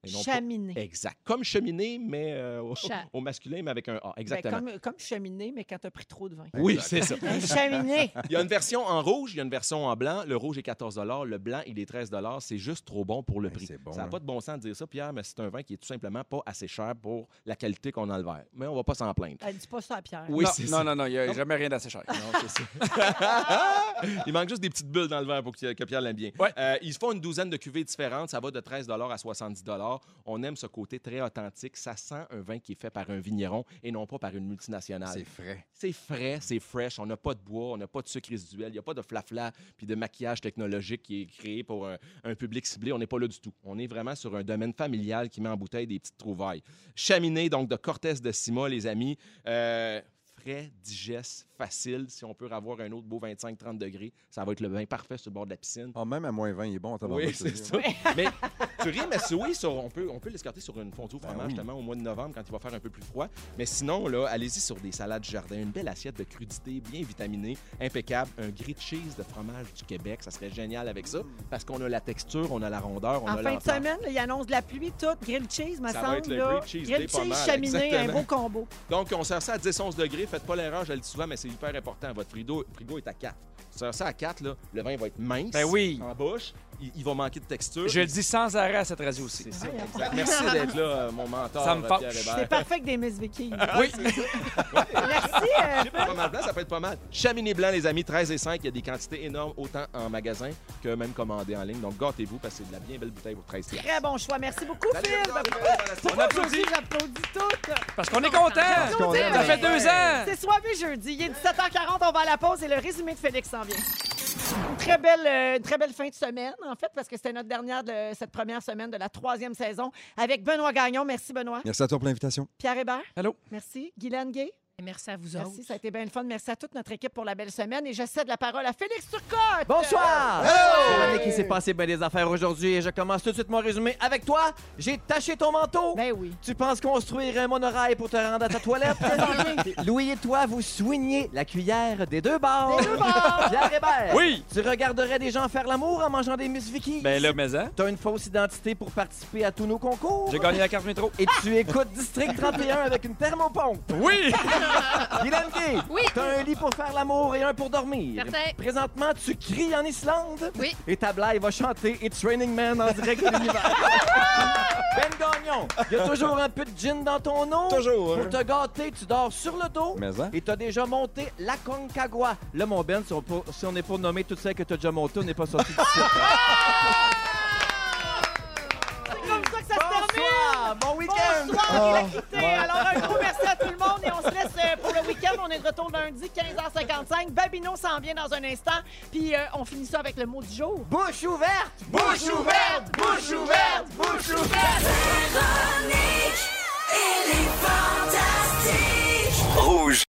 [SPEAKER 10] et non pas-
[SPEAKER 2] Chaminé. Ben,
[SPEAKER 10] Exact. Comme cheminée, mais euh, au,
[SPEAKER 4] Chat.
[SPEAKER 10] au masculin, mais avec un A.
[SPEAKER 2] Ben,
[SPEAKER 10] Exactement. Ben,
[SPEAKER 2] comme, comme cheminée, mais quand t'as pris trop de vin.
[SPEAKER 10] Oui, c'est ça.
[SPEAKER 2] Un cheminée.
[SPEAKER 10] Il y a une version en rouge, il y a une version en blanc. Le rouge est 14 le blanc, il est 13 C'est juste trop bon pour le
[SPEAKER 1] Hey,
[SPEAKER 10] prix.
[SPEAKER 1] c'est bon,
[SPEAKER 10] ça n'a
[SPEAKER 1] hein.
[SPEAKER 10] pas de bon sens de dire ça, Pierre, mais c'est un vin qui est tout simplement pas assez cher pour la qualité qu'on a le verre. Mais on va pas s'en plaindre.
[SPEAKER 2] Elle dit Ben, pas ça à Pierre.
[SPEAKER 10] Oui,
[SPEAKER 3] non,
[SPEAKER 10] c'est
[SPEAKER 3] non,
[SPEAKER 10] ça.
[SPEAKER 3] non, non, il n'y a jamais rien d'assez cher.
[SPEAKER 10] Non, c'est ça. il manque juste des petites bulles dans le verre pour que, que Pierre l'aime bien.
[SPEAKER 3] Ouais.
[SPEAKER 10] Euh, ils font une douzaine de cuvées différentes. Ça va de 13 à 70 On aime ce côté très authentique. Ça sent un vin qui est fait par un vigneron et non pas par une multinationale.
[SPEAKER 1] C'est frais.
[SPEAKER 10] C'est frais, c'est fresh. On n'a pas de bois, on n'a pas de sucre résiduel, il n'y a pas de flafla puis de maquillage technologique qui est créé pour un, un public ciblé. On n'est pas là du tout. On est vraiment sur un domaine familial qui met en bouteille des petites trouvailles. Chaminé, donc de Cortès de Sima, les amis. Euh, frais, digeste, facile. Si on peut avoir un autre beau 25-30 degrés, ça va être le bain parfait sur le bord de la piscine.
[SPEAKER 1] Ah, même à moins 20, il est bon. en tabarnak,
[SPEAKER 10] Oui,
[SPEAKER 1] ce
[SPEAKER 10] c'est
[SPEAKER 1] jeu.
[SPEAKER 10] ça. mais tu ris, mais c'est oui, sur- on peut, on peut l'escorter sur une fondue au
[SPEAKER 1] Ben
[SPEAKER 10] fromage,
[SPEAKER 1] oui.
[SPEAKER 10] justement, au mois de novembre, quand il va faire un peu plus froid. Mais sinon, là, allez-y sur des salades du jardin, une belle assiette de crudités bien vitaminée, impeccable, un gris de cheese de fromage du Québec. Ça serait génial avec ça, parce qu'on a la texture, on a la rondeur, on
[SPEAKER 2] En
[SPEAKER 10] a
[SPEAKER 2] fin de
[SPEAKER 10] l'ampleur.
[SPEAKER 2] semaine, là, il annonce de la pluie toute, grilled cheese, me
[SPEAKER 10] Ça
[SPEAKER 2] semble.
[SPEAKER 10] va être le
[SPEAKER 2] là.
[SPEAKER 10] grilled cheese day
[SPEAKER 2] grilled
[SPEAKER 10] pas
[SPEAKER 2] cheese,
[SPEAKER 10] mal,
[SPEAKER 2] cheminée, un
[SPEAKER 10] exactement.
[SPEAKER 2] beau combo.
[SPEAKER 10] Donc, on sert ça à 10-11 degrés. Faites pas l'erreur, je le dis souvent, mais c'est hyper important. Votre frigo, frigo est à 4. On sert ça à 4, là, le vin va être mince
[SPEAKER 3] Ben oui.
[SPEAKER 10] en bouche. Il, il va manquer de texture.
[SPEAKER 3] Je le dis sans arrêt à cette radio aussi.
[SPEAKER 10] C'est ça, exact. Merci d'être là, euh, mon mentor,
[SPEAKER 3] Ça me
[SPEAKER 10] euh,
[SPEAKER 3] fâche.
[SPEAKER 10] Pierre Hébert.
[SPEAKER 2] C'est parfait que des Miss Vicky.
[SPEAKER 3] Ah, Oui,
[SPEAKER 2] Merci. euh,
[SPEAKER 10] Chip à fromage blanc, ça peut être pas mal. Chaminé blanc, les amis, 13 et 5. Il y a des quantités énormes, autant en magasin que même commandé en ligne. Donc, gâtez-vous parce que c'est de la bien belle bouteille pour 13 piastres.
[SPEAKER 2] Très bon choix. Merci beaucoup,
[SPEAKER 10] Salut,
[SPEAKER 2] Phil.
[SPEAKER 10] Hébert, Hébert, dans la
[SPEAKER 3] on applaudit
[SPEAKER 2] Aujourd'hui, j'applaudis toutes.
[SPEAKER 3] parce qu'on est content.
[SPEAKER 1] qu'on aime
[SPEAKER 3] Ça fait
[SPEAKER 1] la-
[SPEAKER 3] deux ans.
[SPEAKER 2] C'est soir et jeudi. Il est 17h40, on va à la pause et le résumé de Félix s'en vient. Une Très belle, euh, une très belle fin de semaine, en fait, parce que c'était notre dernière de cette première semaine de la troisième saison avec Benoît Gagnon. Merci, Benoît.
[SPEAKER 1] Merci à toi pour l'invitation.
[SPEAKER 2] Pierre Hébert.
[SPEAKER 3] Allô.
[SPEAKER 2] Merci. Guylaine Gay.
[SPEAKER 4] Merci à vous
[SPEAKER 2] Merci,
[SPEAKER 4] autres.
[SPEAKER 2] ça a été bien le fun. Merci à toute notre équipe pour la belle semaine. Et je cède la parole à Félix Turcotte.
[SPEAKER 11] Bonsoir! C'est l'année qui s'est passé bien des affaires aujourd'hui et je commence tout de suite mon résumé avec toi. J'ai taché ton manteau.
[SPEAKER 2] Ben oui.
[SPEAKER 11] Tu penses construire un monorail pour te rendre à ta toilette? Louis et toi, vous soignez la cuillère des deux bords.
[SPEAKER 2] Des deux bords.
[SPEAKER 11] Pierre Hébert,
[SPEAKER 3] Oui.
[SPEAKER 11] tu regarderais des gens faire l'amour en mangeant des Miss Vicky.
[SPEAKER 3] Ben là, mais hein,
[SPEAKER 11] T'as une fausse identité pour participer à tous nos concours.
[SPEAKER 3] j'ai gagné la carte métro.
[SPEAKER 11] Et tu écoutes District 31 avec une thermopompe.
[SPEAKER 3] Oui!
[SPEAKER 11] Guylaine Gay,
[SPEAKER 9] Oui.
[SPEAKER 11] Ah. t'as un lit pour faire l'amour et un pour dormir.
[SPEAKER 9] Certain.
[SPEAKER 11] Présentement, tu cries en Islande.
[SPEAKER 9] Oui.
[SPEAKER 11] Et ta blague va chanter It's Raining Man en direct de l'univers. ben Gagnon, il y a toujours un peu de gin dans ton eau.
[SPEAKER 1] Toujours, hein.
[SPEAKER 11] Pour te gâter, tu dors sur le dos.
[SPEAKER 1] Mais hein?
[SPEAKER 11] Et t'as déjà monté la Concagua. Là, mon Ben, si on, pour- si on est pour nommer toutes celles que t'as déjà montées, on n'est pas sorti de
[SPEAKER 2] C'est comme ça que ça se termine.
[SPEAKER 11] Bonsoir, bon week-end.
[SPEAKER 2] Ah! Bonsoir, il a quitté. Alors, un gros merci à tout le monde et on se laisse euh, pour le week-end. On est de retour lundi, 15h55. Babino s'en vient dans un instant. Puis, euh, on finit ça avec le mot du jour.
[SPEAKER 11] Bouche ouverte.
[SPEAKER 2] Bouche ouverte, bouche ouverte,
[SPEAKER 11] bouche ouverte.
[SPEAKER 5] Véronique, elle est fantastique.